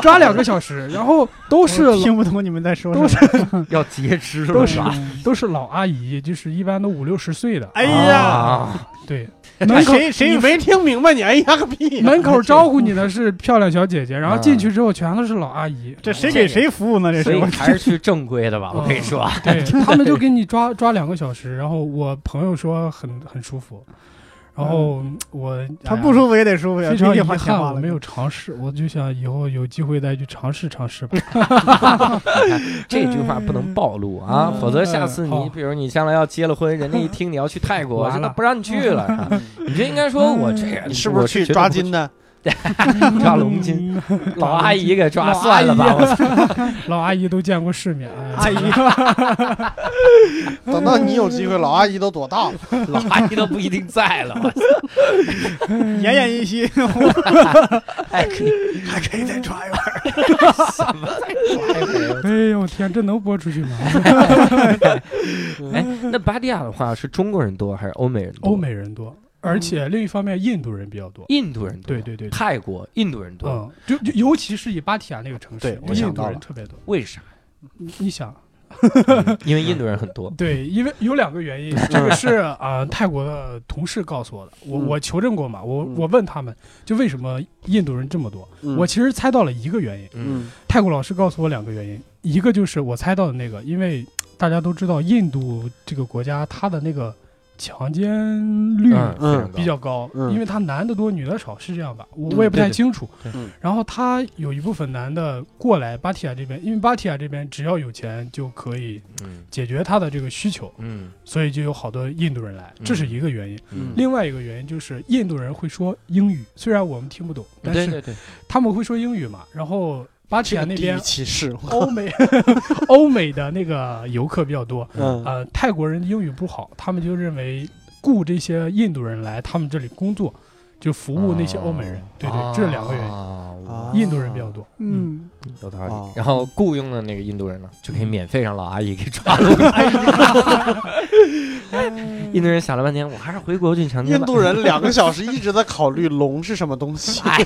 Speaker 3: 抓两个小时，然后都是
Speaker 4: 我听不懂你们在说什么。嗯
Speaker 3: 都是
Speaker 1: 要截肢
Speaker 3: 都
Speaker 1: 了
Speaker 3: 是
Speaker 1: 吧？
Speaker 3: 都是老阿姨，就是一般都五六十岁的。
Speaker 4: 哎呀，
Speaker 1: 啊，
Speaker 3: 对，
Speaker 4: 那
Speaker 3: 门口
Speaker 4: 谁谁
Speaker 2: 你没听明白你？哎呀个屁呀！
Speaker 3: 门口招呼你的是漂亮小姐姐，然后进去之后全都是老阿姨，
Speaker 4: 这谁给谁服务呢？这
Speaker 1: 所
Speaker 4: 是
Speaker 1: 以
Speaker 4: 我
Speaker 1: 还是去正规的吧。我跟你说，
Speaker 3: 对他们就给你抓抓两个小时。然后我朋友说很很舒服，然后我
Speaker 4: 他不。舒服也得舒服
Speaker 3: 哎
Speaker 4: 呀，
Speaker 3: 呀非
Speaker 4: 这
Speaker 3: 常
Speaker 4: 得
Speaker 3: 遗
Speaker 4: 花钱
Speaker 3: 憾，
Speaker 4: 花
Speaker 3: 我
Speaker 4: 了。
Speaker 3: 没有尝试，我就想以后有机会再去尝试尝试吧。
Speaker 1: 这句话不能暴露啊，
Speaker 4: 嗯
Speaker 1: 否则下次
Speaker 3: 好
Speaker 1: 你，比如你将来要结了婚，人家一听你要去泰国，
Speaker 3: 完
Speaker 1: 现在
Speaker 3: 了
Speaker 1: 不让你去了， 是吧
Speaker 3: 嗯
Speaker 1: 你就应该说我这个
Speaker 2: 你是不是去抓筋？的？
Speaker 1: 抓龙 筋，我绝对不会老阿姨给抓
Speaker 3: 嗯老阿
Speaker 1: 算
Speaker 3: 姨
Speaker 1: 了吧，我操
Speaker 3: 老阿姨都见过世面，
Speaker 4: 阿
Speaker 3: 哎
Speaker 4: 姨，
Speaker 2: 等到你有机会，老阿姨都多大了？
Speaker 1: 老阿姨都不一定在了。我操
Speaker 4: 奄奄一息，
Speaker 1: 还可以
Speaker 4: 还可以再抓一把。
Speaker 1: 什么再抓一回？
Speaker 3: 哎呦天，这能播出去吗？
Speaker 1: 哎，那巴蒂亚的话是中国人多还是欧美人多？
Speaker 3: 欧美人多，而且另一方面印度人比较多。
Speaker 1: 印度人多，
Speaker 3: 对对对，
Speaker 1: 泰国印度人多，
Speaker 3: 嗯，就就尤其是以芭提雅那个城市，
Speaker 2: 对我
Speaker 3: 印
Speaker 2: 想
Speaker 3: 度
Speaker 2: 到
Speaker 3: 人
Speaker 2: 了
Speaker 3: 特别多。
Speaker 1: 为啥？
Speaker 3: 你你想，
Speaker 1: 嗯因为印度人很多。
Speaker 3: 对，因为有两个原 因，这个是啊、呃泰国的同事告诉我的，我、
Speaker 2: 嗯
Speaker 3: 我求证过嘛，我
Speaker 2: 嗯
Speaker 3: 我问他们，就为什么印度人这么多，
Speaker 2: 嗯
Speaker 3: 我其实猜到了一个原因，
Speaker 1: 嗯，
Speaker 3: 泰国老师告诉我两个原因，一个就是我猜到的那个，因为大家都知道印度这个国家，它的那个强奸率。
Speaker 1: 嗯非常高
Speaker 3: 比较高，
Speaker 2: 嗯
Speaker 3: 因为他男的多，女的少，是这样吧？我
Speaker 2: 嗯
Speaker 3: 我也不
Speaker 1: 对
Speaker 3: 太
Speaker 1: 对
Speaker 3: 清楚
Speaker 1: 对。
Speaker 2: 嗯
Speaker 3: 然后他有一部分男的过来芭提雅这边，因为芭提雅这边只要有钱就可以
Speaker 1: 嗯
Speaker 3: 解决他的这个需求，
Speaker 1: 嗯
Speaker 3: 所以就有好多印度人来，
Speaker 1: 嗯
Speaker 3: 这是一个原因。
Speaker 1: 嗯，
Speaker 3: 另外一个原因就是印度人会说英语，虽然我们听不懂，但
Speaker 1: 对
Speaker 3: 是
Speaker 1: 对对，
Speaker 3: 他们会说英语嘛。然后芭提
Speaker 2: 这
Speaker 3: 雅
Speaker 2: 个
Speaker 3: 啊那
Speaker 2: 地域
Speaker 3: 边
Speaker 2: 歧视，
Speaker 3: 欧美欧美的那个游客比较多，
Speaker 2: 嗯
Speaker 3: 呃，泰国人英语不好，他们就认为雇这些印度人来他们这里工作，就服务那些欧美人。
Speaker 1: 哦
Speaker 3: 对对，这是两个原因。
Speaker 1: 因
Speaker 2: 啊
Speaker 3: 印度人比较多，
Speaker 4: 嗯，
Speaker 1: 有道理
Speaker 2: 哦。
Speaker 1: 然后雇佣的那个印度人呢，就可
Speaker 3: 嗯
Speaker 1: 以免费让老阿姨给抓了。
Speaker 4: 嗯
Speaker 1: 印度人想了半天，我还是回国去强奸
Speaker 2: 印
Speaker 1: 吧。。
Speaker 2: 度人两个小时一直在考虑龙是什么 东西
Speaker 1: 哎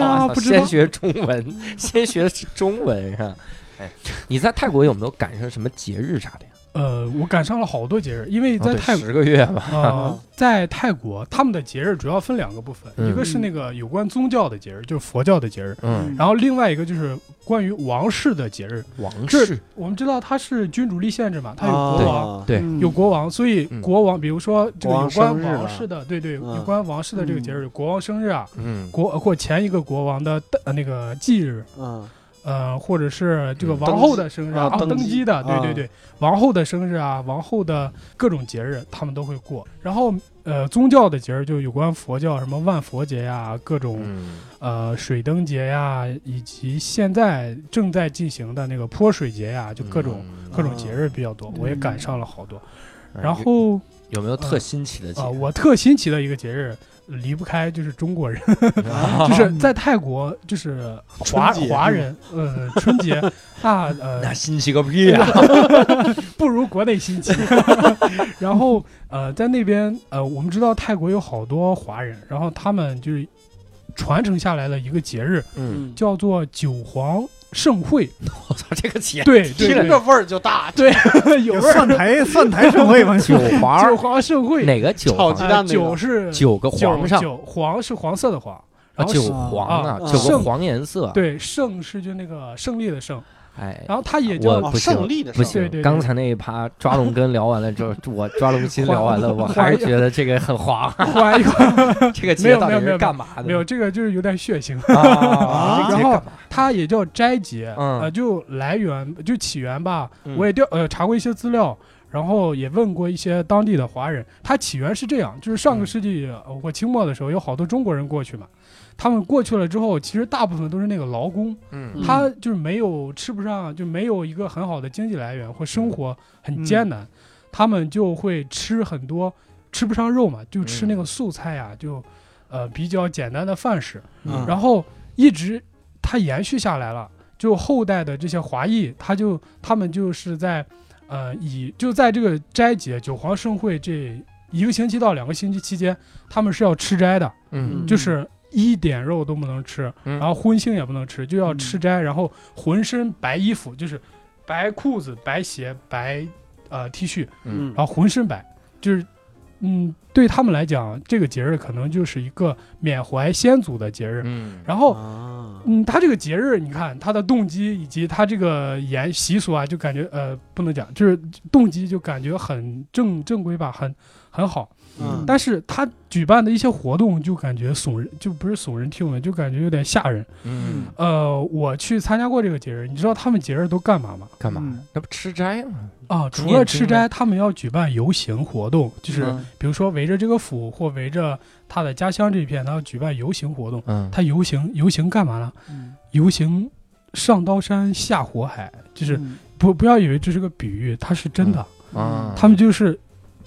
Speaker 3: 啊
Speaker 1: 呦，
Speaker 3: 不知道
Speaker 1: 先学中文，先学中文是吧？哎，你在泰国有没有赶上什么节日啥的呀？
Speaker 3: 呃，我赶上了好多节日，因为在
Speaker 1: 哦对
Speaker 3: 泰 国
Speaker 1: 十个月吧，
Speaker 3: 啊，在泰国，他们的节日主要分两个部分，
Speaker 1: 嗯
Speaker 3: 一个是那个有关宗教的节日，就是佛教的节日，
Speaker 1: 嗯，
Speaker 3: 然后另外一个就是关于王室的节日。
Speaker 1: 王
Speaker 3: 这
Speaker 1: 室
Speaker 3: 我们知道它是君主立宪制嘛，它有国王，
Speaker 2: 啊
Speaker 1: 对
Speaker 4: 嗯
Speaker 3: 有国王，所以
Speaker 1: 嗯
Speaker 3: 国王，比如说这个
Speaker 2: 国
Speaker 3: 有
Speaker 2: 王
Speaker 3: 关
Speaker 2: 生日啊
Speaker 3: 王室的，对对，
Speaker 2: 嗯
Speaker 3: 有关王室的这个节日，国王生日啊，
Speaker 1: 嗯，
Speaker 3: 国呃或前一个国王的呃那个忌日，
Speaker 2: 嗯
Speaker 3: 呃，或者是这个
Speaker 1: 嗯
Speaker 3: 王后的生日
Speaker 2: 登基啊
Speaker 3: 啊，登
Speaker 2: 登
Speaker 3: 基的，
Speaker 2: 基
Speaker 3: 对
Speaker 2: 啊
Speaker 3: 对对，王后的生日啊，王后的各种节日他们都会过。然后呃，宗教的节日就有关佛教，什么万佛节呀，各种
Speaker 1: 嗯
Speaker 3: 呃水灯节呀，以及现在正在进行的那个泼水节呀，就各种
Speaker 1: 嗯
Speaker 3: 各种节日比较多，我也赶上了好多。
Speaker 1: 嗯
Speaker 3: 然后
Speaker 1: 有有没有特新奇的节
Speaker 3: 啊，
Speaker 1: 日？
Speaker 3: 我特新奇的一个节日离不开就是中国人。
Speaker 1: 啊
Speaker 3: 就是在泰国，就是华
Speaker 2: 春节
Speaker 3: 华人，呃，春 节啊，
Speaker 1: 那
Speaker 3: 呃，
Speaker 1: 新奇个屁呀！
Speaker 3: 不如国内 新奇。然后呃，在那边呃，我们知道泰国有好多华人，然后他们就是传承下来的一个节日
Speaker 1: 嗯，
Speaker 3: 叫做九皇盛会，
Speaker 1: 我操，这个 节
Speaker 3: 对
Speaker 2: 听
Speaker 3: 对
Speaker 2: 着
Speaker 3: 对
Speaker 2: 味儿就大，
Speaker 3: 对，有
Speaker 4: 有
Speaker 3: 味儿。
Speaker 4: 蒜 苔蒜苔盛会吗？
Speaker 1: 九皇
Speaker 3: 九皇盛会，
Speaker 1: 哪个九
Speaker 2: 炒
Speaker 1: 皇
Speaker 2: 鸡？蛋那
Speaker 3: 呃
Speaker 2: 个
Speaker 3: 九是
Speaker 1: 九个皇上
Speaker 3: 九皇是黄色的黄，
Speaker 1: 啊，
Speaker 3: 然后是
Speaker 1: 九皇啊，
Speaker 2: 啊
Speaker 1: 九个
Speaker 3: 圣
Speaker 1: 黄颜色。，
Speaker 3: 对盛是就那个胜利的胜，
Speaker 1: 哎，
Speaker 3: 然后它也
Speaker 1: 我
Speaker 3: 叫
Speaker 2: 哦
Speaker 1: 不行
Speaker 2: 胜利的
Speaker 1: 不
Speaker 2: 胜
Speaker 3: 对对
Speaker 1: 行，
Speaker 3: 对
Speaker 1: 刚才那一趴抓龙根聊完了 之后，我抓龙筋聊完了，我还是觉得这个很黄，
Speaker 3: 换一个。
Speaker 1: 这个
Speaker 3: 没
Speaker 1: 节
Speaker 3: 有
Speaker 1: 到
Speaker 3: 没有
Speaker 1: 底
Speaker 3: 没
Speaker 1: 是
Speaker 3: 有
Speaker 1: 干嘛的？
Speaker 3: 没有， 这个就是有点血腥。
Speaker 1: 啊，这个节
Speaker 3: 然后
Speaker 1: 干嘛
Speaker 3: 它也叫斋节，
Speaker 1: 嗯
Speaker 3: 呃，就来源就起源吧，
Speaker 1: 嗯
Speaker 3: 我也调呃查过一些资料，然后也问过一些当地的华人，它起源是这样，就是上
Speaker 1: 嗯
Speaker 3: 个世纪呃或清末的时候，有好多中国人过去嘛。他们过去了之后，其实大部分都是那个劳工，
Speaker 1: 嗯
Speaker 2: 嗯
Speaker 3: 他就是没有吃不上，就没有一个很好的经济来源或生
Speaker 1: 嗯
Speaker 3: 活很艰难，他们就会吃很多吃不上肉嘛，就
Speaker 1: 嗯
Speaker 3: 吃那个素菜啊，就呃比较简单的饭食。
Speaker 2: 嗯
Speaker 3: 然后一直它延续下来了，就后代的这些华裔，他就他们就是在呃以就在这个斋节九皇盛会这一个星期到两个星期期间，他们是要吃斋的，
Speaker 1: 嗯
Speaker 3: 就是。一点肉都不能吃，
Speaker 1: 嗯
Speaker 3: 然后荤腥也不能吃，就要吃斋，然后浑身白衣服，就是白裤子、白鞋、白呃 T 恤，
Speaker 1: 嗯
Speaker 2: 哦
Speaker 3: 然后浑身白，就是，嗯，对他们来讲，这个节日可能就是一个缅怀先祖的节日。
Speaker 1: 嗯，
Speaker 3: 然后，
Speaker 2: 啊
Speaker 3: 嗯，他这个节日，你看他的动机以及他这个沿习俗啊，就感觉呃不能讲，就是动机就感觉很正正规吧，很很好。
Speaker 2: 嗯
Speaker 3: 但是他举办的一些活动就感觉耸人，就不是耸人听闻，就感觉有点吓人。
Speaker 1: 嗯，
Speaker 3: 呃，我去参加过这个节日，你知道他们节日都干嘛吗？
Speaker 1: 干嘛？
Speaker 4: 嗯
Speaker 1: 那不吃斋吗？
Speaker 3: 啊，除
Speaker 1: 念
Speaker 3: 了
Speaker 1: 经
Speaker 3: 吃
Speaker 1: 呗
Speaker 3: 斋，他们要举办游行活动，就是
Speaker 2: 嗯
Speaker 3: 比如说围着这个府或围着他的家乡这一片，他要举办游行活动。
Speaker 1: 嗯，
Speaker 3: 他游行游行干嘛呢？
Speaker 4: 嗯
Speaker 3: 游行上刀山下火海，就是
Speaker 4: 嗯
Speaker 3: 不不要以为这是个比喻，它是真的。
Speaker 1: 啊，
Speaker 3: 他们就是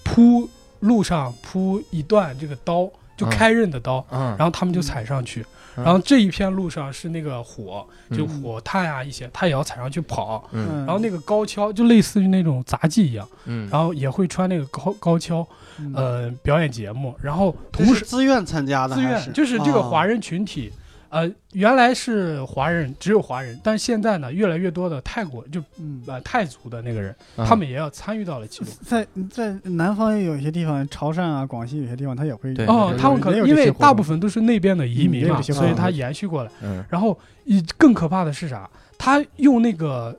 Speaker 3: 铺路上铺一段这个刀，就
Speaker 1: 嗯
Speaker 3: 开刃的刀，
Speaker 1: 嗯，
Speaker 3: 然后他们就踩上去。
Speaker 1: 嗯
Speaker 3: 然后这一片路上是那个火，就
Speaker 4: 嗯
Speaker 3: 火炭啊一些，他也要踩上去跑。
Speaker 1: 嗯
Speaker 4: 嗯
Speaker 3: 然后那个高跷就类似于那种杂技一样，
Speaker 1: 嗯，
Speaker 3: 然后也会穿那个高高跷，
Speaker 4: 嗯
Speaker 3: 呃，表演节目，然后
Speaker 2: 这
Speaker 3: 同
Speaker 2: 是
Speaker 3: 时
Speaker 2: 自愿参加的
Speaker 3: 自
Speaker 2: 还，
Speaker 3: 愿就是这
Speaker 4: 哦
Speaker 3: 个华
Speaker 2: 人
Speaker 3: 人群体，呃，原来是华人，只有华人，但是现在呢，越来越多的泰国就
Speaker 4: 嗯
Speaker 3: 呃泰族的那个人，
Speaker 1: 嗯
Speaker 3: 他们也要参与到了其中。
Speaker 4: 在在南方也有一些地方，潮汕啊、广西有些地方，它也会
Speaker 1: 对
Speaker 3: 哦，他们可
Speaker 4: 也有
Speaker 3: 因
Speaker 4: 这些
Speaker 3: 为
Speaker 4: 活动
Speaker 3: 大部分都是那边的移
Speaker 4: 嗯
Speaker 3: 民
Speaker 4: 也有
Speaker 3: 嘛，
Speaker 4: 这些活
Speaker 3: 所
Speaker 4: 动
Speaker 3: 以他延续过来。
Speaker 1: 嗯
Speaker 3: 然后，一更可怕的是啥？他用那个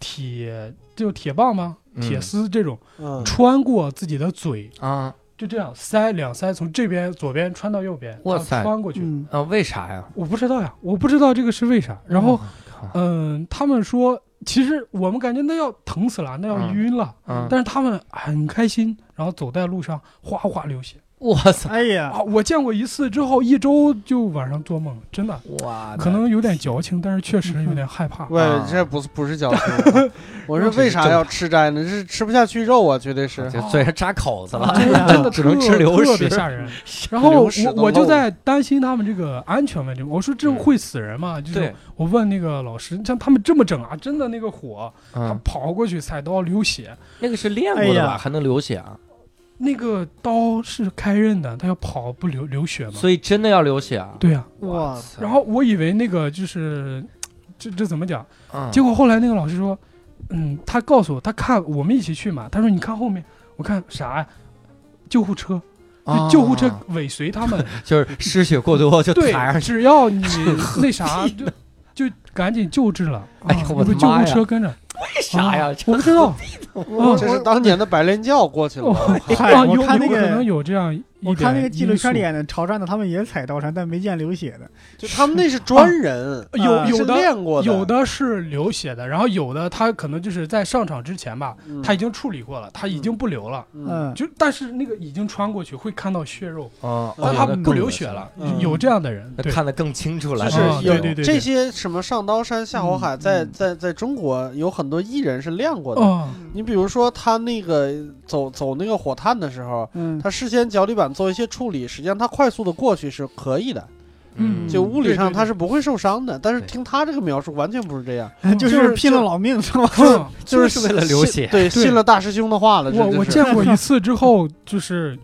Speaker 3: 铁，就铁棒吗？铁丝这种
Speaker 2: 嗯
Speaker 3: 穿过自己的嘴，
Speaker 1: 啊
Speaker 3: 就这样塞两塞，从这边左边穿到右边，
Speaker 1: 哇
Speaker 3: 然后
Speaker 1: 塞
Speaker 3: 穿过去。
Speaker 4: 嗯
Speaker 1: 啊，为啥呀？啊
Speaker 3: 我不知道呀，我不知道这个是为啥。然后， 嗯、他们说，其实我们感觉那要疼死了，那要
Speaker 1: 嗯
Speaker 3: 晕了，
Speaker 1: 嗯，
Speaker 3: 但是他们很开心，然后走在路上哗哗流血
Speaker 1: 我操，
Speaker 4: 哎呀，
Speaker 3: 啊！我见过一次之后，一周就晚上做梦，真的
Speaker 1: 哇，
Speaker 3: 可能有点矫情，但是确实有点害怕。
Speaker 2: 嗯喂
Speaker 1: 啊，
Speaker 2: 这不是不是 矫情，我说为啥要吃斋呢？这是吃不下去肉啊，绝对是。
Speaker 1: 就嘴上扎口子了，
Speaker 3: 真的真的
Speaker 1: 只能
Speaker 3: 特
Speaker 1: 吃流
Speaker 3: 特
Speaker 1: 食
Speaker 3: 别吓 人。然后
Speaker 2: 流
Speaker 3: 我
Speaker 2: 食都
Speaker 3: 我就
Speaker 2: 漏
Speaker 3: 在担心他们这个安全问题，我说这会死人吗？就
Speaker 1: 嗯
Speaker 3: 是
Speaker 1: 对，
Speaker 3: 我问那个老师，像他们这么整啊，真的那个火，他
Speaker 1: 嗯，
Speaker 3: 跑过去踩刀流血，
Speaker 1: 那个是练过
Speaker 4: 哎
Speaker 1: 的
Speaker 4: 呀
Speaker 1: 吧？还能流血啊？
Speaker 3: 那个刀是开刃的，他要跑不流流血吗？
Speaker 1: 所以真的要流血啊？
Speaker 3: 对啊，
Speaker 4: 哇，
Speaker 1: 塞
Speaker 3: 然后我以为那个就是，这这怎么讲？
Speaker 1: 嗯
Speaker 3: 结果后来那个老师说，嗯，他告诉我，他看我们一起去嘛，他说你看后面，我看啥呀？救护车，就救护车
Speaker 1: 啊
Speaker 3: 尾随他 们，
Speaker 1: 就是失血过多就
Speaker 3: 对
Speaker 1: 抬上，去。
Speaker 3: 只要你那 啥，就就赶紧救治了。
Speaker 1: 哎呀
Speaker 3: 啊
Speaker 1: 我的
Speaker 3: 有救
Speaker 1: 妈
Speaker 3: 护
Speaker 1: 呀
Speaker 3: 车 跟着，
Speaker 1: 为啥呀？
Speaker 3: 我不知 道，哦
Speaker 4: 我
Speaker 2: 这是当年的白莲教过去了 吧，
Speaker 4: 嗨
Speaker 3: 啊，有
Speaker 4: 我
Speaker 3: 有
Speaker 4: 看那
Speaker 3: 可
Speaker 4: 个
Speaker 3: 能有这样一
Speaker 4: 我看那个
Speaker 3: 点
Speaker 4: 纪录
Speaker 3: 因素
Speaker 4: 片里啊演的潮汕的，他们也踩刀山，但没见流血的。
Speaker 2: 就他们那是专人，
Speaker 3: 有
Speaker 4: 啊
Speaker 3: 有
Speaker 2: 是
Speaker 3: 的
Speaker 2: 练过
Speaker 3: 有
Speaker 2: 的，
Speaker 3: 的是流血的，然后有的他可能就是在上场之前吧，
Speaker 2: 嗯
Speaker 3: 他已经处理过了，他已经不流了，
Speaker 2: 嗯
Speaker 4: 嗯，
Speaker 3: 就但是那个已经穿过去会看到血肉，
Speaker 1: 哦，
Speaker 3: 但
Speaker 1: 哦
Speaker 3: 他
Speaker 1: 那
Speaker 3: 不
Speaker 1: 更
Speaker 3: 流
Speaker 1: 恶
Speaker 3: 血
Speaker 1: 心
Speaker 3: 了，
Speaker 2: 嗯
Speaker 3: 有这样的人，
Speaker 1: 那
Speaker 3: 对，
Speaker 1: 看得更清楚了。
Speaker 2: 就是
Speaker 3: 啊
Speaker 2: 有
Speaker 3: 对对对
Speaker 2: 这些什么上刀山下火海，
Speaker 4: 嗯
Speaker 2: 在
Speaker 4: 嗯
Speaker 2: 在在中国有很多艺人是练过的。
Speaker 3: 嗯，
Speaker 2: 你比如说他那个走走那个火炭的时候，
Speaker 4: 嗯，
Speaker 2: 他事先脚底板做一些处理，实际上他快速的过去是可以的，
Speaker 1: 嗯，
Speaker 2: 就
Speaker 4: 嗯
Speaker 2: 物理
Speaker 3: 对
Speaker 2: 上
Speaker 3: 对
Speaker 2: 他是不会受伤的。但是
Speaker 1: 对
Speaker 2: 听他这个描述，完全不是这样，
Speaker 4: 就
Speaker 2: 就是是
Speaker 4: 拼了老命 是吧？
Speaker 3: 嗯
Speaker 2: 就是
Speaker 1: 就是为了流
Speaker 2: 信
Speaker 1: 血
Speaker 2: 对，
Speaker 3: 对
Speaker 2: 信了大师兄的话了。这
Speaker 3: 我
Speaker 2: 就
Speaker 3: 我
Speaker 2: 是
Speaker 3: 见 过一次之后，就是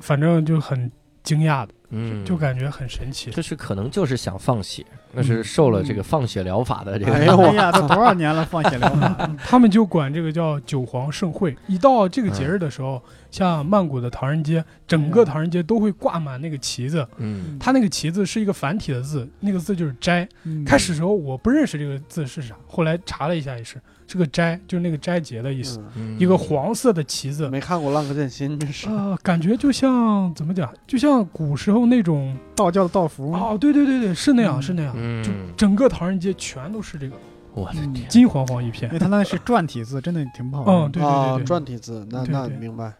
Speaker 3: 反正就很惊讶的，
Speaker 1: 嗯，
Speaker 3: 就感觉嗯很神奇。
Speaker 1: 就是可能就是想放血，那是受了这个放血疗法的这个
Speaker 2: 哎呦
Speaker 3: 啊
Speaker 4: 哎呀，都多少年了，放血疗法。
Speaker 3: 嗯他们就管这个叫九皇盛会。一到这个
Speaker 2: 嗯
Speaker 3: 节日的时候，像曼谷的唐人街，整个唐人街都会挂满那个旗子。
Speaker 1: 嗯
Speaker 3: 它那个旗子是一个繁体的字，那个字就是“斋”。
Speaker 4: 嗯
Speaker 3: 开始时候我不认识这个字是啥，后来查了一下也是，是个“斋”，就是那个斋节的意思，
Speaker 2: 嗯
Speaker 1: 嗯
Speaker 3: 一个黄色的旗子。
Speaker 2: 没看过《浪客剑心》，真是。
Speaker 3: 呃，感觉就像怎么讲，就像古时候那种
Speaker 4: 道教的道
Speaker 2: 嗯
Speaker 4: 服，
Speaker 3: 哦，对对对对，是那样，
Speaker 4: 嗯
Speaker 3: 是那样，就
Speaker 1: 嗯，
Speaker 3: 整个唐人街全都是这个
Speaker 2: 嗯
Speaker 1: 我的天，
Speaker 3: 金黄黄一
Speaker 4: 因
Speaker 3: 片。
Speaker 4: 为他那是篆体字，真的挺不好
Speaker 3: 嗯，
Speaker 4: 看的。
Speaker 3: 对
Speaker 2: 啊
Speaker 3: 对，对对，
Speaker 2: 篆体字，那
Speaker 3: 对
Speaker 2: 那
Speaker 3: 对
Speaker 2: 明白，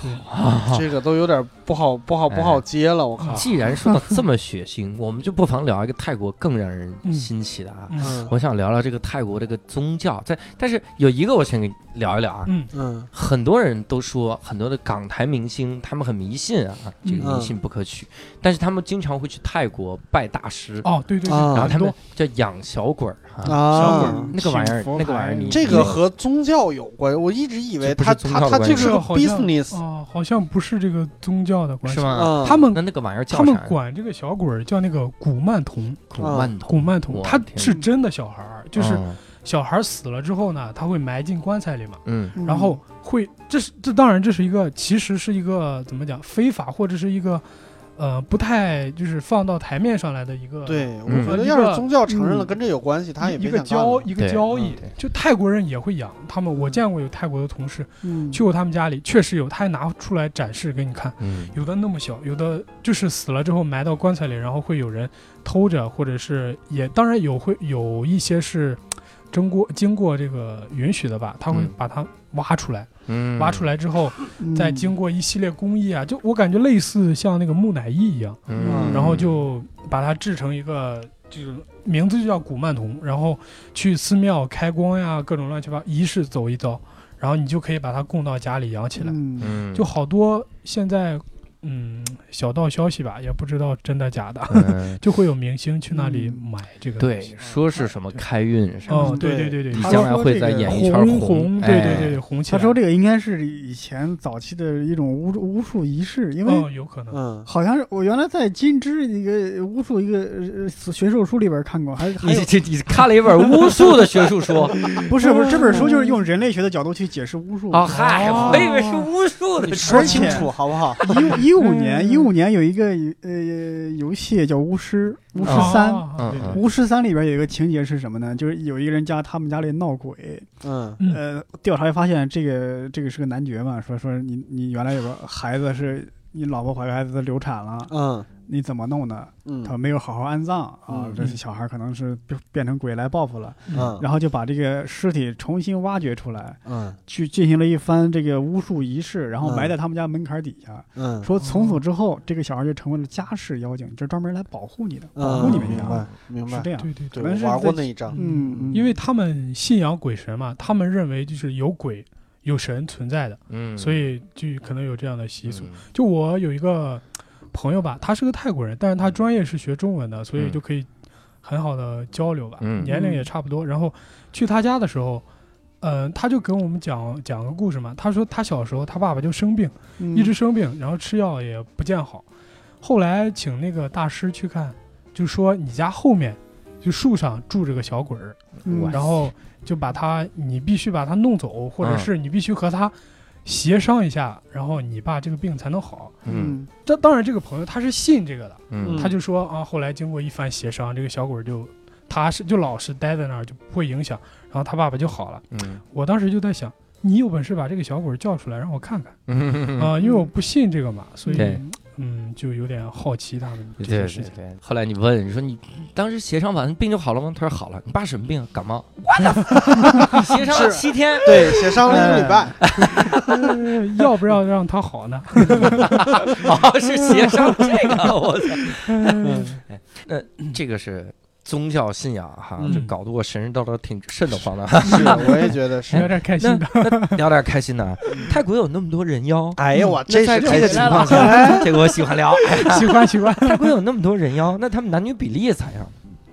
Speaker 3: 对啊
Speaker 2: 这个都有点不好不好不好
Speaker 1: 啊哎
Speaker 2: 接了，我靠。
Speaker 1: 既然说到这么血腥，我们就不妨聊一个泰国更让人新奇的啊。
Speaker 3: 嗯
Speaker 2: 嗯
Speaker 1: 我想聊聊这个泰国这个宗教，在但是有一个我先给你聊一聊啊。
Speaker 3: 嗯
Speaker 2: 嗯
Speaker 1: 很多人都说，很多的港台明星他们很迷信啊，这个迷信不可取，但是他们经常会去泰国拜大师，
Speaker 3: 哦，对对对，
Speaker 2: 啊
Speaker 1: 然后他
Speaker 3: 很
Speaker 1: 们
Speaker 3: 多
Speaker 1: 叫养小鬼儿啊，
Speaker 3: 哦小
Speaker 2: 啊
Speaker 3: 鬼儿
Speaker 1: 那个玩意儿
Speaker 4: 请嗯佛，
Speaker 1: 那个玩意儿
Speaker 4: 牌
Speaker 1: 你
Speaker 2: 这个和宗教有关，我一直以为
Speaker 1: 这不是
Speaker 2: 他
Speaker 1: 宗
Speaker 2: 他
Speaker 1: 教的
Speaker 2: 他
Speaker 1: 关
Speaker 2: 就
Speaker 1: 系
Speaker 2: 是个
Speaker 3: 好像
Speaker 2: business，
Speaker 3: 哦，好像不是这个宗教的关
Speaker 1: 是
Speaker 3: 系。
Speaker 1: 吗？
Speaker 2: 嗯，
Speaker 3: 他们
Speaker 1: 那那个玩意儿叫
Speaker 3: 他们
Speaker 1: 啥？
Speaker 3: 管这个小鬼儿叫那个古曼童，
Speaker 1: 古曼童，
Speaker 3: 古曼童，
Speaker 1: 我
Speaker 3: 他
Speaker 1: 天
Speaker 3: 是真的小孩儿，就是
Speaker 1: 嗯
Speaker 3: 小孩儿死了之后呢，他会埋进棺材里嘛，
Speaker 1: 嗯
Speaker 4: 嗯
Speaker 3: 然后会，这是这当然这是一个，其实是一个怎么讲，非法或者是一个，呃，不太就是放到台面上来的一个
Speaker 2: 对，我
Speaker 1: 嗯
Speaker 2: 觉得
Speaker 3: 一
Speaker 2: 要是
Speaker 3: 个
Speaker 2: 宗教承认了
Speaker 4: 嗯
Speaker 2: 跟这有关系，他也
Speaker 3: 一一
Speaker 2: 别
Speaker 3: 个
Speaker 2: 想干了
Speaker 3: 交一个
Speaker 1: 对
Speaker 3: 交易
Speaker 1: 嗯对，嗯
Speaker 3: 就泰国人也会养他们，我见过有泰国的同事
Speaker 4: 嗯
Speaker 3: 去过他们家里，确实有，他还拿出来展示给你看。
Speaker 1: 嗯，
Speaker 3: 有的那么小，有的就是死了之后埋到棺材里，然后会有人偷着，或者是也当然有会有一些是经过经过这个允许的吧，他会
Speaker 1: 嗯
Speaker 3: 把它挖出来，
Speaker 1: 嗯
Speaker 3: 挖出，来之后
Speaker 4: 嗯
Speaker 3: 再经过一系列工艺啊，就我感觉类似像那个木乃伊一样，
Speaker 1: 嗯，
Speaker 3: 然后就把它制成一个这个名字就叫古曼童，然后去寺庙开光呀，各种乱七八仪式走一遭，然后你就可以把它供到家里养起来。
Speaker 4: 嗯，
Speaker 1: 嗯
Speaker 3: 就好多现在，嗯，小道消息吧，也不知道真的假的，
Speaker 1: 嗯
Speaker 3: 就会有明星去那里
Speaker 4: 嗯
Speaker 3: 买这个东
Speaker 1: 对
Speaker 3: 西。，
Speaker 1: 说是什么开运什么
Speaker 3: 哦
Speaker 1: 的，，
Speaker 3: 对
Speaker 2: 对
Speaker 3: 对对
Speaker 1: 你
Speaker 4: 他
Speaker 3: 对，
Speaker 1: 将来会在演艺圈
Speaker 3: 红红，对对对，对，
Speaker 1: 哎，
Speaker 3: 红起
Speaker 4: 他
Speaker 3: 来。
Speaker 4: 说这个应该是以前早期的一种巫巫术仪式，因为
Speaker 3: 哦，有可能。
Speaker 2: 嗯，
Speaker 4: 好像是我原来在金枝一个巫术一个呃学术书里边看过，还还有
Speaker 1: 你这你看了一本巫术的学术 书
Speaker 4: 不是不哦是这本书就是用人类学的角度去解释巫术
Speaker 1: 啊？嗨，
Speaker 4: 哦
Speaker 1: 我以为是
Speaker 3: 哦
Speaker 1: 巫术
Speaker 2: 你
Speaker 1: 的书
Speaker 2: 说清楚好不好？
Speaker 4: 一一五年，
Speaker 3: 嗯
Speaker 4: 一五年有一个呃游戏叫《巫师》，巫师三，
Speaker 3: 哦
Speaker 1: 嗯
Speaker 3: 对对
Speaker 1: 嗯
Speaker 3: 对
Speaker 4: 巫师三》里边有一个情节是什么呢？就是有一个人家他们家里闹鬼，
Speaker 2: 嗯
Speaker 3: 嗯
Speaker 4: 呃，调查发现这个这个是个男爵嘛，说说你你原来有个孩子是你老婆怀个孩子流产了，
Speaker 2: 嗯
Speaker 4: 你怎么弄的？他
Speaker 2: 嗯
Speaker 4: 没有好好安葬啊
Speaker 2: 嗯，
Speaker 4: 这小孩可能是变变成鬼来报复了，
Speaker 2: 嗯
Speaker 4: 然后就把这个尸体重新挖掘出来，
Speaker 2: 嗯
Speaker 4: 去进行了一番这个巫术仪式，然后
Speaker 2: 嗯
Speaker 4: 埋在他们家门槛底下。
Speaker 2: 嗯
Speaker 4: 说从此之后，这个小孩就成为了家世妖精，就专门来保护你的，保护
Speaker 2: 嗯，
Speaker 4: 你们
Speaker 2: 明
Speaker 4: 家，
Speaker 2: 白明
Speaker 4: 是
Speaker 2: 白，
Speaker 4: 这样。
Speaker 3: 对对对
Speaker 4: 可能
Speaker 2: 对，
Speaker 4: 是
Speaker 2: 我玩过
Speaker 4: 在
Speaker 2: 那一章，
Speaker 4: 嗯，嗯
Speaker 3: 因为他们信仰鬼神嘛，他们认为就是有鬼有神存在的，
Speaker 1: 嗯，
Speaker 3: 所以就可能有这样的习俗。
Speaker 1: 嗯
Speaker 3: 就我有一个朋友吧，他是个泰国人，但是他专业是学中文的，所以
Speaker 1: 嗯
Speaker 3: 就可以很好的交流吧，
Speaker 1: 嗯
Speaker 3: 年龄也差不多。然后去他家的时候，呃，他就跟我们讲讲个故事嘛。他说他小时候他爸爸就生病，
Speaker 4: 嗯
Speaker 3: 一直生病，然后吃药也不见好，后来请那个大师去看，就说你家后面就树上住着个小鬼儿，
Speaker 4: 嗯
Speaker 1: 哇
Speaker 3: 然后就把他，你必须把他弄走，或者
Speaker 1: 嗯
Speaker 3: 是你必须和他协商一下，然后你爸这个病才能好。
Speaker 1: 嗯
Speaker 3: 这当然，这个朋友他是信这个的，
Speaker 1: 嗯
Speaker 2: 嗯
Speaker 3: 他就说啊，后来经过一番协商，这个小鬼儿就踏实，就老实待在那儿，就不会影响，然后他爸爸就好了。
Speaker 1: 嗯
Speaker 3: 我当时就在想，你有本事把这个小鬼儿叫出来让我看看
Speaker 1: 嗯
Speaker 3: 啊、因为我不信这个嘛，所以
Speaker 1: 对
Speaker 3: 嗯，就有点好奇他们
Speaker 1: 对
Speaker 3: 这些
Speaker 1: 对
Speaker 3: 事
Speaker 1: 对
Speaker 3: 情。
Speaker 1: 对，后来你问你说你当时协商完病就好了吗？他说好了。你爸什么病啊？感冒。What？协商了
Speaker 2: 是
Speaker 1: 七天，
Speaker 2: 对，协商了一个礼拜，
Speaker 3: 呃 要不要让他好呢？
Speaker 1: 哦，是协商这个，我操！ 哎
Speaker 3: 嗯
Speaker 1: 那这个是宗教信仰哈，
Speaker 2: 嗯
Speaker 1: 这搞得我神神叨叨挺瘆得慌的。
Speaker 2: 是，我也觉得
Speaker 3: 有
Speaker 2: 是。
Speaker 3: 点开
Speaker 1: 那
Speaker 3: 心的。
Speaker 1: 那聊点开心的，啊，泰国有那么多人妖，
Speaker 2: 哎呀，我这
Speaker 1: 那在
Speaker 2: 是
Speaker 1: 这个
Speaker 2: 这个
Speaker 1: 情
Speaker 2: 情
Speaker 1: 况
Speaker 2: 况
Speaker 1: 下，
Speaker 2: 下，
Speaker 1: 哎这个我喜欢聊。
Speaker 3: 喜欢喜欢，
Speaker 1: 泰国有那么多人妖，那他们男女比例咋样？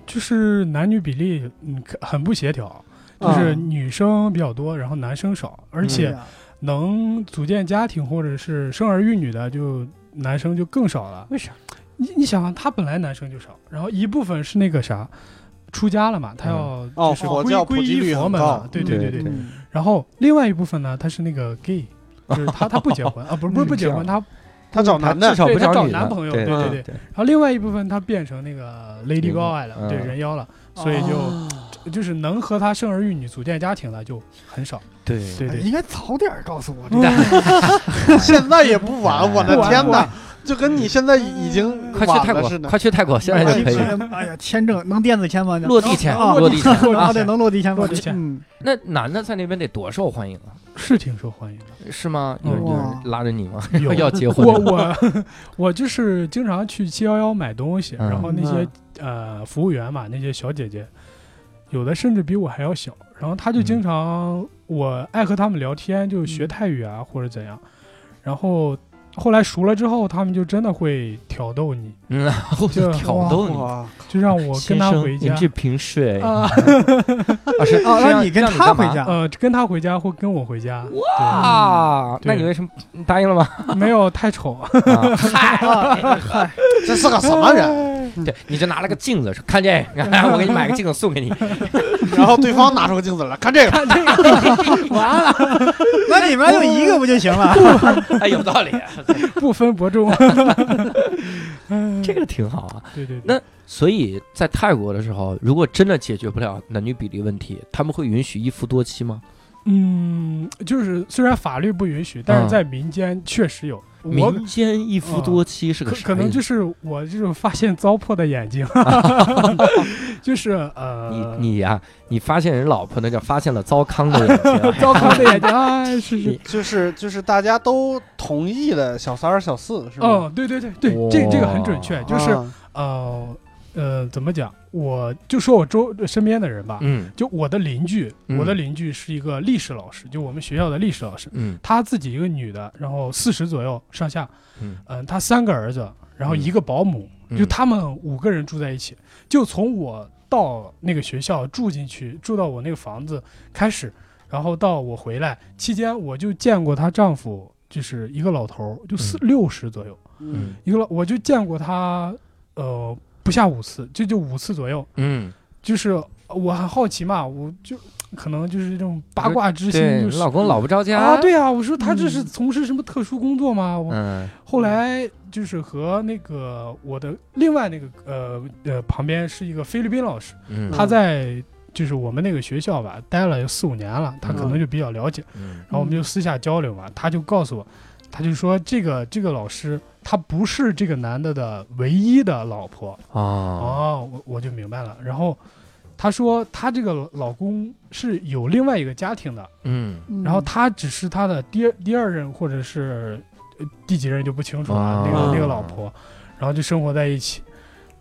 Speaker 3: 就是男女比例嗯可很不协
Speaker 1: 啊
Speaker 3: 调，就是女生比较多，然后男生少，
Speaker 1: 嗯
Speaker 3: 而
Speaker 4: 对
Speaker 3: 且
Speaker 4: 啊
Speaker 3: 能组建家庭或者是生儿育女的就男生就更少了。
Speaker 4: 为啥？
Speaker 3: 你你想啊，他本来男生就少，然后一部分是那个啥，出家了嘛，他要
Speaker 2: 哦
Speaker 3: 就是
Speaker 2: 佛
Speaker 3: 皈
Speaker 2: 教普
Speaker 3: 皈
Speaker 2: 及
Speaker 3: 依
Speaker 2: 率
Speaker 3: 佛
Speaker 2: 很
Speaker 3: 门
Speaker 2: 高
Speaker 3: 嘛，对对
Speaker 1: 对
Speaker 3: 对对。
Speaker 1: 嗯对
Speaker 4: 嗯
Speaker 3: 然后另外一部分呢，他是那个 gay，就是他他不结 婚啊，不是不是
Speaker 1: 嗯
Speaker 3: 不结
Speaker 1: 这
Speaker 3: 婚，
Speaker 1: 样
Speaker 3: 他
Speaker 2: 他找男的
Speaker 1: 至，少不
Speaker 3: 对他
Speaker 1: 找
Speaker 3: 找
Speaker 1: 女的
Speaker 3: 男朋友
Speaker 1: 对
Speaker 3: 对
Speaker 2: 对
Speaker 1: 对对，
Speaker 3: 然后另外一部分他变成那个 Lady Gaga 了，
Speaker 1: 嗯
Speaker 3: 对人妖了，
Speaker 2: 哦
Speaker 3: 所以就、就是能和他生儿育女、组建家庭的就很少。
Speaker 1: 对
Speaker 3: 对对，
Speaker 4: 哎应该早点告诉我。
Speaker 2: 现在也不晚，我的
Speaker 3: 不晚
Speaker 2: 天
Speaker 3: 不
Speaker 2: 哪
Speaker 3: 晚，
Speaker 2: 就跟你现在已经
Speaker 1: 快去
Speaker 2: 晚
Speaker 1: 泰
Speaker 2: 了
Speaker 1: 国
Speaker 2: 似，的。
Speaker 1: 快去泰国，现在就可以。
Speaker 4: 以。哎呀，签证能电子签吗？
Speaker 1: 落地签
Speaker 4: 啊，
Speaker 1: 落地签
Speaker 4: 能
Speaker 3: 啊
Speaker 4: 啊，对，能落地签吗，
Speaker 3: 落地签
Speaker 4: 嗯，
Speaker 1: 那男的在那边得多受欢迎啊？
Speaker 3: 是挺受欢迎的。
Speaker 1: 是吗？有人有
Speaker 4: 哇
Speaker 1: 人拉着你吗？
Speaker 3: 有
Speaker 1: 要结婚
Speaker 3: 我
Speaker 1: 了？
Speaker 3: 我 我就是经常去七幺幺买东西，
Speaker 1: 嗯
Speaker 3: 然后那些
Speaker 2: 嗯、
Speaker 3: 呃服务员嘛，那些小姐姐，有的甚至比我还要小，然后她就
Speaker 1: 嗯
Speaker 3: 经常、我爱和他们聊天，就学泰语啊、或者怎样，然后后来熟了之后，他们就真的会挑逗你，
Speaker 1: 嗯，然后就
Speaker 3: 就
Speaker 1: 挑逗你。
Speaker 2: 哇，
Speaker 3: 就让我跟
Speaker 1: 先
Speaker 3: 他
Speaker 1: 生，
Speaker 3: 回
Speaker 1: 您
Speaker 3: 家。
Speaker 1: 这瓶水啊，
Speaker 3: 啊，
Speaker 1: 是
Speaker 4: 哦，
Speaker 1: 是
Speaker 4: 让你跟
Speaker 1: 让
Speaker 4: 他
Speaker 1: 干
Speaker 4: 回
Speaker 1: 嘛
Speaker 4: 家，
Speaker 3: 呃，跟他回家或跟我回家，哇，
Speaker 1: 啊？那你
Speaker 3: 对
Speaker 1: 为什么你答应了 吗？
Speaker 3: 没有太丑，
Speaker 1: 啊
Speaker 2: 这是个什么人？
Speaker 1: 对，你就拿了个镜子，说看这个，我给你买个镜子送给你。
Speaker 2: 然后对方拿出个镜子来看这个，
Speaker 4: 完了，那你们有一个不就行了？
Speaker 1: 哎，有道理，
Speaker 3: 不分 伯仲。嗯
Speaker 1: 这个挺好啊。
Speaker 3: 对对对，
Speaker 1: 那所以在泰国的时候，如果真的解决不了男女比例问题，他们会允许一夫多妻吗？
Speaker 3: 嗯，就是虽然法律不允许，但
Speaker 1: 嗯
Speaker 3: 是在民间确实有。我
Speaker 1: 民间一夫多妻是个
Speaker 3: 可
Speaker 1: 啥
Speaker 3: 可
Speaker 1: 意
Speaker 3: 能
Speaker 1: 思
Speaker 3: 就是我这种发现糟粕的 眼睛，就是呃，
Speaker 1: 你你呀、你发现人老婆那叫发现了糟糠的眼睛啊
Speaker 3: 糟粕的眼 睛，哎，是是
Speaker 1: 你，
Speaker 2: 就是就是大家都同意的小三儿、小四，是吧？
Speaker 3: 哦，对对对对，这这个很准确，就是
Speaker 2: 啊
Speaker 1: 哦
Speaker 3: 呃呃，怎么讲？我就说我周身边的人吧，
Speaker 1: 嗯
Speaker 3: 就我的邻居，
Speaker 1: 嗯
Speaker 3: 我的邻居是一个历史老师，就我们学校的历史老师，
Speaker 1: 嗯
Speaker 3: 她自己一个女的，然后四十左右上下，
Speaker 1: 嗯，
Speaker 3: 嗯，她三个儿子，然后一个保姆，
Speaker 1: 嗯
Speaker 3: 就他们五个人住在一起，就从我到那个学校住进去，住到我那个房子开始，然后到我回来期间，我就见过她丈夫，就是一个老头儿，就四六十左右，
Speaker 1: 嗯
Speaker 2: 嗯
Speaker 3: 一个老我就见过他，呃，不下五次，就就五次左右，
Speaker 1: 嗯，
Speaker 3: 就是呃我很好奇嘛，我就可能就是这种八卦之心，
Speaker 1: 对，
Speaker 3: 就
Speaker 1: 你
Speaker 3: 是
Speaker 1: 老公老不着家
Speaker 3: 啊，，对啊，我说他这是
Speaker 4: 嗯
Speaker 3: 从事什么特殊工作吗？我
Speaker 1: 嗯
Speaker 3: 后来就是和那个我的另外那个呃呃旁边是一个菲律宾老师，
Speaker 1: 嗯，
Speaker 3: 他在就是我们那个学校吧待了有四五年了，他可能就比较了解，
Speaker 1: 嗯
Speaker 3: 然后我们就私下交流嘛，他就告诉我，他就说这个这个老师他不是这个男的的唯一的老婆，
Speaker 1: 哦，
Speaker 3: 哦，我我就明白了。然后她说她这个老公是有另外一个家庭的，
Speaker 1: 嗯
Speaker 3: 然后她只是她的第二第二任或者是呃第几任就不清楚了，那
Speaker 2: 哦
Speaker 3: 个那个老婆，然后就生活在一起。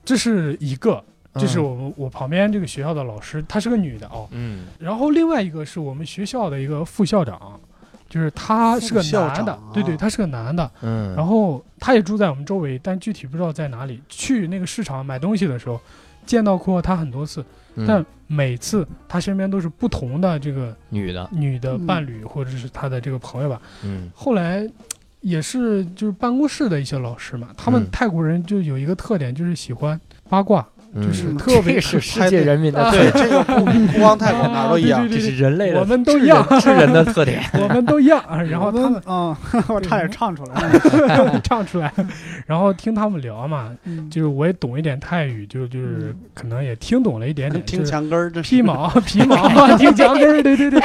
Speaker 3: 这是一个，
Speaker 2: 嗯
Speaker 3: 这是我们我旁边这个学校的老师，她是个女的哦。
Speaker 1: 嗯
Speaker 3: 然后另外一个是我们学校的一个副校长，就是他是个
Speaker 2: 副校
Speaker 3: 男的
Speaker 2: 长，
Speaker 3: 对对，
Speaker 2: 啊
Speaker 3: 他是个男的。
Speaker 1: 嗯，
Speaker 3: 然后他也住在我们周围，但具体不知道在哪里。去那个市场买东西的时候，见到过他很多次，
Speaker 1: 嗯
Speaker 3: 但每次他身边都是不同的这个
Speaker 1: 女的，
Speaker 3: 女的伴侣或者是他的这个朋友吧。
Speaker 1: 嗯
Speaker 3: 后来也是就是办公室的一些老师嘛，他
Speaker 1: 嗯
Speaker 3: 们泰国人就有一个特点，就是喜欢八卦，就是
Speaker 2: 嗯
Speaker 3: 特别
Speaker 1: 这是世界人民的
Speaker 3: 啊
Speaker 1: 特
Speaker 2: 对，这个不不光泰国哪儿都一样
Speaker 3: 啊。
Speaker 1: 这是人类的，
Speaker 3: 我们都一样
Speaker 1: 是人的特点。
Speaker 3: 我们都一样。啊然后他们
Speaker 4: 啊， 我差点唱出来。
Speaker 3: 唱出来，然后听他们聊嘛，
Speaker 4: 嗯
Speaker 3: 就是我也懂一点泰语，就就是
Speaker 4: 嗯
Speaker 3: 可能也听懂了一点点，
Speaker 2: 听
Speaker 3: 就是
Speaker 2: 墙根儿，这
Speaker 3: 皮毛 皮毛听墙根儿，对对对。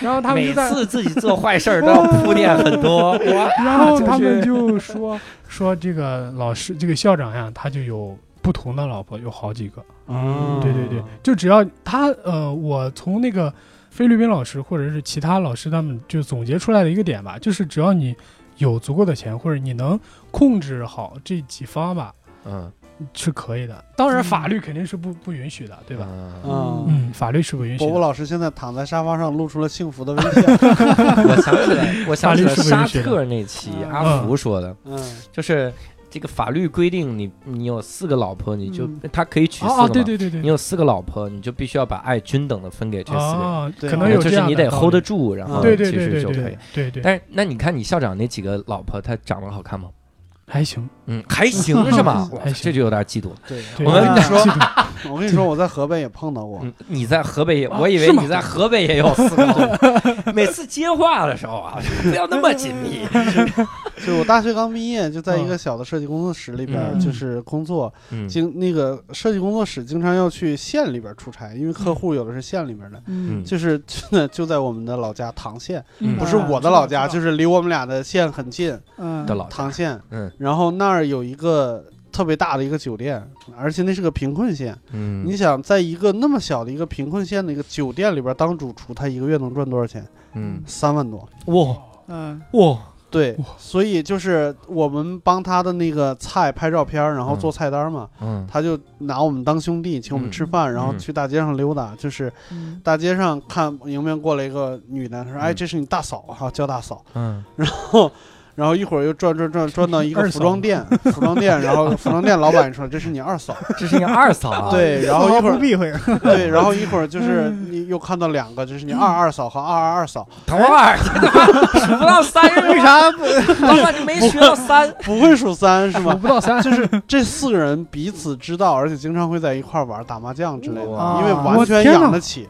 Speaker 3: 然后他们
Speaker 1: 每
Speaker 3: 就在，
Speaker 1: 次自己做坏事儿都要铺垫很多，哇
Speaker 3: 然后他
Speaker 1: 就是
Speaker 3: 们就说说这个老师这个校长呀，他就有不同的老婆，有好几个。
Speaker 2: 嗯
Speaker 3: 对对对，就只要他呃，我从那个菲律宾老师或者是其他老师他们就总结出来的一个点吧，就是只要你有足够的钱，或者你能控制好这几方吧，
Speaker 1: 嗯，
Speaker 3: 是可以的。当然，
Speaker 4: 嗯
Speaker 3: 法律肯定是不不允许的，对吧？
Speaker 1: 吧？
Speaker 2: 嗯，
Speaker 3: 嗯，法律是不允许
Speaker 2: 伯伯
Speaker 3: 的。
Speaker 2: 老师现在躺在沙发上，露出了幸福的 微笑。
Speaker 1: 啊我想起来，我想起来
Speaker 3: 法律是不
Speaker 1: 沙
Speaker 3: 允许的
Speaker 1: 特那期
Speaker 4: 嗯
Speaker 1: 阿福说的，
Speaker 2: 嗯，
Speaker 1: 就是这个法律规定你，你有四个老婆，你就
Speaker 4: 嗯
Speaker 1: 他可以娶四
Speaker 3: 啊啊，
Speaker 1: 个
Speaker 3: 对
Speaker 1: 嘛。
Speaker 3: 对对对
Speaker 1: 你，有四个老婆，你就必须要把爱均等的分给这四个人。
Speaker 3: 啊，
Speaker 2: 对
Speaker 3: 可能有
Speaker 1: 就
Speaker 3: 这
Speaker 1: 是
Speaker 3: 样
Speaker 1: 你
Speaker 3: 的
Speaker 1: 得
Speaker 3: 道
Speaker 1: hold 得
Speaker 3: 理。啊
Speaker 1: 住，然后
Speaker 2: 嗯
Speaker 3: 对
Speaker 1: 其
Speaker 3: 对对
Speaker 1: 实
Speaker 3: 对
Speaker 1: 就可以
Speaker 3: 对。对对，
Speaker 1: 但是，那你看你校长那几个老婆，她长得好看吗？
Speaker 3: 还行。
Speaker 1: 嗯，还 行是吧？哇
Speaker 3: 还行
Speaker 1: 这就有点嫉妒了。
Speaker 2: 对。
Speaker 3: 对
Speaker 2: 我跟你
Speaker 4: 啊
Speaker 2: 说
Speaker 3: 记，住
Speaker 2: 我跟你说，我在河北也碰到过。
Speaker 1: 嗯，你在河北也，
Speaker 3: 啊
Speaker 1: 我以为
Speaker 3: 是吗
Speaker 1: 你在河北也有四个老婆。每次接话的时候啊，不要那么紧密。
Speaker 2: 就是我大学刚毕业，就在一个小的设计工作室里边，
Speaker 1: 嗯
Speaker 2: 就是工作。
Speaker 1: 嗯
Speaker 2: 经那个设计工作室经常要去县里边出差，因为客户有的是县里面的。
Speaker 1: 嗯
Speaker 4: 嗯，
Speaker 2: 就是真的就在我们的老家唐县，
Speaker 1: 嗯
Speaker 2: 不是我的
Speaker 4: 啊
Speaker 2: 老
Speaker 4: 知道
Speaker 2: 家，
Speaker 4: 知道
Speaker 2: 就是离我们俩的县很近，
Speaker 4: 嗯
Speaker 1: 的老
Speaker 2: 唐县。
Speaker 1: 嗯
Speaker 2: 然后那儿有一个特别大的一个酒店，而且那是个贫困县。
Speaker 1: 嗯，
Speaker 2: 你想，在一个那么小的一个贫困县的一个酒店里边当主厨，他一个月能赚多少钱？
Speaker 1: 嗯
Speaker 2: 三万多。
Speaker 1: 哇
Speaker 4: 嗯
Speaker 1: 哇，
Speaker 2: 对
Speaker 3: 哇，
Speaker 2: 所以就是我们帮他的那个菜拍照片儿，然后
Speaker 1: 嗯
Speaker 2: 做菜单嘛，
Speaker 1: 嗯
Speaker 2: 他就拿我们当兄弟，请我们吃饭，然后
Speaker 1: 嗯
Speaker 2: 去大街上溜达，就是
Speaker 4: 嗯
Speaker 2: 大街上看迎面过来一个女的，她说：“哎，
Speaker 1: 嗯
Speaker 2: 这是你大嫂啊，叫大嫂。
Speaker 1: 嗯，”
Speaker 2: 然后一会儿又转转 转转到一个
Speaker 3: 二嫂
Speaker 2: 服装 店，服装店，然后服装店老板说：“这是你二嫂。
Speaker 1: 这是你二嫂啊？
Speaker 2: 对， 然后一会
Speaker 4: 不
Speaker 2: 儿
Speaker 4: 避讳，
Speaker 2: 对，然后一会儿嗯就是你又看到两个，就是你二二嫂和二二二嫂，
Speaker 1: 等会儿， 数不到三是
Speaker 4: 为？啥不
Speaker 1: 老板，你没学到三？
Speaker 2: 不会数三是
Speaker 3: 数
Speaker 2: 吗？
Speaker 3: 不到三，
Speaker 2: 就是这四个人彼此知道，而且经常会在一块儿玩打麻将之类的，
Speaker 1: 哇
Speaker 2: 因为完
Speaker 4: 我
Speaker 2: 全
Speaker 4: 天
Speaker 2: 养
Speaker 4: 哪
Speaker 2: 得起，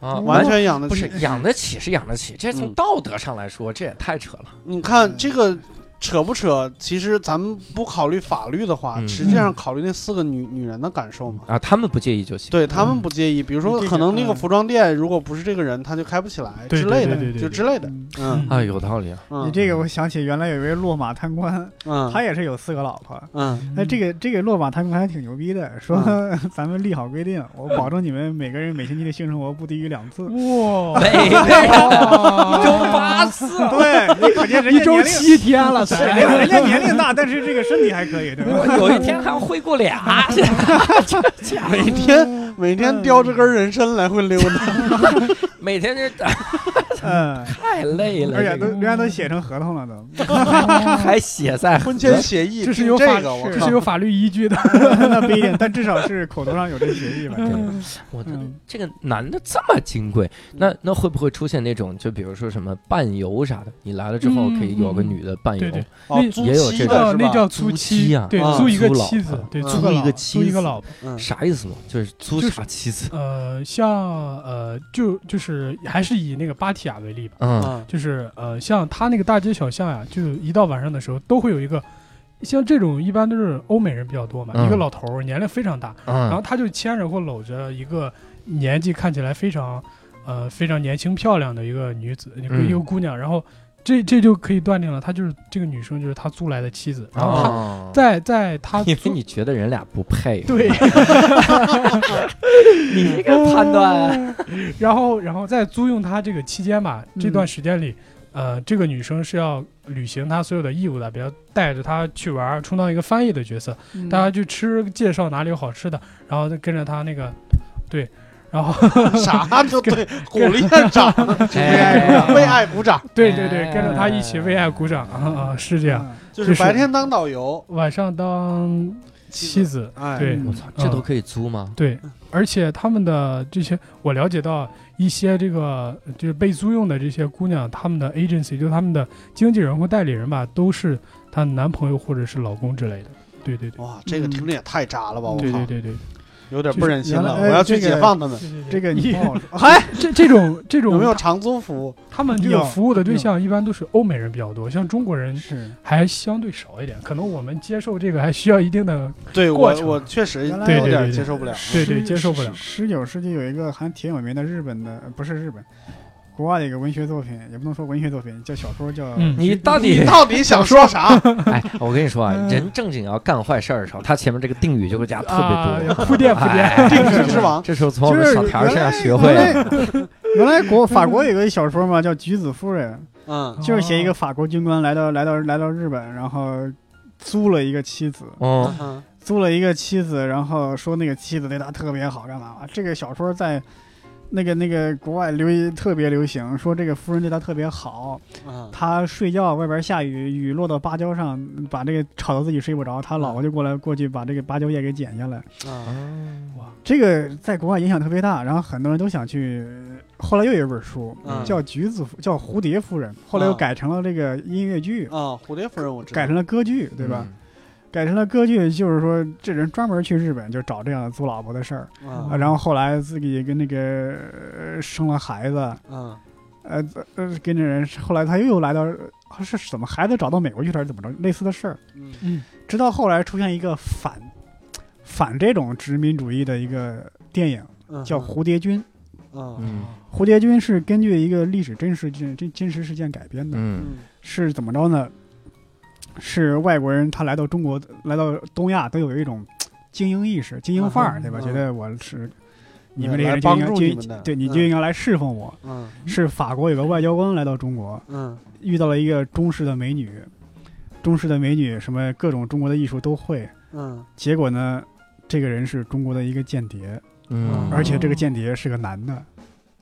Speaker 1: 啊，
Speaker 4: 我
Speaker 2: 完全养 得
Speaker 1: 不是
Speaker 2: 起。
Speaker 1: 养得起是养得起，这从
Speaker 2: 嗯
Speaker 1: 道德上来说，这也太扯了。
Speaker 2: 你看这个扯不扯？其实咱们不考虑法律的话，
Speaker 1: 嗯
Speaker 2: 实际上考虑那四个女女人的感受嘛。
Speaker 1: 啊，他们不介意就行。
Speaker 2: 对他们不介意，比如
Speaker 4: 你
Speaker 2: 说
Speaker 4: 这个
Speaker 2: 可能那个
Speaker 4: 嗯
Speaker 2: 服装店如果不是这个人，他就开不起来
Speaker 3: 对
Speaker 2: 之类的，
Speaker 3: 对对对对
Speaker 2: 就之类的。嗯
Speaker 1: 啊，有道理啊。
Speaker 2: 嗯
Speaker 4: 你这个我想起原来有一位落马贪官，
Speaker 2: 嗯
Speaker 4: 他也是有四个老婆。
Speaker 2: 嗯
Speaker 4: 哎，这个这个落马贪官还挺牛逼的，说 咱们立好规定，我保证你们每个人每星期的性生活不低于两 次。
Speaker 3: 哇，
Speaker 1: 每个人 一周八次，
Speaker 4: 对，你可见人
Speaker 3: 一
Speaker 4: 家
Speaker 3: 周
Speaker 4: 年龄
Speaker 3: 七天了，
Speaker 4: 是人
Speaker 3: 才
Speaker 4: 家人家年龄大，但是这个身体还可以，对 吧？
Speaker 1: 我有一天还会过俩，
Speaker 2: 每天每天叼着根人参来回溜达，
Speaker 1: 每天这
Speaker 4: 嗯，
Speaker 1: 太累了，
Speaker 4: 而且都
Speaker 1: 这个
Speaker 4: 人家都写成合同了都。
Speaker 1: 还写在
Speaker 2: 婚前协议
Speaker 3: 这是
Speaker 2: 定
Speaker 3: 有法
Speaker 2: 这个，我
Speaker 3: 这
Speaker 2: 靠
Speaker 3: 是有法律依据的。
Speaker 4: 那不一定，但至少是口头上有这协议吧。
Speaker 1: 对我的
Speaker 4: 嗯
Speaker 1: 这个男的这么金贵，那那会不会出现那种，就比如说什么伴游啥的？你来了之后
Speaker 3: 嗯
Speaker 1: 可以有个女的伴游
Speaker 3: 对，对
Speaker 2: 哦
Speaker 3: 那
Speaker 2: 租
Speaker 1: 也有
Speaker 2: 期
Speaker 1: 这
Speaker 2: 的
Speaker 1: 个
Speaker 3: 哦
Speaker 2: 是
Speaker 3: 那
Speaker 2: 吧
Speaker 3: 叫租
Speaker 1: 租妻呀
Speaker 3: 对
Speaker 2: 啊，
Speaker 3: 租一个
Speaker 1: 租老
Speaker 3: 妻
Speaker 1: 婆
Speaker 3: 子，对，
Speaker 2: 嗯
Speaker 3: 租个
Speaker 1: 租一
Speaker 3: 老
Speaker 1: 个
Speaker 3: 婆
Speaker 1: 妻
Speaker 3: 租一
Speaker 1: 子
Speaker 3: 个老婆。
Speaker 2: 嗯
Speaker 1: 啥意思嘛？就是租啥妻子？
Speaker 3: 呃，像呃，就就是还是以那个芭提雅为例吧，
Speaker 1: 嗯
Speaker 2: 嗯
Speaker 3: 就是呃，像他那个大街小巷呀，就一到晚上的时候都会有一个。像这种一般都是欧美人比较多嘛，
Speaker 1: 嗯
Speaker 3: 一个老头儿年龄非常大，然后
Speaker 1: 嗯
Speaker 3: 他就牵着或搂着一个年纪看起来非常，呃非常年轻漂亮的一个女子，一个
Speaker 1: 嗯
Speaker 3: 一个姑娘，然后这这就可以断定了，她就是这个女生就是他租来的妻子，然后他
Speaker 1: 哦，
Speaker 3: 在在他
Speaker 1: 因为
Speaker 3: 租
Speaker 1: 你觉得人俩不配，啊哎
Speaker 3: 对，
Speaker 1: 你这个判断，
Speaker 3: 然后然后在租用他这个期间吧，
Speaker 4: 嗯
Speaker 3: 这段时间里，呃，这个女生是要履行她所有的义务的，比如带着他去玩儿，充当一个翻译的角色，
Speaker 1: 嗯
Speaker 3: 带他去吃，介绍哪里有好吃的，然后再跟着他那个，
Speaker 1: 嗯
Speaker 3: 对，然后
Speaker 2: 啥就对，鼓励院长，
Speaker 1: 哎
Speaker 2: 为爱为爱鼓掌，
Speaker 3: 对对对，跟着他
Speaker 1: 哎嗯
Speaker 3: 一起为爱鼓掌啊啊，是这
Speaker 4: 这
Speaker 3: 样。
Speaker 2: 就是白天当导游，
Speaker 3: 晚上当妻子，
Speaker 2: 哎，
Speaker 3: 对
Speaker 4: 嗯
Speaker 3: 嗯
Speaker 1: 我操，这都可以租吗？
Speaker 3: 对，而且他们的这些，我了解到一些这个就是被租用的这些姑娘，她们的 agency 就是她们的经纪人或代理人吧，都是她男朋友或者是老公之类的。对对对，
Speaker 2: 哇，这个听着也太渣了吧！我
Speaker 3: 对
Speaker 2: 靠
Speaker 3: 对，对对，
Speaker 2: 有点不忍心了，
Speaker 4: 就是
Speaker 2: 我
Speaker 4: 原来
Speaker 2: 要去解放他们。
Speaker 4: 这个你
Speaker 3: 你
Speaker 4: 不好 说。
Speaker 3: 嗨，这这种这种
Speaker 2: 有没有长租服务？
Speaker 3: 他们这种服务的对象一般都是欧美人比较多，像中国人
Speaker 4: 是，
Speaker 3: 还相对少一点，可能我们接受这个还需要一定的
Speaker 2: 对
Speaker 3: 过
Speaker 2: 我
Speaker 3: 程
Speaker 2: 我确实
Speaker 4: 原来
Speaker 2: 有
Speaker 4: 对
Speaker 3: 对
Speaker 2: 点
Speaker 3: 对
Speaker 2: 接受不了。
Speaker 3: 对对接受不了
Speaker 4: 十九世纪有一个还挺有名的日本的，呃不是日本，国外的一个文学作品，也不能说文学作品，叫小说叫。
Speaker 3: 嗯
Speaker 1: 你到底
Speaker 2: 到底想说啥？
Speaker 1: 哎，我跟你说啊，
Speaker 4: 嗯
Speaker 1: 人正经要干坏事儿的时候，他前面这个定语就会 加特别多。
Speaker 3: 啊铺垫铺
Speaker 1: 哎
Speaker 3: 垫，
Speaker 2: 定时之王，
Speaker 1: 这时候从我
Speaker 4: 啊就
Speaker 1: 们
Speaker 4: 是
Speaker 1: 小台儿身上学会
Speaker 3: 啊
Speaker 4: 原
Speaker 1: 了，
Speaker 4: 来原来 国法国有个小说嘛，叫《橘子夫人
Speaker 2: 嗯》，
Speaker 4: 就是写
Speaker 3: 哦
Speaker 4: 一个法国军官来到来到来到日本，然后租了一个妻子，
Speaker 1: 嗯，
Speaker 2: 嗯
Speaker 4: 租了一个妻子，然后说那个妻子对他特别好，干嘛嘛？这个小说在那个那个国外流特别流行，说这个夫人对他特别好，
Speaker 2: 嗯，
Speaker 4: 他睡觉外边下雨，雨落到芭蕉上，把这个吵到自己睡不着，他老婆就过来过去把这个芭蕉叶给剪下来。
Speaker 2: 嗯
Speaker 4: 这个在国外影响特别大，然后很多人都想去。后来又有一本书
Speaker 2: 嗯
Speaker 4: 叫《橘子》，叫《蝴蝶夫人》，后来又改成了这个音乐剧，
Speaker 2: 啊，蝴蝶夫人我知道，
Speaker 4: 改成了歌剧，对吧？？改成了歌剧，就是说这人专门去日本就找这样租老婆的事儿、啊
Speaker 2: 嗯
Speaker 4: 然后后来自己跟那个、呃生了孩子，
Speaker 2: 嗯
Speaker 4: 呃呃，跟着人，后来他又来到、啊是怎么孩子找到美国去了，还是怎么着类似的事儿，
Speaker 2: 嗯
Speaker 4: 直到后来出现一个反反这种殖民主义的一个电影，
Speaker 2: 嗯，
Speaker 4: 叫《蝴蝶君》。
Speaker 2: 嗯
Speaker 1: 嗯
Speaker 4: 蝴蝶君是根据一个历史真实真真真实事件改编的，
Speaker 1: 嗯
Speaker 2: 嗯
Speaker 4: 是怎么着呢？是外国人他来到中国，来到东亚都有一种精英意识、精英范儿，
Speaker 2: 嗯
Speaker 4: 对吧？
Speaker 2: 嗯
Speaker 4: 觉得我是你
Speaker 2: 对
Speaker 4: 们这些
Speaker 2: 来
Speaker 4: 人就应该
Speaker 2: 帮助
Speaker 4: 就
Speaker 2: 你们的
Speaker 4: 对，你
Speaker 2: 嗯
Speaker 4: 就应该来侍奉我。
Speaker 2: 嗯
Speaker 4: 是法国有个外交官来到中国，
Speaker 2: 嗯
Speaker 4: 遇到了一个中式的美女，中式的美女什么各种中国的艺术都会。
Speaker 2: 嗯
Speaker 4: 结果呢，这个人是中国的一个间谍，
Speaker 2: 哦
Speaker 1: 嗯，
Speaker 4: 而且这个间谍是个男的。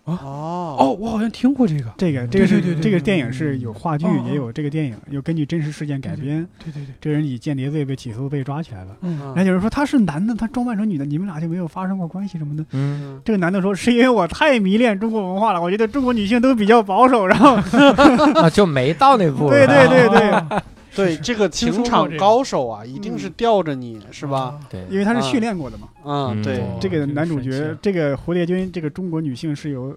Speaker 3: 哦，
Speaker 2: 哦
Speaker 3: 我好像听过这个，
Speaker 4: 这个这
Speaker 3: 对
Speaker 4: 个是
Speaker 3: 对对对
Speaker 4: 这个
Speaker 3: 对
Speaker 4: 电影是有话剧
Speaker 3: 哦哦，
Speaker 4: 也有这个电影，又根据真实事件改编。
Speaker 3: 对对对，
Speaker 4: 这个人以间谍罪被起诉，被抓起来了。
Speaker 3: 嗯，
Speaker 4: 那有人说他是男的，他装扮成女的，你们俩就没有发生过关系什么的。
Speaker 1: 嗯，
Speaker 2: 嗯
Speaker 4: 这个男的说是因为我太迷恋中国文化了，我觉得中国女性都比较保守，然 后
Speaker 1: 啊，就没到那步。
Speaker 4: 对对对对
Speaker 3: 啊，
Speaker 2: 对，这个
Speaker 3: 听
Speaker 2: 情
Speaker 3: 说过
Speaker 2: 场
Speaker 3: 这个
Speaker 2: 高手啊，一定是吊着你，是
Speaker 3: 是
Speaker 2: 吧？？
Speaker 1: 对
Speaker 4: 因为
Speaker 3: 啊
Speaker 4: 他是训练过的嘛。
Speaker 2: 嗯，
Speaker 1: 嗯
Speaker 3: 哦
Speaker 2: 对，
Speaker 4: 哦这个男主角，这个蝴蝶君，这个中国女性是由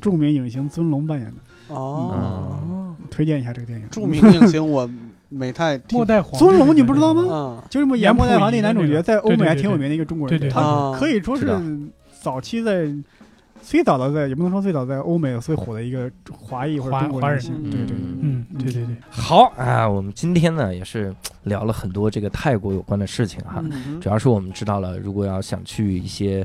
Speaker 4: 著名影星尊龙扮演的。
Speaker 1: 嗯
Speaker 2: 哦，
Speaker 3: 哦，
Speaker 4: 推荐一下这个电影。嗯
Speaker 2: 著名影星我没太
Speaker 3: 末
Speaker 2: 听，
Speaker 3: 代皇帝
Speaker 4: 尊哦龙你不知道吗
Speaker 2: 嗯
Speaker 4: 就是莫言莫代华那男主角，在欧美还
Speaker 3: 对对对对
Speaker 4: 挺有名的一个中国人，
Speaker 3: 对对对
Speaker 4: 他可以说是
Speaker 1: 知道
Speaker 4: 早期在最早的在也不能说最早在欧美最火的一个华裔或者
Speaker 3: 华
Speaker 4: 中国
Speaker 3: 华
Speaker 4: 明
Speaker 3: 人
Speaker 4: 星，
Speaker 2: 嗯
Speaker 4: 对对。对
Speaker 3: 嗯，对对对，
Speaker 1: 好啊，我们今天呢也是聊了很多这个泰国有关的事情哈，
Speaker 2: 嗯
Speaker 1: 主要是我们知道了，如果要想去一些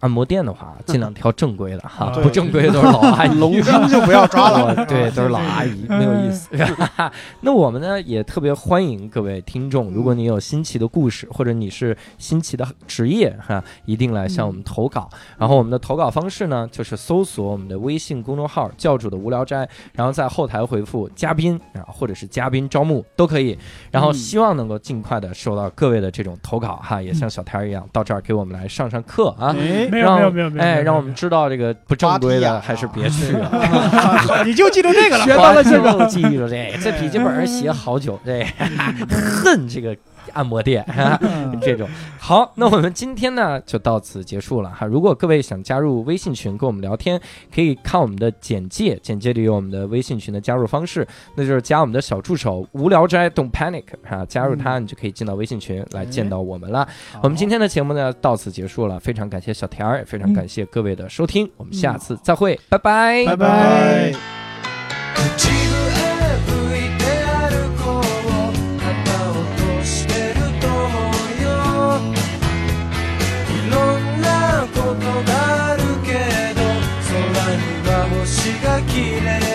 Speaker 1: 按摩店的话，尽量挑正规的
Speaker 4: 啊
Speaker 1: 哈，
Speaker 3: 对
Speaker 1: 不正规的都是老阿 姨。
Speaker 2: 龙筋就不要抓了。
Speaker 1: 我 对，都是老阿
Speaker 3: 嗯
Speaker 1: 姨，没有意思。 那我们呢也特别欢迎各位听众，如果
Speaker 2: 嗯
Speaker 1: 你有新奇的故事，或者你是新奇的职业哈，一定来
Speaker 2: 嗯
Speaker 1: 向我们投稿。然后我们的投稿方式呢，就是搜索我们的微信公众号“教主的无聊斋”，然后在后台回复“嘉宾”啊，或者是“嘉宾招募”都可以。然后
Speaker 2: 嗯
Speaker 1: 希望能够尽快的收到各位的这种投稿哈，也
Speaker 2: 嗯
Speaker 1: 像小台儿一样，到这儿给我们来上上课啊。
Speaker 4: 哎，
Speaker 3: 没有
Speaker 1: 让
Speaker 3: 没有没有没有，
Speaker 1: 哎，让我们知道这个不正规
Speaker 2: 啊
Speaker 1: 的还是别去 了。
Speaker 4: 你就记住这个了。
Speaker 1: 学到了这个，嗯记住这这笔记本儿写好久，这恨这个按摩店。 这种好，那我们今天呢就到此结束了哈。如果各位想加入微信群跟我们聊天，可以看我们的简介，简介里有我们的微信群的加入方式，那就是加我们的小助手“无聊斋 Don't Panic” 哈，加入他你就可以进到微信群来见到我们了。我们今天的节目呢到此结束了，非常感谢小田儿，也非常感谢各位的收听，我们下次再会，拜拜，
Speaker 4: 拜
Speaker 2: 拜
Speaker 4: 拜。
Speaker 5: 口へ向いて歩こう肩を落としてると思うよいろんなことがあるけど空には星が綺麗